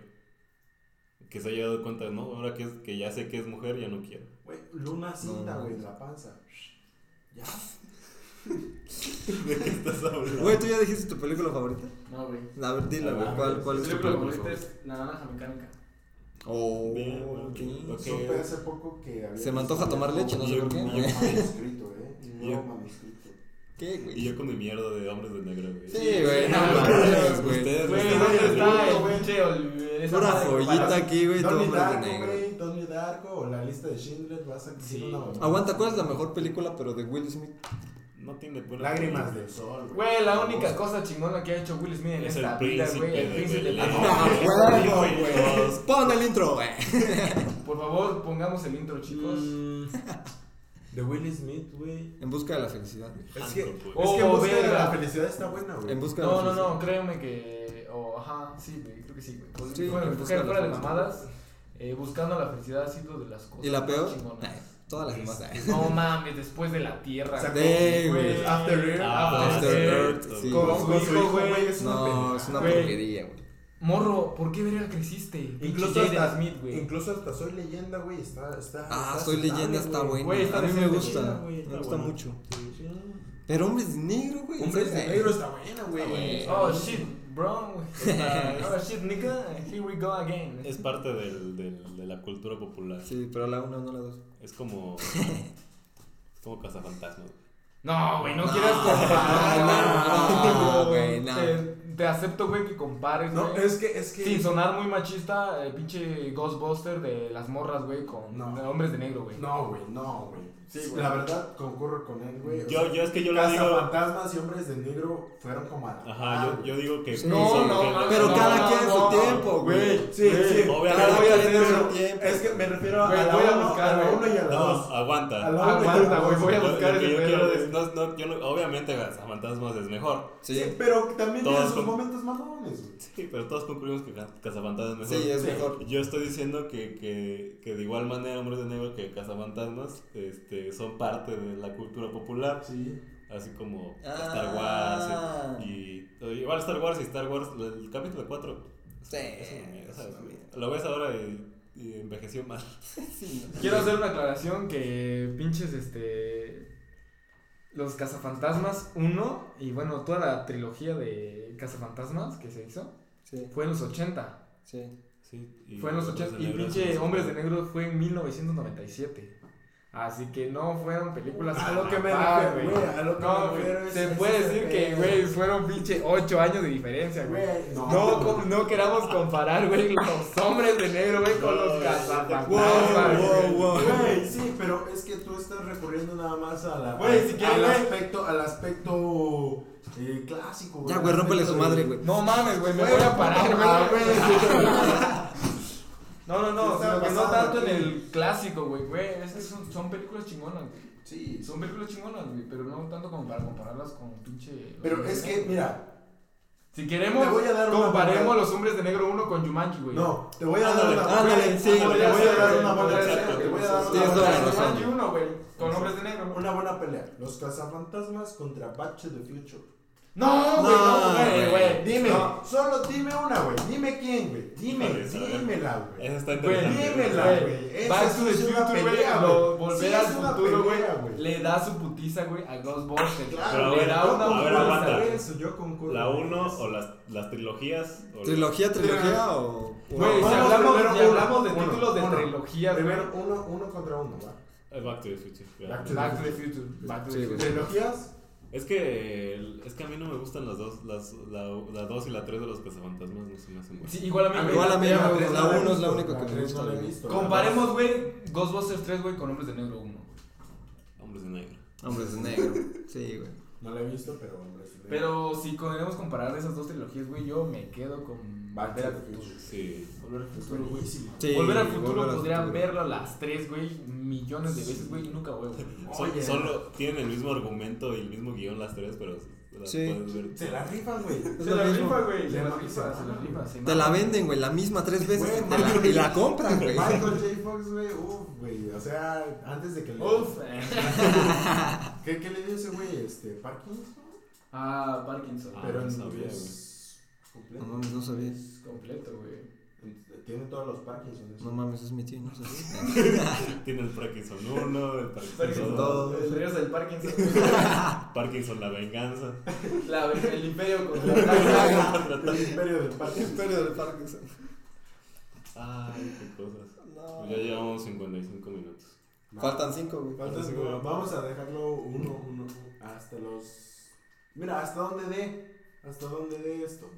Speaker 3: Que se haya dado cuenta, no, ahora que, es, que ya sé que es mujer, ya no quiero. [laughs]
Speaker 4: Güey, luna cinta,
Speaker 2: No.
Speaker 4: güey, de la panza. Ya.
Speaker 3: ¿De qué estás hablando?
Speaker 2: Güey, ¿tú ya dijiste tu película favorita?
Speaker 1: No, güey.
Speaker 2: A ver, dila,
Speaker 3: Ah,
Speaker 2: güey. ¿Cuál, cuál
Speaker 1: Yo
Speaker 2: es tu
Speaker 1: creo que lo
Speaker 2: película
Speaker 1: bonito
Speaker 2: favorita?
Speaker 1: es la naranja mecánica.
Speaker 2: Oh,
Speaker 3: Bien, bueno,
Speaker 2: ok.
Speaker 3: ok.
Speaker 4: Supe hace poco que había
Speaker 2: Se me antoja tomar leche, no sé por qué.
Speaker 4: Un
Speaker 2: [laughs]
Speaker 4: nuevo manuscrito, eh. Un nuevo
Speaker 3: Yo-
Speaker 4: manuscrito.
Speaker 2: ¿Qué,
Speaker 3: Y
Speaker 2: güey?
Speaker 3: yo con mi mierda de hombres de negro, güey.
Speaker 2: Sí, güey, no
Speaker 1: Ah,
Speaker 2: mames,
Speaker 3: güey.
Speaker 2: güey.
Speaker 3: Ustedes
Speaker 1: Güey,
Speaker 3: no
Speaker 1: ¿dónde
Speaker 3: saben.
Speaker 1: está el pinche ol- esa
Speaker 2: Pura
Speaker 1: madre
Speaker 2: joyita
Speaker 1: para-
Speaker 2: aquí, güey, todo
Speaker 4: Donnie
Speaker 2: hombre de
Speaker 4: Darko,
Speaker 2: negro.
Speaker 4: güey. Donnie Darko o la lista de Schindler. Vas a decir
Speaker 1: Sí.
Speaker 4: una mamá.
Speaker 2: Aguanta, ¿cuál es la mejor película, pero de Will Smith?
Speaker 3: No tiene buena
Speaker 4: Lágrimas del sol,
Speaker 1: Güey, la única cosa chingona que ha hecho Will Smith en
Speaker 3: Es el
Speaker 1: esta vida,
Speaker 3: príncipe
Speaker 1: güey. El príncipe
Speaker 3: de
Speaker 1: de
Speaker 3: Belén.
Speaker 2: Ah,
Speaker 1: la
Speaker 2: huevo,
Speaker 3: güey.
Speaker 2: güey. Pon el intro, güey.
Speaker 1: Por favor, pongamos el intro, chicos.
Speaker 4: Mm, De Will Smith, güey.
Speaker 2: En busca de la felicidad.
Speaker 4: Es que,
Speaker 3: Antro,
Speaker 4: es
Speaker 3: güey.
Speaker 4: que en
Speaker 1: Oh,
Speaker 4: busca de
Speaker 1: verga.
Speaker 4: la felicidad está buena, güey.
Speaker 2: En busca de la
Speaker 1: No, no,
Speaker 2: felicidad.
Speaker 1: no, créeme que. oh, ajá, sí, güey, creo que sí, güey. Pues,
Speaker 2: Sí,
Speaker 1: fuera,
Speaker 2: en busca
Speaker 1: fuera,
Speaker 2: de la
Speaker 1: fuera de
Speaker 2: felicidad.
Speaker 1: mamadas, eh, buscando la felicidad ha sido de las cosas.
Speaker 2: ¿Y la
Speaker 1: más
Speaker 2: peor?
Speaker 1: chingonas.
Speaker 2: Eh, Todas las demás. eh.
Speaker 1: No mames, después de la tierra.
Speaker 4: Sacó-
Speaker 2: De,
Speaker 1: güey.
Speaker 2: güey.
Speaker 4: After Earth.
Speaker 3: Ah,
Speaker 1: After
Speaker 3: After
Speaker 2: Earth,
Speaker 3: Earth,
Speaker 2: sí.
Speaker 3: güey.
Speaker 4: Con, con su hijo, güey. Es una
Speaker 2: No,
Speaker 4: pendejada.
Speaker 2: es una
Speaker 1: Güey.
Speaker 2: porquería, güey.
Speaker 1: Morro, ¿por qué verga creciste?
Speaker 4: Incluso
Speaker 1: Pinche Jaden
Speaker 4: hasta,
Speaker 1: Smith, güey.
Speaker 4: incluso hasta Soy Leyenda, güey, está, está...
Speaker 2: Pues Ah,
Speaker 4: está
Speaker 2: soy
Speaker 4: aceptable,
Speaker 2: leyenda, está
Speaker 4: güey.
Speaker 2: buena.
Speaker 1: Güey, está
Speaker 2: A mí me
Speaker 1: decente.
Speaker 2: gusta.
Speaker 4: Güey, está
Speaker 2: Me gusta
Speaker 4: buena.
Speaker 2: mucho.
Speaker 4: Sí, sí.
Speaker 2: Pero hombre es negro, güey.
Speaker 4: Hombres
Speaker 2: Hombre
Speaker 4: de
Speaker 2: es
Speaker 4: negro está buena,
Speaker 2: buena.
Speaker 4: güey.
Speaker 1: Oh shit, bro.
Speaker 2: [laughs]
Speaker 1: Oh shit, nigga, here we go again.
Speaker 2: Eh,
Speaker 3: Es parte del, del- de la cultura popular.
Speaker 2: Sí, pero la 1, no la 2.
Speaker 3: Es como. es como cazafantasmas.
Speaker 1: No, güey, no,
Speaker 2: No, [laughs]
Speaker 1: quieras comparar.
Speaker 2: no, no, güey, no.
Speaker 1: Te, te acepto, güey, que compares,
Speaker 4: No,
Speaker 1: güey.
Speaker 4: es que, es que...
Speaker 1: Sin sonar muy machista, el pinche Ghostbuster de las morras, güey, con
Speaker 4: No.
Speaker 1: de hombres de negro, güey.
Speaker 4: No, güey, no, güey.
Speaker 1: Sí, güey.
Speaker 4: la verdad, concurro con él, güey. O
Speaker 3: Yo,
Speaker 4: sea,
Speaker 3: yo es que yo lo digo.
Speaker 4: Cazafantasmas y hombres de negro fueron como a la
Speaker 3: Ajá,
Speaker 4: par,
Speaker 3: yo, yo digo que.
Speaker 2: Sí.
Speaker 1: No,
Speaker 3: son-
Speaker 1: no,
Speaker 3: que-
Speaker 1: no,
Speaker 2: Pero
Speaker 1: no,
Speaker 2: cada
Speaker 1: no,
Speaker 2: quien
Speaker 1: no.
Speaker 2: su tiempo, güey.
Speaker 4: Sí, sí.
Speaker 3: Obviamente.
Speaker 4: cada quien
Speaker 2: Obviamente.
Speaker 4: tiene su tiempo. Es que me refiero a,
Speaker 1: Güey,
Speaker 4: la
Speaker 1: voy a
Speaker 4: uno,
Speaker 1: buscar,
Speaker 4: a la
Speaker 1: güey.
Speaker 4: 1 y a la
Speaker 3: No,
Speaker 4: 2.
Speaker 3: aguanta.
Speaker 4: la uno y a la
Speaker 1: Aguanta,
Speaker 4: dos,
Speaker 1: Ah, güey, voy a
Speaker 3: Lo- lo
Speaker 1: buscar
Speaker 3: que
Speaker 1: ese
Speaker 3: yo
Speaker 1: pedo.
Speaker 3: quiero es- no, no, yo no- obviamente Cazafantasmas es mejor. [laughs]
Speaker 2: Sí,
Speaker 4: Pero también
Speaker 3: Todos
Speaker 4: tiene sus
Speaker 3: con-
Speaker 4: momentos mamones, güey.
Speaker 3: Sí, pero todos concluimos que Ca- Cazafantasmas es mejor.
Speaker 2: sí, es mejor.
Speaker 3: Yo estoy diciendo que, que, que de igual manera Hombres de Negro que Cazafantasmas este, son parte de la cultura popular,
Speaker 4: Sí.
Speaker 3: así como Star
Speaker 2: Ah.
Speaker 3: Wars eh, y o igual Star Wars y Star Wars, el capítulo 4.
Speaker 2: Sí, es una mierda.
Speaker 3: Lo ves ahora y, y envejeció mal. [laughs]
Speaker 2: Sí.
Speaker 1: Quiero hacer una aclaración que pinches este los Cazafantasmas 1 y bueno, toda la trilogía de Cazafantasmas que se hizo
Speaker 2: Sí,
Speaker 1: fue en los 80.
Speaker 2: sí.
Speaker 3: Sí, y
Speaker 1: fue en los
Speaker 3: Hombres
Speaker 1: 80
Speaker 3: de
Speaker 1: y
Speaker 3: Negro es
Speaker 1: pinche
Speaker 3: un-
Speaker 1: Hombres de Negro fue en 1997. Así que no fueron películas
Speaker 4: A
Speaker 1: a lo que me
Speaker 4: la
Speaker 1: da,
Speaker 4: par,
Speaker 1: güey.
Speaker 4: güey, a lo que
Speaker 1: No,
Speaker 4: me
Speaker 1: güey,
Speaker 4: refiero es-
Speaker 1: se
Speaker 4: es
Speaker 1: puede
Speaker 4: ese
Speaker 1: decir que
Speaker 4: pedo.
Speaker 1: güey, fueron pinche 8 años de diferencia, güey.
Speaker 4: Güey, no.
Speaker 1: No, com- no queramos comparar, güey, los hombres de negro, güey, con los
Speaker 3: No,
Speaker 2: Wow,
Speaker 1: cazafantasmas. güey.
Speaker 2: wow, wow.
Speaker 4: Güey, sí, pero es que tú estás recurriendo nada más a la,
Speaker 1: Güey, si quieres,
Speaker 4: al,
Speaker 1: güey.
Speaker 4: aspecto, al aspecto eh, clásico, güey.
Speaker 2: Ya, güey,
Speaker 4: Al
Speaker 2: rómpele su
Speaker 4: aspecto
Speaker 2: madre,
Speaker 4: de-
Speaker 2: güey.
Speaker 1: No mames, güey, me voy a parar,
Speaker 4: Ah,
Speaker 1: güey. No, no,
Speaker 4: ¿Qué
Speaker 1: no,
Speaker 4: está
Speaker 1: sino que no
Speaker 4: pasando
Speaker 1: tanto en
Speaker 4: aquí?
Speaker 1: el clásico, güey, güey, es que son, son películas chingonas, güey.
Speaker 4: Sí,
Speaker 1: Son películas chingonas, güey, pero no tanto como para compararlas con pinche...
Speaker 4: pero es que, mira,
Speaker 1: Si queremos,
Speaker 4: Te voy a dar una
Speaker 1: comparemos
Speaker 4: buena-
Speaker 1: los hombres de negro 1 con Jumanji, güey.
Speaker 4: no, te voy a dar
Speaker 3: Ándale,
Speaker 4: una
Speaker 2: ándale, sí,
Speaker 4: te voy
Speaker 1: podría
Speaker 4: a
Speaker 1: ser,
Speaker 4: dar
Speaker 1: güey,
Speaker 4: una buena
Speaker 1: podría
Speaker 4: pelea,
Speaker 1: ser,
Speaker 4: te voy a
Speaker 1: güey.
Speaker 4: dar
Speaker 2: Sí,
Speaker 4: una
Speaker 2: es
Speaker 4: buena
Speaker 2: toda la
Speaker 4: pelea.
Speaker 2: razón.
Speaker 1: Jumanji 1, güey, con hombres de negro.
Speaker 4: Una buena pelea. Los cazafantasmas contra Back to the Future.
Speaker 1: No, güey, no, güey, güey.
Speaker 4: Dime,
Speaker 1: No.
Speaker 4: solo dime una, güey. Dime quién, güey. Dime,
Speaker 3: Híjole, esa, güey.
Speaker 4: dímela, güey.
Speaker 3: Esa está
Speaker 1: Güey,
Speaker 3: interesante.
Speaker 4: Dímela,
Speaker 1: güey.
Speaker 4: güey. Esa
Speaker 1: Back to
Speaker 4: sí
Speaker 1: the
Speaker 4: es una
Speaker 1: Future, güey,
Speaker 4: pelea,
Speaker 1: lo-
Speaker 4: güey.
Speaker 1: volver
Speaker 4: Sí
Speaker 1: al
Speaker 4: es una
Speaker 1: futuro, güey,
Speaker 4: pelea, güey.
Speaker 1: le da su putiza, güey, a Ghostbusters.
Speaker 4: Claro,
Speaker 1: le
Speaker 4: güey,
Speaker 1: da
Speaker 4: yo
Speaker 1: una
Speaker 3: a ver,
Speaker 4: concuerdo
Speaker 1: putiza,
Speaker 3: aguanta.
Speaker 4: con
Speaker 1: güey.
Speaker 4: eso, yo concuerdo
Speaker 3: La
Speaker 4: con
Speaker 3: 1
Speaker 4: eso.
Speaker 3: o las, las trilogías. O
Speaker 2: ¿Trilogía, trilogía o.?
Speaker 1: Güey,
Speaker 4: Vamos
Speaker 1: si hablamos,
Speaker 4: primero
Speaker 1: si
Speaker 4: uno,
Speaker 1: hablamos de
Speaker 4: uno,
Speaker 1: títulos de
Speaker 4: uno.
Speaker 1: trilogías, güey.
Speaker 4: Primero, uno, uno contra uno, va.
Speaker 3: Eh, Back to the Future.
Speaker 4: Back to the
Speaker 1: Back to the Future. Back to the
Speaker 2: Sí, güey.
Speaker 1: Future.
Speaker 4: Trilogías,
Speaker 3: Es que el- es que a mí no me gustan las dos, las la, la dos y la tres de los cazafantasmas no se me hacen buenas.
Speaker 1: Sí, igual a mí, güey.
Speaker 2: Igual a mí,
Speaker 4: la
Speaker 2: güey,
Speaker 4: tres
Speaker 2: la
Speaker 4: no la
Speaker 2: 1
Speaker 4: he
Speaker 2: es la
Speaker 4: visto,
Speaker 2: única
Speaker 4: la
Speaker 2: que me
Speaker 4: tres
Speaker 2: gusta.
Speaker 4: no la he
Speaker 2: güey.
Speaker 4: visto.
Speaker 1: Comparemos, güey, Ghostbusters 3, güey, con Hombres de Negro 1.
Speaker 3: Hombres de negro.
Speaker 2: Hombres de negro. Sí, güey.
Speaker 4: no la he visto, pero hombre. sí la-
Speaker 1: Pero si queremos comparar esas dos trilogías, güey, yo me quedo con
Speaker 4: Back to
Speaker 1: Volver al
Speaker 4: the
Speaker 1: Futuro.
Speaker 4: Future.
Speaker 3: Sí.
Speaker 1: Volver al
Speaker 4: Es
Speaker 1: Futuro, güey.
Speaker 4: buenísima.
Speaker 2: Sí,
Speaker 1: Volver al
Speaker 2: Volver
Speaker 1: futuro
Speaker 2: al
Speaker 1: podría
Speaker 2: Futuro.
Speaker 1: verlo a las tres, güey, millones de veces, güey, y nunca, güey. güey.
Speaker 3: Son-
Speaker 4: Oye.
Speaker 3: solo tienen el mismo argumento y el mismo guión las tres, pero Te la
Speaker 2: Sí.
Speaker 3: puedes ver.
Speaker 4: Se la rifan,
Speaker 2: [laughs]
Speaker 4: güey.
Speaker 2: Es
Speaker 1: Se
Speaker 2: lo
Speaker 1: la
Speaker 2: mismo.
Speaker 1: rifa, güey. Se
Speaker 4: Le
Speaker 1: la
Speaker 4: ma-
Speaker 1: rifa, se
Speaker 4: se
Speaker 1: la
Speaker 4: mama.
Speaker 1: rifa. se
Speaker 2: Te la
Speaker 1: mama.
Speaker 2: misma, güey, la misma tres veces
Speaker 4: Güey,
Speaker 2: y te la- y la compran, güey.
Speaker 4: Michael J. Fox, güey. Uf, güey. O sea, antes de que le.
Speaker 1: Uf. [laughs]
Speaker 4: ¿Qué, qué le dio ese güey? Este, Parkinson.
Speaker 1: Ah, Parkinson.
Speaker 3: Ah,
Speaker 4: pero
Speaker 3: no
Speaker 4: en
Speaker 3: sabía,
Speaker 4: es completo.
Speaker 2: No mames, no sabía.
Speaker 1: Es completo, güey.
Speaker 4: Tiene todos los Parkinson.
Speaker 2: No mames, es mi tío, no sabía.
Speaker 3: Tiene el Parkinson 1, el Parkinson
Speaker 1: Parkinson
Speaker 3: 2,
Speaker 2: todo.
Speaker 1: El regreso del Parkinson. güey.
Speaker 3: Parkinson la venganza.
Speaker 1: La- el imperio
Speaker 2: [laughs]
Speaker 1: contra la plaga.
Speaker 4: [laughs] El imperio del Parkinson.
Speaker 2: Historia del Parkinson. Ah.
Speaker 3: Ay, qué cosas.
Speaker 2: No.
Speaker 3: Ya llevamos 55 minutos. [laughs]
Speaker 2: Faltan cinco, güey.
Speaker 4: Faltan cinco. Vamos a dejarlo uno, uno, hasta los. Mira, hasta dónde dé. Hasta dónde dé esto.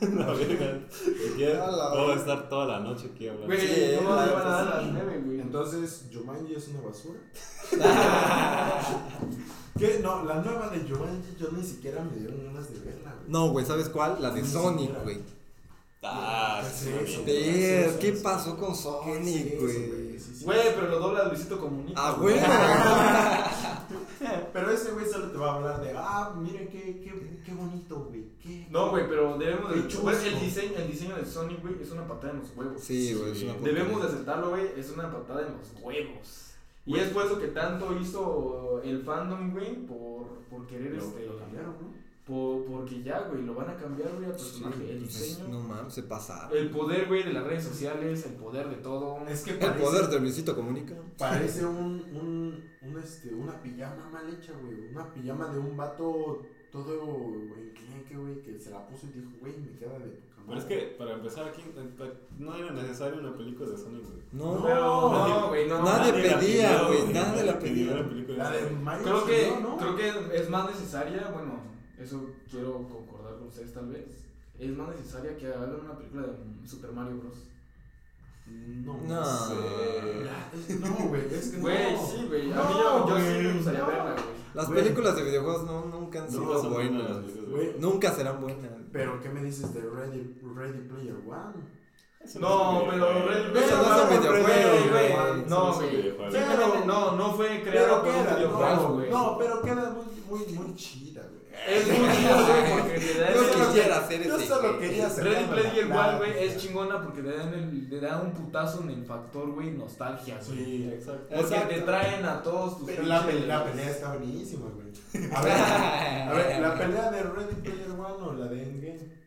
Speaker 3: La verga. Si quieres,
Speaker 2: A la
Speaker 3: puedo
Speaker 2: verga.
Speaker 3: estar toda la noche aquí hablando.
Speaker 1: Güey,
Speaker 2: Sí,
Speaker 1: no me
Speaker 2: la
Speaker 1: van a dar
Speaker 2: neta,
Speaker 1: las nueve, güey.
Speaker 4: Entonces, Jumanji es una basura. ¿Qué? No, la nueva de Jumanji yo ni siquiera me dieron ganas de verla,
Speaker 2: [laughs]
Speaker 4: güey.
Speaker 2: No, güey, ¿sabes cuál? La de
Speaker 4: Sí,
Speaker 2: Sonic,
Speaker 4: señora.
Speaker 2: güey.
Speaker 3: Ah,
Speaker 4: ¿Qué es
Speaker 3: sí,
Speaker 4: eso,
Speaker 3: sí.
Speaker 4: güey?
Speaker 2: Ver, ¿qué pasó con Sonic, güey?
Speaker 4: Sí, sí.
Speaker 1: Güey, pero lo dobla Luisito Comunica.
Speaker 2: Ah,
Speaker 1: güey.
Speaker 2: güey.
Speaker 4: [laughs] Pero ese güey solo te va a hablar de, ah, miren qué, qué, qué bonito, güey. Qué...
Speaker 1: No, güey, pero debemos
Speaker 4: Qué
Speaker 1: de...
Speaker 4: chusco.
Speaker 1: güey, el, diseño, el diseño de Sonic, güey, es una patada en los huevos.
Speaker 2: Sí, güey, es una
Speaker 3: Sí.
Speaker 2: porquería.
Speaker 1: Debemos de aceptarlo, güey, es una patada en los huevos. Y es por eso que tanto hizo el fandom, güey, por, por querer
Speaker 4: Lo,
Speaker 1: este...
Speaker 4: lo cambiaron,
Speaker 1: por- porque ya, güey, lo van a cambiar, güey, al
Speaker 2: Sí,
Speaker 1: personaje.
Speaker 2: güey,
Speaker 1: el
Speaker 2: pues,
Speaker 1: diseño,
Speaker 2: No mames, se pasa.
Speaker 1: el poder, güey, de las redes sociales, el poder de todo.
Speaker 4: ¿no? Es que
Speaker 2: El
Speaker 4: parece,
Speaker 2: poder de Luisito Comunica.
Speaker 4: parece un, un, un, este, una pijama mal hecha, güey. Una pijama de un vato todo, güey, enclenque, güey, que se la puso y dijo, güey, me queda de poca
Speaker 3: Pero es
Speaker 4: madre".
Speaker 3: que para empezar aquí no era necesario una película de Sonic, güey.
Speaker 2: No,
Speaker 1: Pero, no,
Speaker 3: nadie-
Speaker 1: güey, no.
Speaker 2: nadie
Speaker 1: nadie-
Speaker 3: la
Speaker 2: pedía,
Speaker 3: pidió,
Speaker 2: güey, nadie la
Speaker 3: pidió
Speaker 2: pedía.
Speaker 3: la película
Speaker 4: La
Speaker 3: de
Speaker 4: de
Speaker 3: Sonic.
Speaker 4: Mario
Speaker 1: pues, Creo
Speaker 4: salió,
Speaker 1: que,
Speaker 4: Pues,
Speaker 1: creo
Speaker 4: ¿no?
Speaker 1: que es más necesaria, bueno, eso quiero concordar con ustedes tal vez. Es más necesaria que hagan una película de Super Mario Bros.
Speaker 4: No,
Speaker 2: No.
Speaker 4: sé. No, güey, es que
Speaker 1: Güey,
Speaker 4: no.
Speaker 1: sí, güey. A
Speaker 4: No,
Speaker 1: mí yo, yo sí me
Speaker 4: güey,
Speaker 1: gustaría
Speaker 4: no.
Speaker 1: verla, güey.
Speaker 2: Las
Speaker 4: Güey.
Speaker 2: películas de videojuegos no, nunca han
Speaker 3: No,
Speaker 2: sido
Speaker 3: son buenas las
Speaker 2: buenas.
Speaker 3: películas,
Speaker 4: Güey,
Speaker 2: Nunca serán buenas.
Speaker 4: Pero, ¿qué me dices de Ready, Ready Player One?
Speaker 3: Eso
Speaker 1: No,
Speaker 3: es un
Speaker 1: pero
Speaker 3: videojuego.
Speaker 1: Red
Speaker 2: Pero
Speaker 1: Eso
Speaker 2: no es un
Speaker 1: Red-
Speaker 2: videojuego,
Speaker 1: Red-
Speaker 2: güey.
Speaker 1: Red-
Speaker 3: Eso
Speaker 1: No,
Speaker 3: es un
Speaker 1: güey.
Speaker 3: videojuego.
Speaker 1: Simplemente No, no fue creado por un videojuego, güey.
Speaker 4: no, pero queda muy, muy, muy chida, güey.
Speaker 1: Es
Speaker 4: [laughs]
Speaker 1: muy chido, güey, porque te da
Speaker 2: Yo
Speaker 1: ese-
Speaker 2: solo quisiera hacer
Speaker 4: Yo
Speaker 2: ese, [laughs]
Speaker 4: solo
Speaker 2: güey.
Speaker 4: quería
Speaker 1: Ready
Speaker 4: sacarme la
Speaker 1: Player One,
Speaker 4: plata.
Speaker 1: güey, es chingona porque te dan, el, te dan un putazo en el factor, güey, nostalgia, güey.
Speaker 3: Sí, exacto.
Speaker 1: Porque te
Speaker 2: Exacto.
Speaker 1: traen a todos tus
Speaker 4: Pero la, pe-
Speaker 1: pinches-
Speaker 4: la pelea está buenísima, güey.
Speaker 1: [laughs]
Speaker 4: A ver, a
Speaker 1: Eh,
Speaker 4: [laughs] ver, ¿la pelea de Ready Player One o la de Endgame?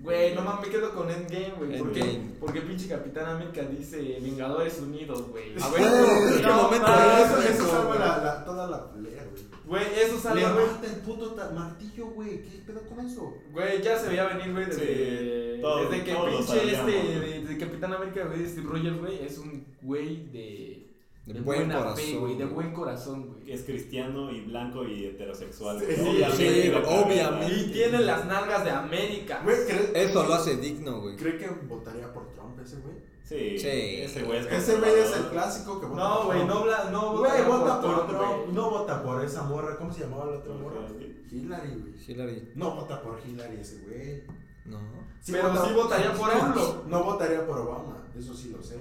Speaker 1: Güey, no mames, me quedo con Endgame, güey. ¿Por qué?
Speaker 2: Endgame.
Speaker 1: Porque pinche Capitán América dice Vengadores Unidos, güey. A
Speaker 2: güey, ¿en qué momento
Speaker 1: mames,
Speaker 2: es,
Speaker 4: eso, eso
Speaker 1: güey.
Speaker 4: salva la, la- toda la pelea, güey.
Speaker 1: Güey, eso sale, güey.
Speaker 4: Levanta el puto ta- martillo, güey. ¿Qué pedo con eso?
Speaker 1: Güey, ya se veía venir, güey, desde,
Speaker 3: Sí, todo-
Speaker 1: desde que
Speaker 3: todos lo
Speaker 1: pinche
Speaker 3: sabíamos,
Speaker 1: este
Speaker 3: güey.
Speaker 1: de, de Capitán América, güey, Steve Rogers, güey, es un güey de,
Speaker 2: De buen
Speaker 1: buena
Speaker 2: corazón.
Speaker 1: fe, güey, de
Speaker 2: güey.
Speaker 1: buen corazón, güey.
Speaker 3: Es cristiano y blanco y heterosexual.
Speaker 4: Sí,
Speaker 3: güey.
Speaker 4: sí,
Speaker 2: sí,
Speaker 3: la cabeza.
Speaker 2: obviamente.
Speaker 1: Y tiene las nalgas de América.
Speaker 4: Güey, ¿cree-
Speaker 2: Eso lo hace digno, güey.
Speaker 4: ¿cree que votaría por Trump ese güey?
Speaker 3: Sí,
Speaker 2: Sí.
Speaker 3: ese güey es
Speaker 4: Ese güey es el
Speaker 3: conservador.
Speaker 4: clásico que vota
Speaker 1: No,
Speaker 4: por
Speaker 1: güey,
Speaker 4: Trump.
Speaker 1: no, bla- no
Speaker 4: Güey, vota por
Speaker 1: Trump,
Speaker 4: Trump.
Speaker 1: güey.
Speaker 4: No vota por esa morra. ¿Cómo se llamaba la otra morra?
Speaker 3: Sí.
Speaker 4: Hillary, güey.
Speaker 2: Hillary.
Speaker 4: No vota por Hillary ese güey.
Speaker 2: No.
Speaker 1: Pero sí votaría por AMLO.
Speaker 4: No votaría por Obama, eso sí lo sé.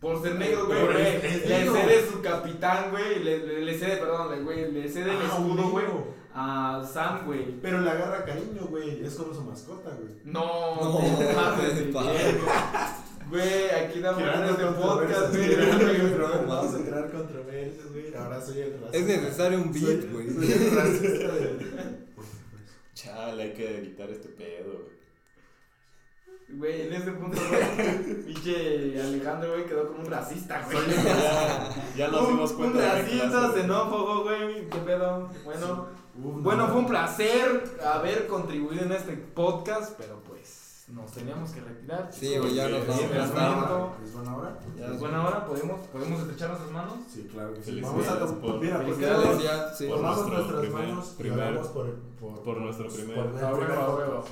Speaker 1: Por ser negro, güey,
Speaker 4: Por
Speaker 1: güey,
Speaker 4: el- el
Speaker 1: le
Speaker 4: negro.
Speaker 1: cede su capitán, güey, le, le, le cede, perdón, le- güey, le cede el
Speaker 4: Ah,
Speaker 1: escudo,
Speaker 4: un
Speaker 1: güey,
Speaker 4: negro.
Speaker 1: a Sam, güey.
Speaker 4: Pero le agarra cariño, güey. Es como su mascota, güey.
Speaker 1: No,
Speaker 2: No,
Speaker 1: te mames,
Speaker 2: pa.
Speaker 1: güey. Güey, aquí damos ganas de
Speaker 4: este
Speaker 1: podcast, güey. [laughs]
Speaker 4: Vamos a
Speaker 1: Güey,
Speaker 4: crear controversias, güey. Ahora soy el racista.
Speaker 2: Es necesario un
Speaker 4: Soy-
Speaker 2: beat, güey.
Speaker 4: Soy el racista de.
Speaker 3: Chale, hay que evitar este
Speaker 2: [laughs]
Speaker 3: pedo, güey.
Speaker 1: Güey, en este punto, güey, pinche Alejandro, güey, quedó como un racista, güey.
Speaker 3: Ya, ya nos
Speaker 1: Un-
Speaker 3: dimos cuenta.
Speaker 1: Un
Speaker 3: de la
Speaker 1: racista,
Speaker 3: clase.
Speaker 1: xenófobo, güey, qué pedo. Bueno,
Speaker 4: Uf,
Speaker 1: bueno,
Speaker 4: no.
Speaker 1: fue un placer haber contribuido en este podcast, pero pues nos teníamos que retirar.
Speaker 2: Sí, güey, ya nos
Speaker 3: Sí,
Speaker 2: vamos.
Speaker 1: sí,
Speaker 2: ya
Speaker 4: ¿Es buena
Speaker 2: está.
Speaker 4: hora? ¿Es buena hora?
Speaker 2: Ya
Speaker 1: Pues
Speaker 2: es
Speaker 1: bueno, ahora podemos, podemos estrechar nuestras manos.
Speaker 4: Sí, claro que sí.
Speaker 3: Felicidades
Speaker 4: Vamos a to-
Speaker 3: por-
Speaker 4: Mira, ¿por qué
Speaker 1: felicidades.
Speaker 4: no-
Speaker 2: Pues ya, sí.
Speaker 3: Por
Speaker 4: Tomamos
Speaker 3: nuestro
Speaker 4: nuestras
Speaker 3: primer-
Speaker 4: manos y
Speaker 3: primer-
Speaker 4: oramos por, por,
Speaker 3: por nuestro primer-
Speaker 4: por el
Speaker 1: A
Speaker 4: primer
Speaker 1: huevo, a
Speaker 4: voto.
Speaker 1: huevo.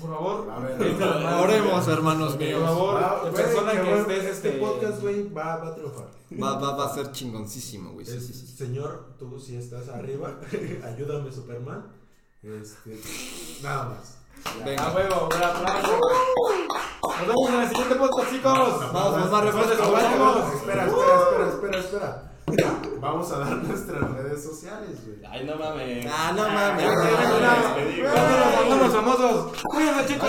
Speaker 1: Por favor,
Speaker 4: A [laughs] ver,
Speaker 1: presta las manos.
Speaker 2: Oremos, hermanos
Speaker 1: Por
Speaker 2: míos.
Speaker 1: favor,
Speaker 4: Ah,
Speaker 1: la
Speaker 4: güey,
Speaker 1: persona que
Speaker 4: bueno,
Speaker 1: estés
Speaker 4: este
Speaker 1: este
Speaker 4: podcast, güey, va, va a triunfar.
Speaker 2: Va, va, va a ser chingoncísimo, güey. Sí,
Speaker 4: Es-
Speaker 2: Pues sí, sí.
Speaker 4: Señor, tú si estás arriba, [laughs] ayúdame, Superman. Este, nada más.
Speaker 1: A
Speaker 2: Venga.
Speaker 1: huevo, un aplauso. Nos vemos en el siguiente podcast, chicos.
Speaker 2: Vamos, más
Speaker 1: Nos
Speaker 2: refrescos,
Speaker 1: escuchamos.
Speaker 4: Espera, espera, espera, espera, espera. Vamos a dar [laughs] nuestras redes sociales, güey.
Speaker 3: Ay, no mames.
Speaker 2: Ah, no mames.
Speaker 4: Ah,
Speaker 2: no mames.
Speaker 4: no, no, no.
Speaker 1: ¡Vámonos, famosos! ¡Cuídense, chicos!